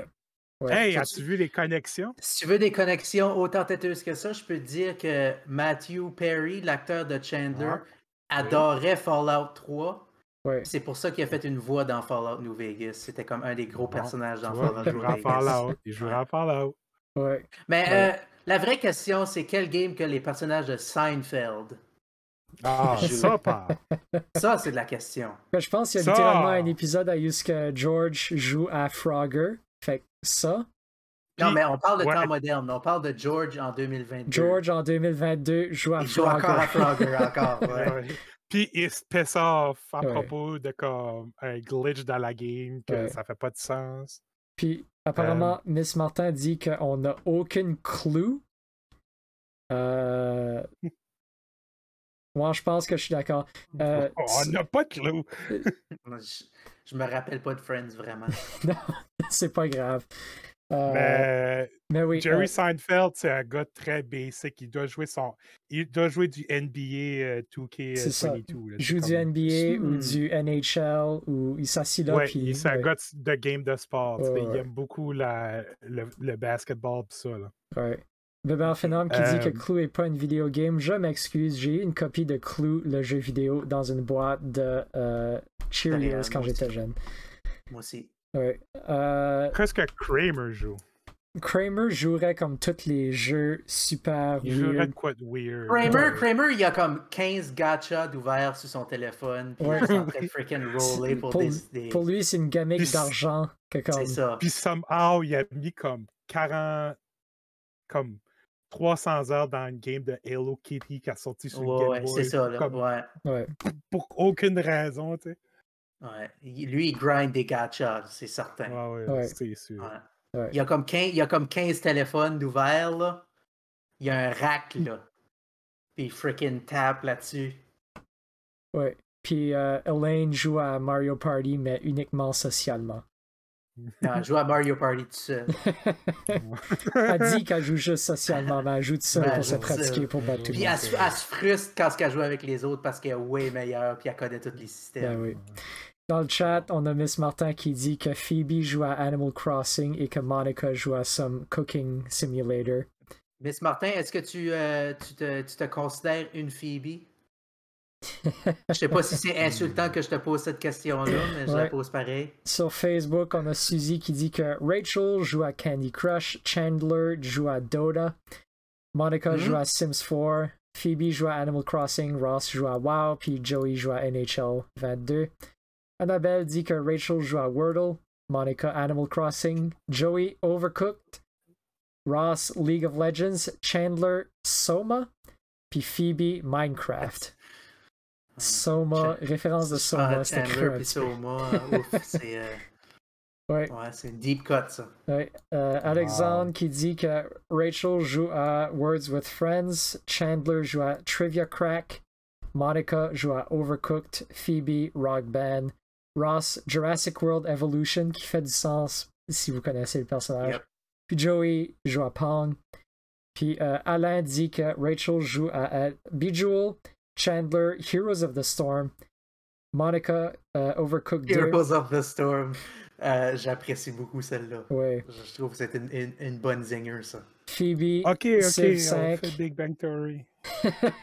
Speaker 1: Ouais.
Speaker 3: Hey,
Speaker 2: ça,
Speaker 3: as-tu
Speaker 2: tu-
Speaker 3: vu les connexions?
Speaker 2: Si tu veux des connexions autant têteuses que ça, je peux te dire que Matthew Perry, l'acteur de Chandler,
Speaker 3: Ouais.
Speaker 1: Ah,
Speaker 2: adorait Fallout 3.
Speaker 1: Ouais.
Speaker 2: C'est pour ça qu'il a fait une voix dans Fallout New Vegas. C'était comme un des gros
Speaker 3: Bon,
Speaker 2: personnages dans
Speaker 3: Tu
Speaker 2: Fallout
Speaker 3: vois,
Speaker 2: New
Speaker 3: Il jouera
Speaker 2: Vegas.
Speaker 3: à Fallout. Il jouera à Fallout.
Speaker 1: Ouais.
Speaker 2: Mais
Speaker 1: Ouais.
Speaker 2: euh, la vraie question, c'est quel game que les personnages de Seinfeld?
Speaker 3: Ah,
Speaker 2: Je-
Speaker 3: ça part.
Speaker 2: Ça, c'est de la question.
Speaker 1: Ben, je pense qu'il y a
Speaker 3: Ça!
Speaker 1: littéralement un épisode à ce que George joue à Frogger. Fait que ça.
Speaker 2: Non,
Speaker 3: Puis-
Speaker 2: mais on parle de
Speaker 3: ouais.
Speaker 2: temps moderne. On parle de George en 2022.
Speaker 1: George en 2022 joue à
Speaker 2: Il joue encore à
Speaker 1: Frogger.
Speaker 2: Frogger, encore. ouais.
Speaker 3: Ouais. Puis il se pisse off à
Speaker 1: Ouais.
Speaker 3: propos de comme un glitch dans la game que
Speaker 1: Ouais.
Speaker 3: ça fait pas de sens.
Speaker 1: Puis
Speaker 3: Euh.
Speaker 1: apparemment, Miss Martin dit qu'on n'a aucune clue. Euh... Moi, je pense que je suis d'accord. Euh,
Speaker 3: Oh, on n'a pas de clou.
Speaker 2: Moi, Je, je me rappelle pas de Friends vraiment.
Speaker 1: c'est pas grave. Euh, mais...
Speaker 3: Mais
Speaker 1: oui.
Speaker 3: Jerry
Speaker 1: euh,
Speaker 3: Seinfeld, c'est un gars très basic. Il doit jouer son. Il doit jouer du NBA euh, 2K22.
Speaker 1: C'est ça.
Speaker 3: là, c'est
Speaker 1: joue du
Speaker 3: comme-
Speaker 1: NBA ou
Speaker 2: Hmm.
Speaker 1: du NHL ou il s'assit là
Speaker 3: Ouais,
Speaker 1: puis
Speaker 3: il- c'est un
Speaker 1: ouais,
Speaker 3: gars de de game de sport. tu sais,
Speaker 1: Ouais,
Speaker 3: Il
Speaker 1: ouais.
Speaker 3: aime beaucoup la, le, le basketball pis ça. Là.
Speaker 1: ouais. Bébé Phénomène qui dit que
Speaker 3: Euh,
Speaker 1: Clue est pas une vidéo game. Je m'excuse, j'ai eu une copie de Clue, le jeu vidéo, dans une boîte de euh, Cheerios
Speaker 2: Céréales,
Speaker 1: quand
Speaker 2: moi aussi.
Speaker 1: j'étais jeune.
Speaker 2: Moi aussi.
Speaker 1: Ouais. Euh,
Speaker 3: Qu'est-ce que Kramer joue?
Speaker 1: Kramer jouerait comme tous les jeux super
Speaker 3: Il jouerait
Speaker 1: weird.
Speaker 3: de quoi de weird?
Speaker 2: Kramer, Kramer, il y a comme 15 gachas d'ouvert sur son téléphone. Puis
Speaker 1: Ouais.
Speaker 2: il est en train de freaking roller pour,
Speaker 1: Pour-
Speaker 2: des. des-
Speaker 1: Pour lui, c'est une gamique
Speaker 3: Puis-
Speaker 1: d'argent que comme
Speaker 2: C'est ça.
Speaker 3: Puis somehow, il a mis comme 40, comme 300 heures dans une game de Hello Kitty qui a sorti sur le
Speaker 2: Ouais,
Speaker 3: Game
Speaker 2: ouais,
Speaker 3: Boy,
Speaker 2: c'est ça, là.
Speaker 3: comme
Speaker 2: Ouais,
Speaker 1: ouais.
Speaker 3: Pour aucune raison, tu sais.
Speaker 2: ouais. Il- Lui, il grind des gachas, c'est certain.
Speaker 3: Ouais, ouais,
Speaker 1: Ouais.
Speaker 3: c'est sûr.
Speaker 2: Ouais.
Speaker 1: Ouais.
Speaker 2: Il, y a comme 15, il y a comme 15 téléphones d'ouvert, là. Il y a un rack, là. Puis il freaking tape là-dessus.
Speaker 1: Ouais. Puis euh, Elaine joue à Mario Party, mais uniquement socialement.
Speaker 2: Non, joue à Mario Party tout seul.
Speaker 1: Elle dit qu'elle joue juste socialement, mais elle joue tout seul
Speaker 2: Ouais,
Speaker 1: pour se
Speaker 2: joue tout seul.
Speaker 1: pratiquer, pour battre tout le
Speaker 2: Puis
Speaker 1: monde.
Speaker 2: elle, se- elle se frustre quand elle joue avec les autres parce qu'elle est way meilleure, puis elle connaît tous les
Speaker 1: Ben
Speaker 2: systèmes.
Speaker 1: oui. Dans le chat, on a Miss Martin qui dit que Phoebe joue à Animal Crossing et que Monica joue à Some Cooking Simulator.
Speaker 2: Miss Martin, est-ce que tu, euh, tu, te, tu te considères une Phoebe? Je sais pas si c'est insultant que je te pose cette question-là, mais je la
Speaker 1: Ouais.
Speaker 2: pose pareil.
Speaker 1: Sur Facebook, on a Suzy qui dit que Rachel joue à Candy Crush, Chandler joue à Dota, Monica
Speaker 2: Mhm.
Speaker 1: joue à Sims 4, Phoebe joue à Animal Crossing, Ross joue à WoW, puis Joey joue à NHL 22. Annabelle dit que Rachel joue à Wordle, Monica Animal Crossing, Joey Overcooked, Ross League of Legends, Chandler Soma, puis Phoebe Minecraft. Soma, référence de Soma,
Speaker 2: Ah,
Speaker 1: c'était
Speaker 2: Chandler
Speaker 1: creux un
Speaker 2: puis
Speaker 1: petit peu.
Speaker 2: Soma, euh, ouf, c'est euh,
Speaker 1: Ouais.
Speaker 2: ouais, c'est une deep cut, ça.
Speaker 1: Ouais, euh, Alexandre qui dit que Rachel joue à Words with Friends, Chandler joue à Trivia Crack, Monica joue à Overcooked, Phoebe Rock Band, Ross Jurassic World Evolution qui fait du sens si vous connaissez le personnage,
Speaker 2: Yep.
Speaker 1: puis Joey joue à Pong, puis euh, Alain dit que Rachel joue à, à Bejeweled, Chandler Heroes of the Storm, Monica euh, Overcooked 2.
Speaker 2: Heroes of the Storm, euh, j'apprécie beaucoup celle-là.
Speaker 1: Ouais.
Speaker 2: Je je trouve que c'est une, une- une bonne zinger, ça.
Speaker 1: Phoebe,
Speaker 3: Ok, ok,
Speaker 1: Civ
Speaker 3: on
Speaker 1: 5.
Speaker 3: fait Big Bang Theory.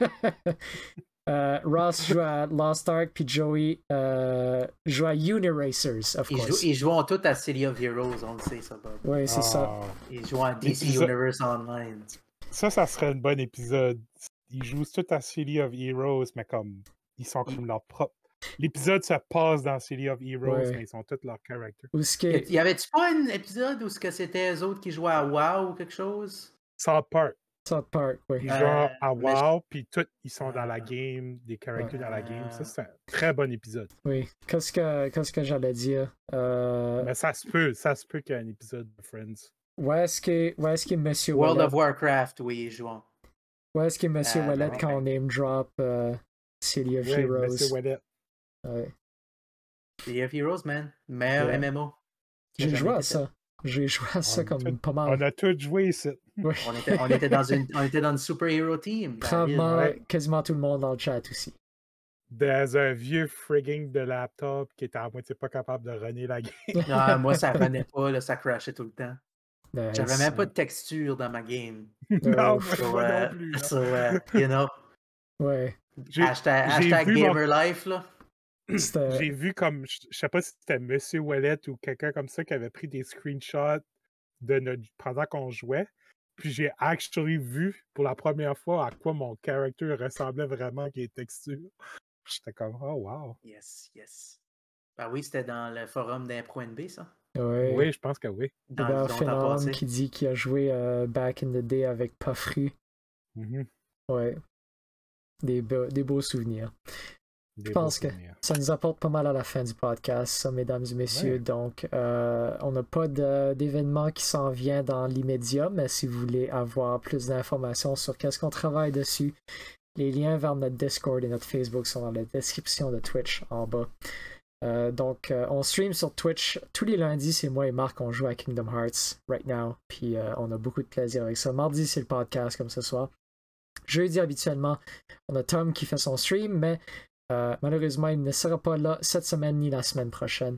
Speaker 1: Euh, Ross joue à Lost Ark, puis Joey euh, joue à Uniracers, of
Speaker 2: Ils, jouent-
Speaker 1: course.
Speaker 2: ils jouent tous à City of Heroes, on le sait, ça, Bob.
Speaker 1: Oui, c'est ça.
Speaker 3: Ah,
Speaker 2: Ils jouent à DC
Speaker 3: Ils ont-
Speaker 2: Universe Online.
Speaker 3: Ça, ça serait un bon épisode. Ils jouent tout à City of Heroes, mais comme ils sont comme leur propre. L'épisode se passe dans City of Heroes,
Speaker 1: Ouais.
Speaker 3: mais ils sont tous leurs caractères.
Speaker 1: Ou ce qui
Speaker 2: Y
Speaker 1: est-
Speaker 2: a- y avait-tu pas un épisode où ce que c'était eux autres qui jouaient à WoW ou quelque chose?
Speaker 3: South Park.
Speaker 1: South Park, oui.
Speaker 3: Ils
Speaker 2: Euh,
Speaker 3: jouent
Speaker 2: mais
Speaker 3: à
Speaker 2: je-
Speaker 3: WoW, puis tous, ils sont dans
Speaker 2: Ah.
Speaker 3: la game, des caractères dans la game.
Speaker 2: Ah.
Speaker 3: Ça, c'est un très bon épisode.
Speaker 1: oui. Qu'est-ce que, qu'est-ce que j'allais dire? Euh,
Speaker 3: Mais ça se peut, ça se peut qu'il y ait un épisode de Friends.
Speaker 1: où est-ce que, où est-ce que Monsieur
Speaker 2: World
Speaker 1: Wallet,
Speaker 2: of Warcraft, oui, ils jouent.
Speaker 1: où est-ce que Monsieur
Speaker 2: Ah,
Speaker 1: Wallet
Speaker 2: ben
Speaker 1: quand on name drop euh, City of
Speaker 3: Ouais,
Speaker 1: Heroes?
Speaker 3: Monsieur Ouellet.
Speaker 1: Ouais.
Speaker 2: City of Heroes, man. Meilleur
Speaker 1: Ouais.
Speaker 2: MMO. qui a
Speaker 1: J'ai
Speaker 2: jamais
Speaker 1: joué à
Speaker 2: été fait.
Speaker 1: ça. J'ai joué à ça
Speaker 3: On
Speaker 1: comme
Speaker 3: était-
Speaker 1: pas
Speaker 2: Ah.
Speaker 3: On
Speaker 1: mal.
Speaker 3: a tous joué ici.
Speaker 1: Oui.
Speaker 2: On était, on était dans une, on était dans une super hero team. dans la ville.
Speaker 1: Probablement
Speaker 3: ouais.
Speaker 1: quasiment tout le monde dans le chat aussi.
Speaker 3: Dans un vieux frigging de laptop qui était à moitié pas capable de runner la game.
Speaker 2: Non, Ah, moi, ça revenait pas, là, ça crashait tout le temps. J'avais
Speaker 1: Nice.
Speaker 2: même pas de texture dans ma game.
Speaker 3: non, moi,
Speaker 2: So,
Speaker 3: moi
Speaker 2: euh,
Speaker 3: non plus. là.
Speaker 2: so, euh, you know,
Speaker 1: Ouais.
Speaker 3: J'ai-
Speaker 2: hashtag,
Speaker 3: j'ai
Speaker 2: hashtag
Speaker 3: vu mon-
Speaker 2: GamerLife, là.
Speaker 1: C'était...
Speaker 3: J'ai vu comme, je je sais pas si c'était Monsieur Wallet ou quelqu'un comme ça qui avait pris des screenshots de notre, pendant qu'on jouait. Puis j'ai actually vu pour la première fois à quoi mon character ressemblait vraiment avec les textures. J'étais comme, oh wow.
Speaker 2: Yes, yes. Ben oui, c'était dans le forum d'Impro NB, ça.
Speaker 1: Ouais.
Speaker 3: Oui, je pense que oui.
Speaker 2: Dans
Speaker 1: Robert
Speaker 2: le temps
Speaker 1: Phenom
Speaker 2: passé.
Speaker 1: qui dit qu'il a joué euh, Back in the Day avec Puffry.
Speaker 3: Mhm.
Speaker 1: Ouais. Des, be- des beaux souvenirs.
Speaker 3: Des
Speaker 1: Je pense
Speaker 3: beaux
Speaker 1: que-
Speaker 3: souvenirs.
Speaker 1: Ça nous apporte pas mal à la fin du podcast, ça, mesdames et messieurs.
Speaker 3: Ouais.
Speaker 1: Donc, euh, on n'a pas de- d'événement qui s'en vient dans l'immédiat, mais si vous voulez avoir plus d'informations sur qu'est-ce qu'on travaille dessus, les liens vers notre Discord et notre Facebook sont dans la description de Twitch en bas. Euh, donc, euh, on stream sur Twitch tous les lundis. C'est moi et Marc, on joue à Kingdom Hearts right now. Puis, euh, on a beaucoup de plaisir avec ça. Mardi, c'est le podcast comme ce soir. Jeudi, habituellement, on a Tom qui fait son stream, mais euh, malheureusement, il ne sera pas là cette semaine ni la semaine prochaine.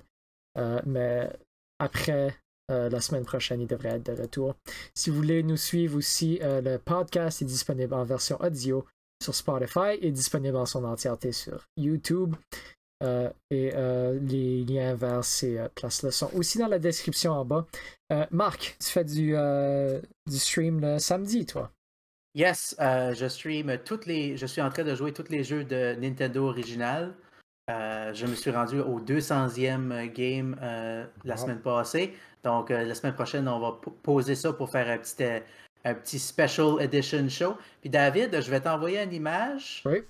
Speaker 1: Euh, mais après euh, la semaine prochaine, il devrait être de retour. Si vous voulez nous suivre aussi, euh, le podcast est disponible en version audio sur Spotify et disponible en son entièreté sur YouTube. Euh, et euh, les liens vers ces euh, places-là sont aussi dans la description en bas. Euh, Marc, tu fais du, euh, du stream le samedi, toi.
Speaker 2: Yes, euh, je stream toutes les. Je suis en train de jouer tous les jeux de Nintendo original. Euh, je me suis rendu au 200e game euh, la
Speaker 3: Wow.
Speaker 2: semaine passée. Donc, euh, la semaine prochaine, on va po- poser ça pour faire un petit, euh, un petit special edition show. Puis, David, je vais t'envoyer une image.
Speaker 1: Oui.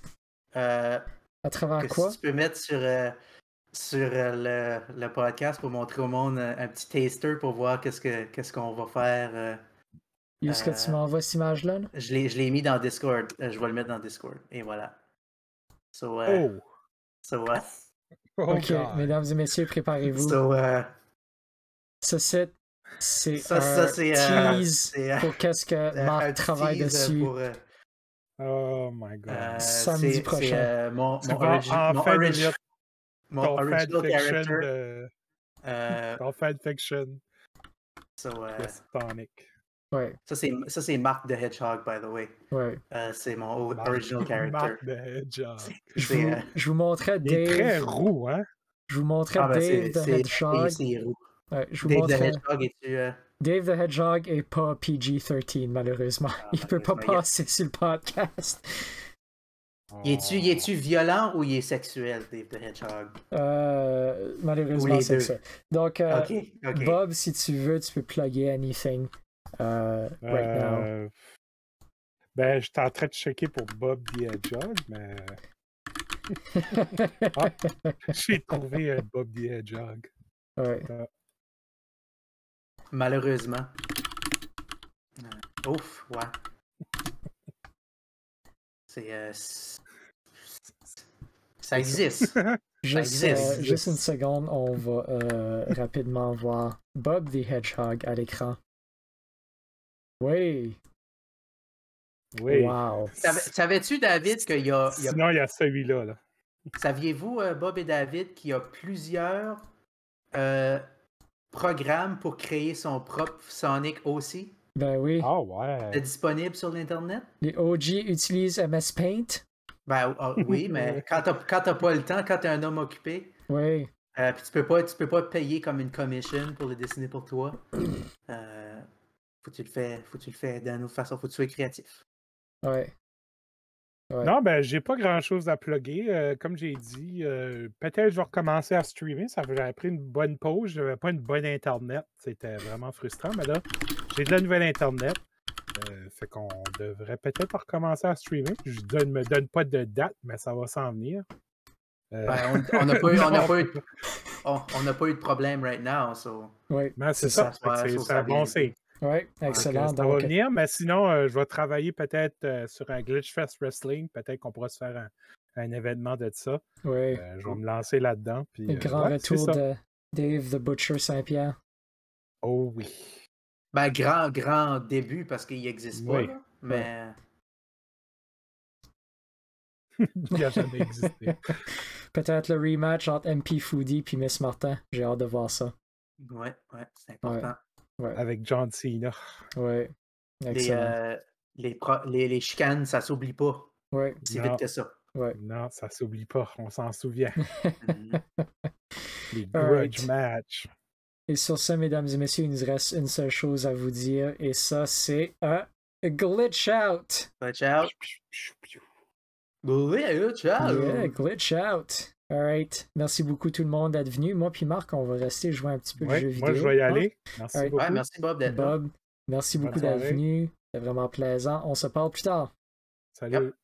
Speaker 2: euh,
Speaker 1: À travers
Speaker 2: que
Speaker 1: quoi
Speaker 2: si tu peux mettre sur, euh, sur euh, le, le podcast pour montrer au monde euh, un petit taster pour voir qu'est-ce que- qu'est-ce qu'on va faire. euh,
Speaker 1: Est-ce que tu
Speaker 2: euh,
Speaker 1: m'envoies cette image-là là?
Speaker 2: je l'ai, je l'ai mis dans Discord. Euh, Je vais le mettre dans Discord. Et voilà. So, euh,
Speaker 3: Oh!
Speaker 2: so, euh,
Speaker 3: Oh,
Speaker 1: Ok,
Speaker 3: God.
Speaker 1: mesdames et messieurs, préparez-vous.
Speaker 2: so, euh,
Speaker 1: Ce site, c'est
Speaker 2: ça,
Speaker 1: un
Speaker 2: ça, c'est, euh,
Speaker 1: tease
Speaker 2: c'est, euh,
Speaker 1: pour qu'est-ce que
Speaker 2: un- un
Speaker 1: Marc
Speaker 2: petit
Speaker 1: travaille
Speaker 2: tease, euh,
Speaker 1: dessus.
Speaker 2: pour, euh,
Speaker 3: Oh my god.
Speaker 2: euh,
Speaker 1: Samedi
Speaker 2: c'est-
Speaker 1: prochain.
Speaker 2: C'est, euh, mon,
Speaker 3: Tu
Speaker 2: mon,
Speaker 3: vas
Speaker 2: origi- mon,
Speaker 3: enfin
Speaker 2: origi-
Speaker 3: devenir
Speaker 2: mon
Speaker 3: ton
Speaker 2: original
Speaker 3: fanfiction
Speaker 2: character.
Speaker 3: de...
Speaker 2: euh,
Speaker 3: Ton fanfiction
Speaker 2: so, euh,
Speaker 3: de Sonic.
Speaker 1: Ouais,
Speaker 2: ça, c'est, ça, c'est Mark the Hedgehog, by the way.
Speaker 1: ouais.
Speaker 2: Euh, c'est mon o-
Speaker 3: Mark-
Speaker 2: original character.
Speaker 3: Mark the Hedgehog.
Speaker 1: Je
Speaker 2: C'est,
Speaker 1: vous,
Speaker 2: euh,
Speaker 1: je vous montrais
Speaker 3: Il est très
Speaker 1: Dave.
Speaker 3: roux, hein?
Speaker 1: Je vous montrais
Speaker 2: ah, ben,
Speaker 1: Dave
Speaker 2: c'est,
Speaker 1: the
Speaker 2: c'est,
Speaker 1: Hedgehog.
Speaker 2: c'est, c'est roux.
Speaker 1: Ouais, je vous
Speaker 2: Dave the
Speaker 1: montrais
Speaker 2: Hedgehog, es-tu. euh,
Speaker 1: Dave the Hedgehog est pas PG-13, malheureusement.
Speaker 2: Ah,
Speaker 1: Il peut pas
Speaker 2: malheureusement, il est-
Speaker 1: passer sur le podcast.
Speaker 3: Oh.
Speaker 2: y es-tu, y
Speaker 1: Oh.
Speaker 2: es-tu violent ou il est sexuel, Dave the Hedgehog?
Speaker 1: Euh, malheureusement,
Speaker 2: les
Speaker 1: c'est
Speaker 2: deux.
Speaker 1: ça. Donc, euh,
Speaker 2: ok, ok.
Speaker 1: Bob, si tu veux, tu peux plugger anything euh, right now.
Speaker 3: Euh, Ben, j'étais en train de checker pour Bob the Hedgehog, mais
Speaker 2: Euh,
Speaker 3: euh, j'ai trouvé un Bob the Hedgehog.
Speaker 1: ouais.
Speaker 2: Malheureusement. Euh, Ouf, ouais. C'est. euh, c- ça existe.
Speaker 1: Juste,
Speaker 2: existe,
Speaker 1: euh,
Speaker 2: ça
Speaker 1: juste
Speaker 3: existe.
Speaker 1: une seconde, on va euh, rapidement voir Bob the Hedgehog à l'écran. Oui,
Speaker 3: Oui.
Speaker 1: wow.
Speaker 2: Savais- Savais-tu, David, qu'il y a. il y a-
Speaker 3: Sinon, il y a celui-là. là.
Speaker 2: Saviez-vous, euh, Bob et David, qu'il y a plusieurs euh, programmes pour créer son propre Sonic aussi?
Speaker 1: Ben oui,
Speaker 3: Ah
Speaker 2: C'est
Speaker 3: ouais.
Speaker 2: disponible sur l'Internet?
Speaker 1: les OG utilisent MS Paint.
Speaker 2: Ben ah, oui, mais quand t'as quand t'as pas le temps, quand t'es un homme occupé,
Speaker 1: Oui,
Speaker 2: Euh, puis tu peux pas, tu peux pas payer comme une commission pour le dessiner pour toi. Euh, faut que tu le fais, faut que tu le fais d'une autre façon, faut que tu sois créatif.
Speaker 1: ouais. Ouais.
Speaker 3: Non, ben, j'ai pas grand-chose à plugger. euh, comme j'ai dit, euh, peut-être je vais recommencer à streamer. Ça j'avais pris une bonne pause. J'avais pas une bonne Internet. C'était vraiment frustrant, mais là, j'ai de la nouvelle Internet. Euh, fait qu'on devrait peut-être recommencer à streamer. Je ne me donne pas de date, mais ça va s'en venir. Euh,
Speaker 2: Ben, on- on n'a pas, eu- on n'a
Speaker 3: Non.
Speaker 2: pas eu, de- on, on n'a pas eu de problème right now, so.
Speaker 1: Oui,
Speaker 3: Mais Ben, c'est
Speaker 2: Ça,
Speaker 3: ça,
Speaker 2: ça
Speaker 3: fait que
Speaker 2: va-
Speaker 3: c'est
Speaker 2: ça,
Speaker 3: c'est
Speaker 2: ça
Speaker 3: un bon
Speaker 2: vient.
Speaker 3: signe.
Speaker 1: ouais,
Speaker 3: Fait que
Speaker 1: excellent.
Speaker 3: Ça va
Speaker 1: Donc,
Speaker 3: venir, mais sinon, euh, je vais travailler peut-être euh, sur un Glitchfest Wrestling. Peut-être qu'on pourra se faire un, un événement de ça.
Speaker 1: oui,
Speaker 3: Euh, je vais me lancer là-dedans. Puis,
Speaker 1: le
Speaker 3: euh,
Speaker 1: grand
Speaker 3: ouais, c'est
Speaker 1: retour
Speaker 3: ça.
Speaker 1: de Dave the Butcher Saint-Pierre.
Speaker 3: Oh oui.
Speaker 2: Ben, grand, grand début parce qu'il n'existe pas.
Speaker 3: Oui.
Speaker 2: là, Mais
Speaker 3: Il n'a jamais existé.
Speaker 1: Peut-être le rematch entre MP Foodie puis Miss Martin. J'ai hâte de voir ça.
Speaker 2: ouais, ouais, c'est important.
Speaker 3: Avec John Cena.
Speaker 1: Ouais,
Speaker 2: Les,
Speaker 1: excellent.
Speaker 2: euh, les, pro- les, les chicanes, ça s'oublie pas
Speaker 1: Ouais,
Speaker 2: si
Speaker 3: Non.
Speaker 2: vite que ça.
Speaker 3: Non, ça s'oublie pas. On s'en souvient.
Speaker 2: Mhm.
Speaker 3: Les
Speaker 1: Alright.
Speaker 3: grudge match.
Speaker 1: Et sur ce, mesdames et messieurs, il nous reste une seule chose à vous dire, et ça, c'est un glitch out.
Speaker 2: Watch out. Oui, watch
Speaker 3: Ah.
Speaker 2: out.
Speaker 1: Yeah, glitch out. Alright. Merci beaucoup tout le monde d'être venu. Moi puis Marc, on va rester jouer un petit peu de
Speaker 3: Ouais,
Speaker 1: jeu vidéo. Ah.
Speaker 3: moi, je vais y aller. Merci
Speaker 1: Alright.
Speaker 3: beaucoup.
Speaker 2: Ouais, Ah, merci Bob d'être là.
Speaker 1: Bob, merci
Speaker 3: Bonne
Speaker 1: beaucoup d'être
Speaker 3: soirée.
Speaker 1: venu. C'est vraiment plaisant. On se parle plus tard.
Speaker 3: Salut.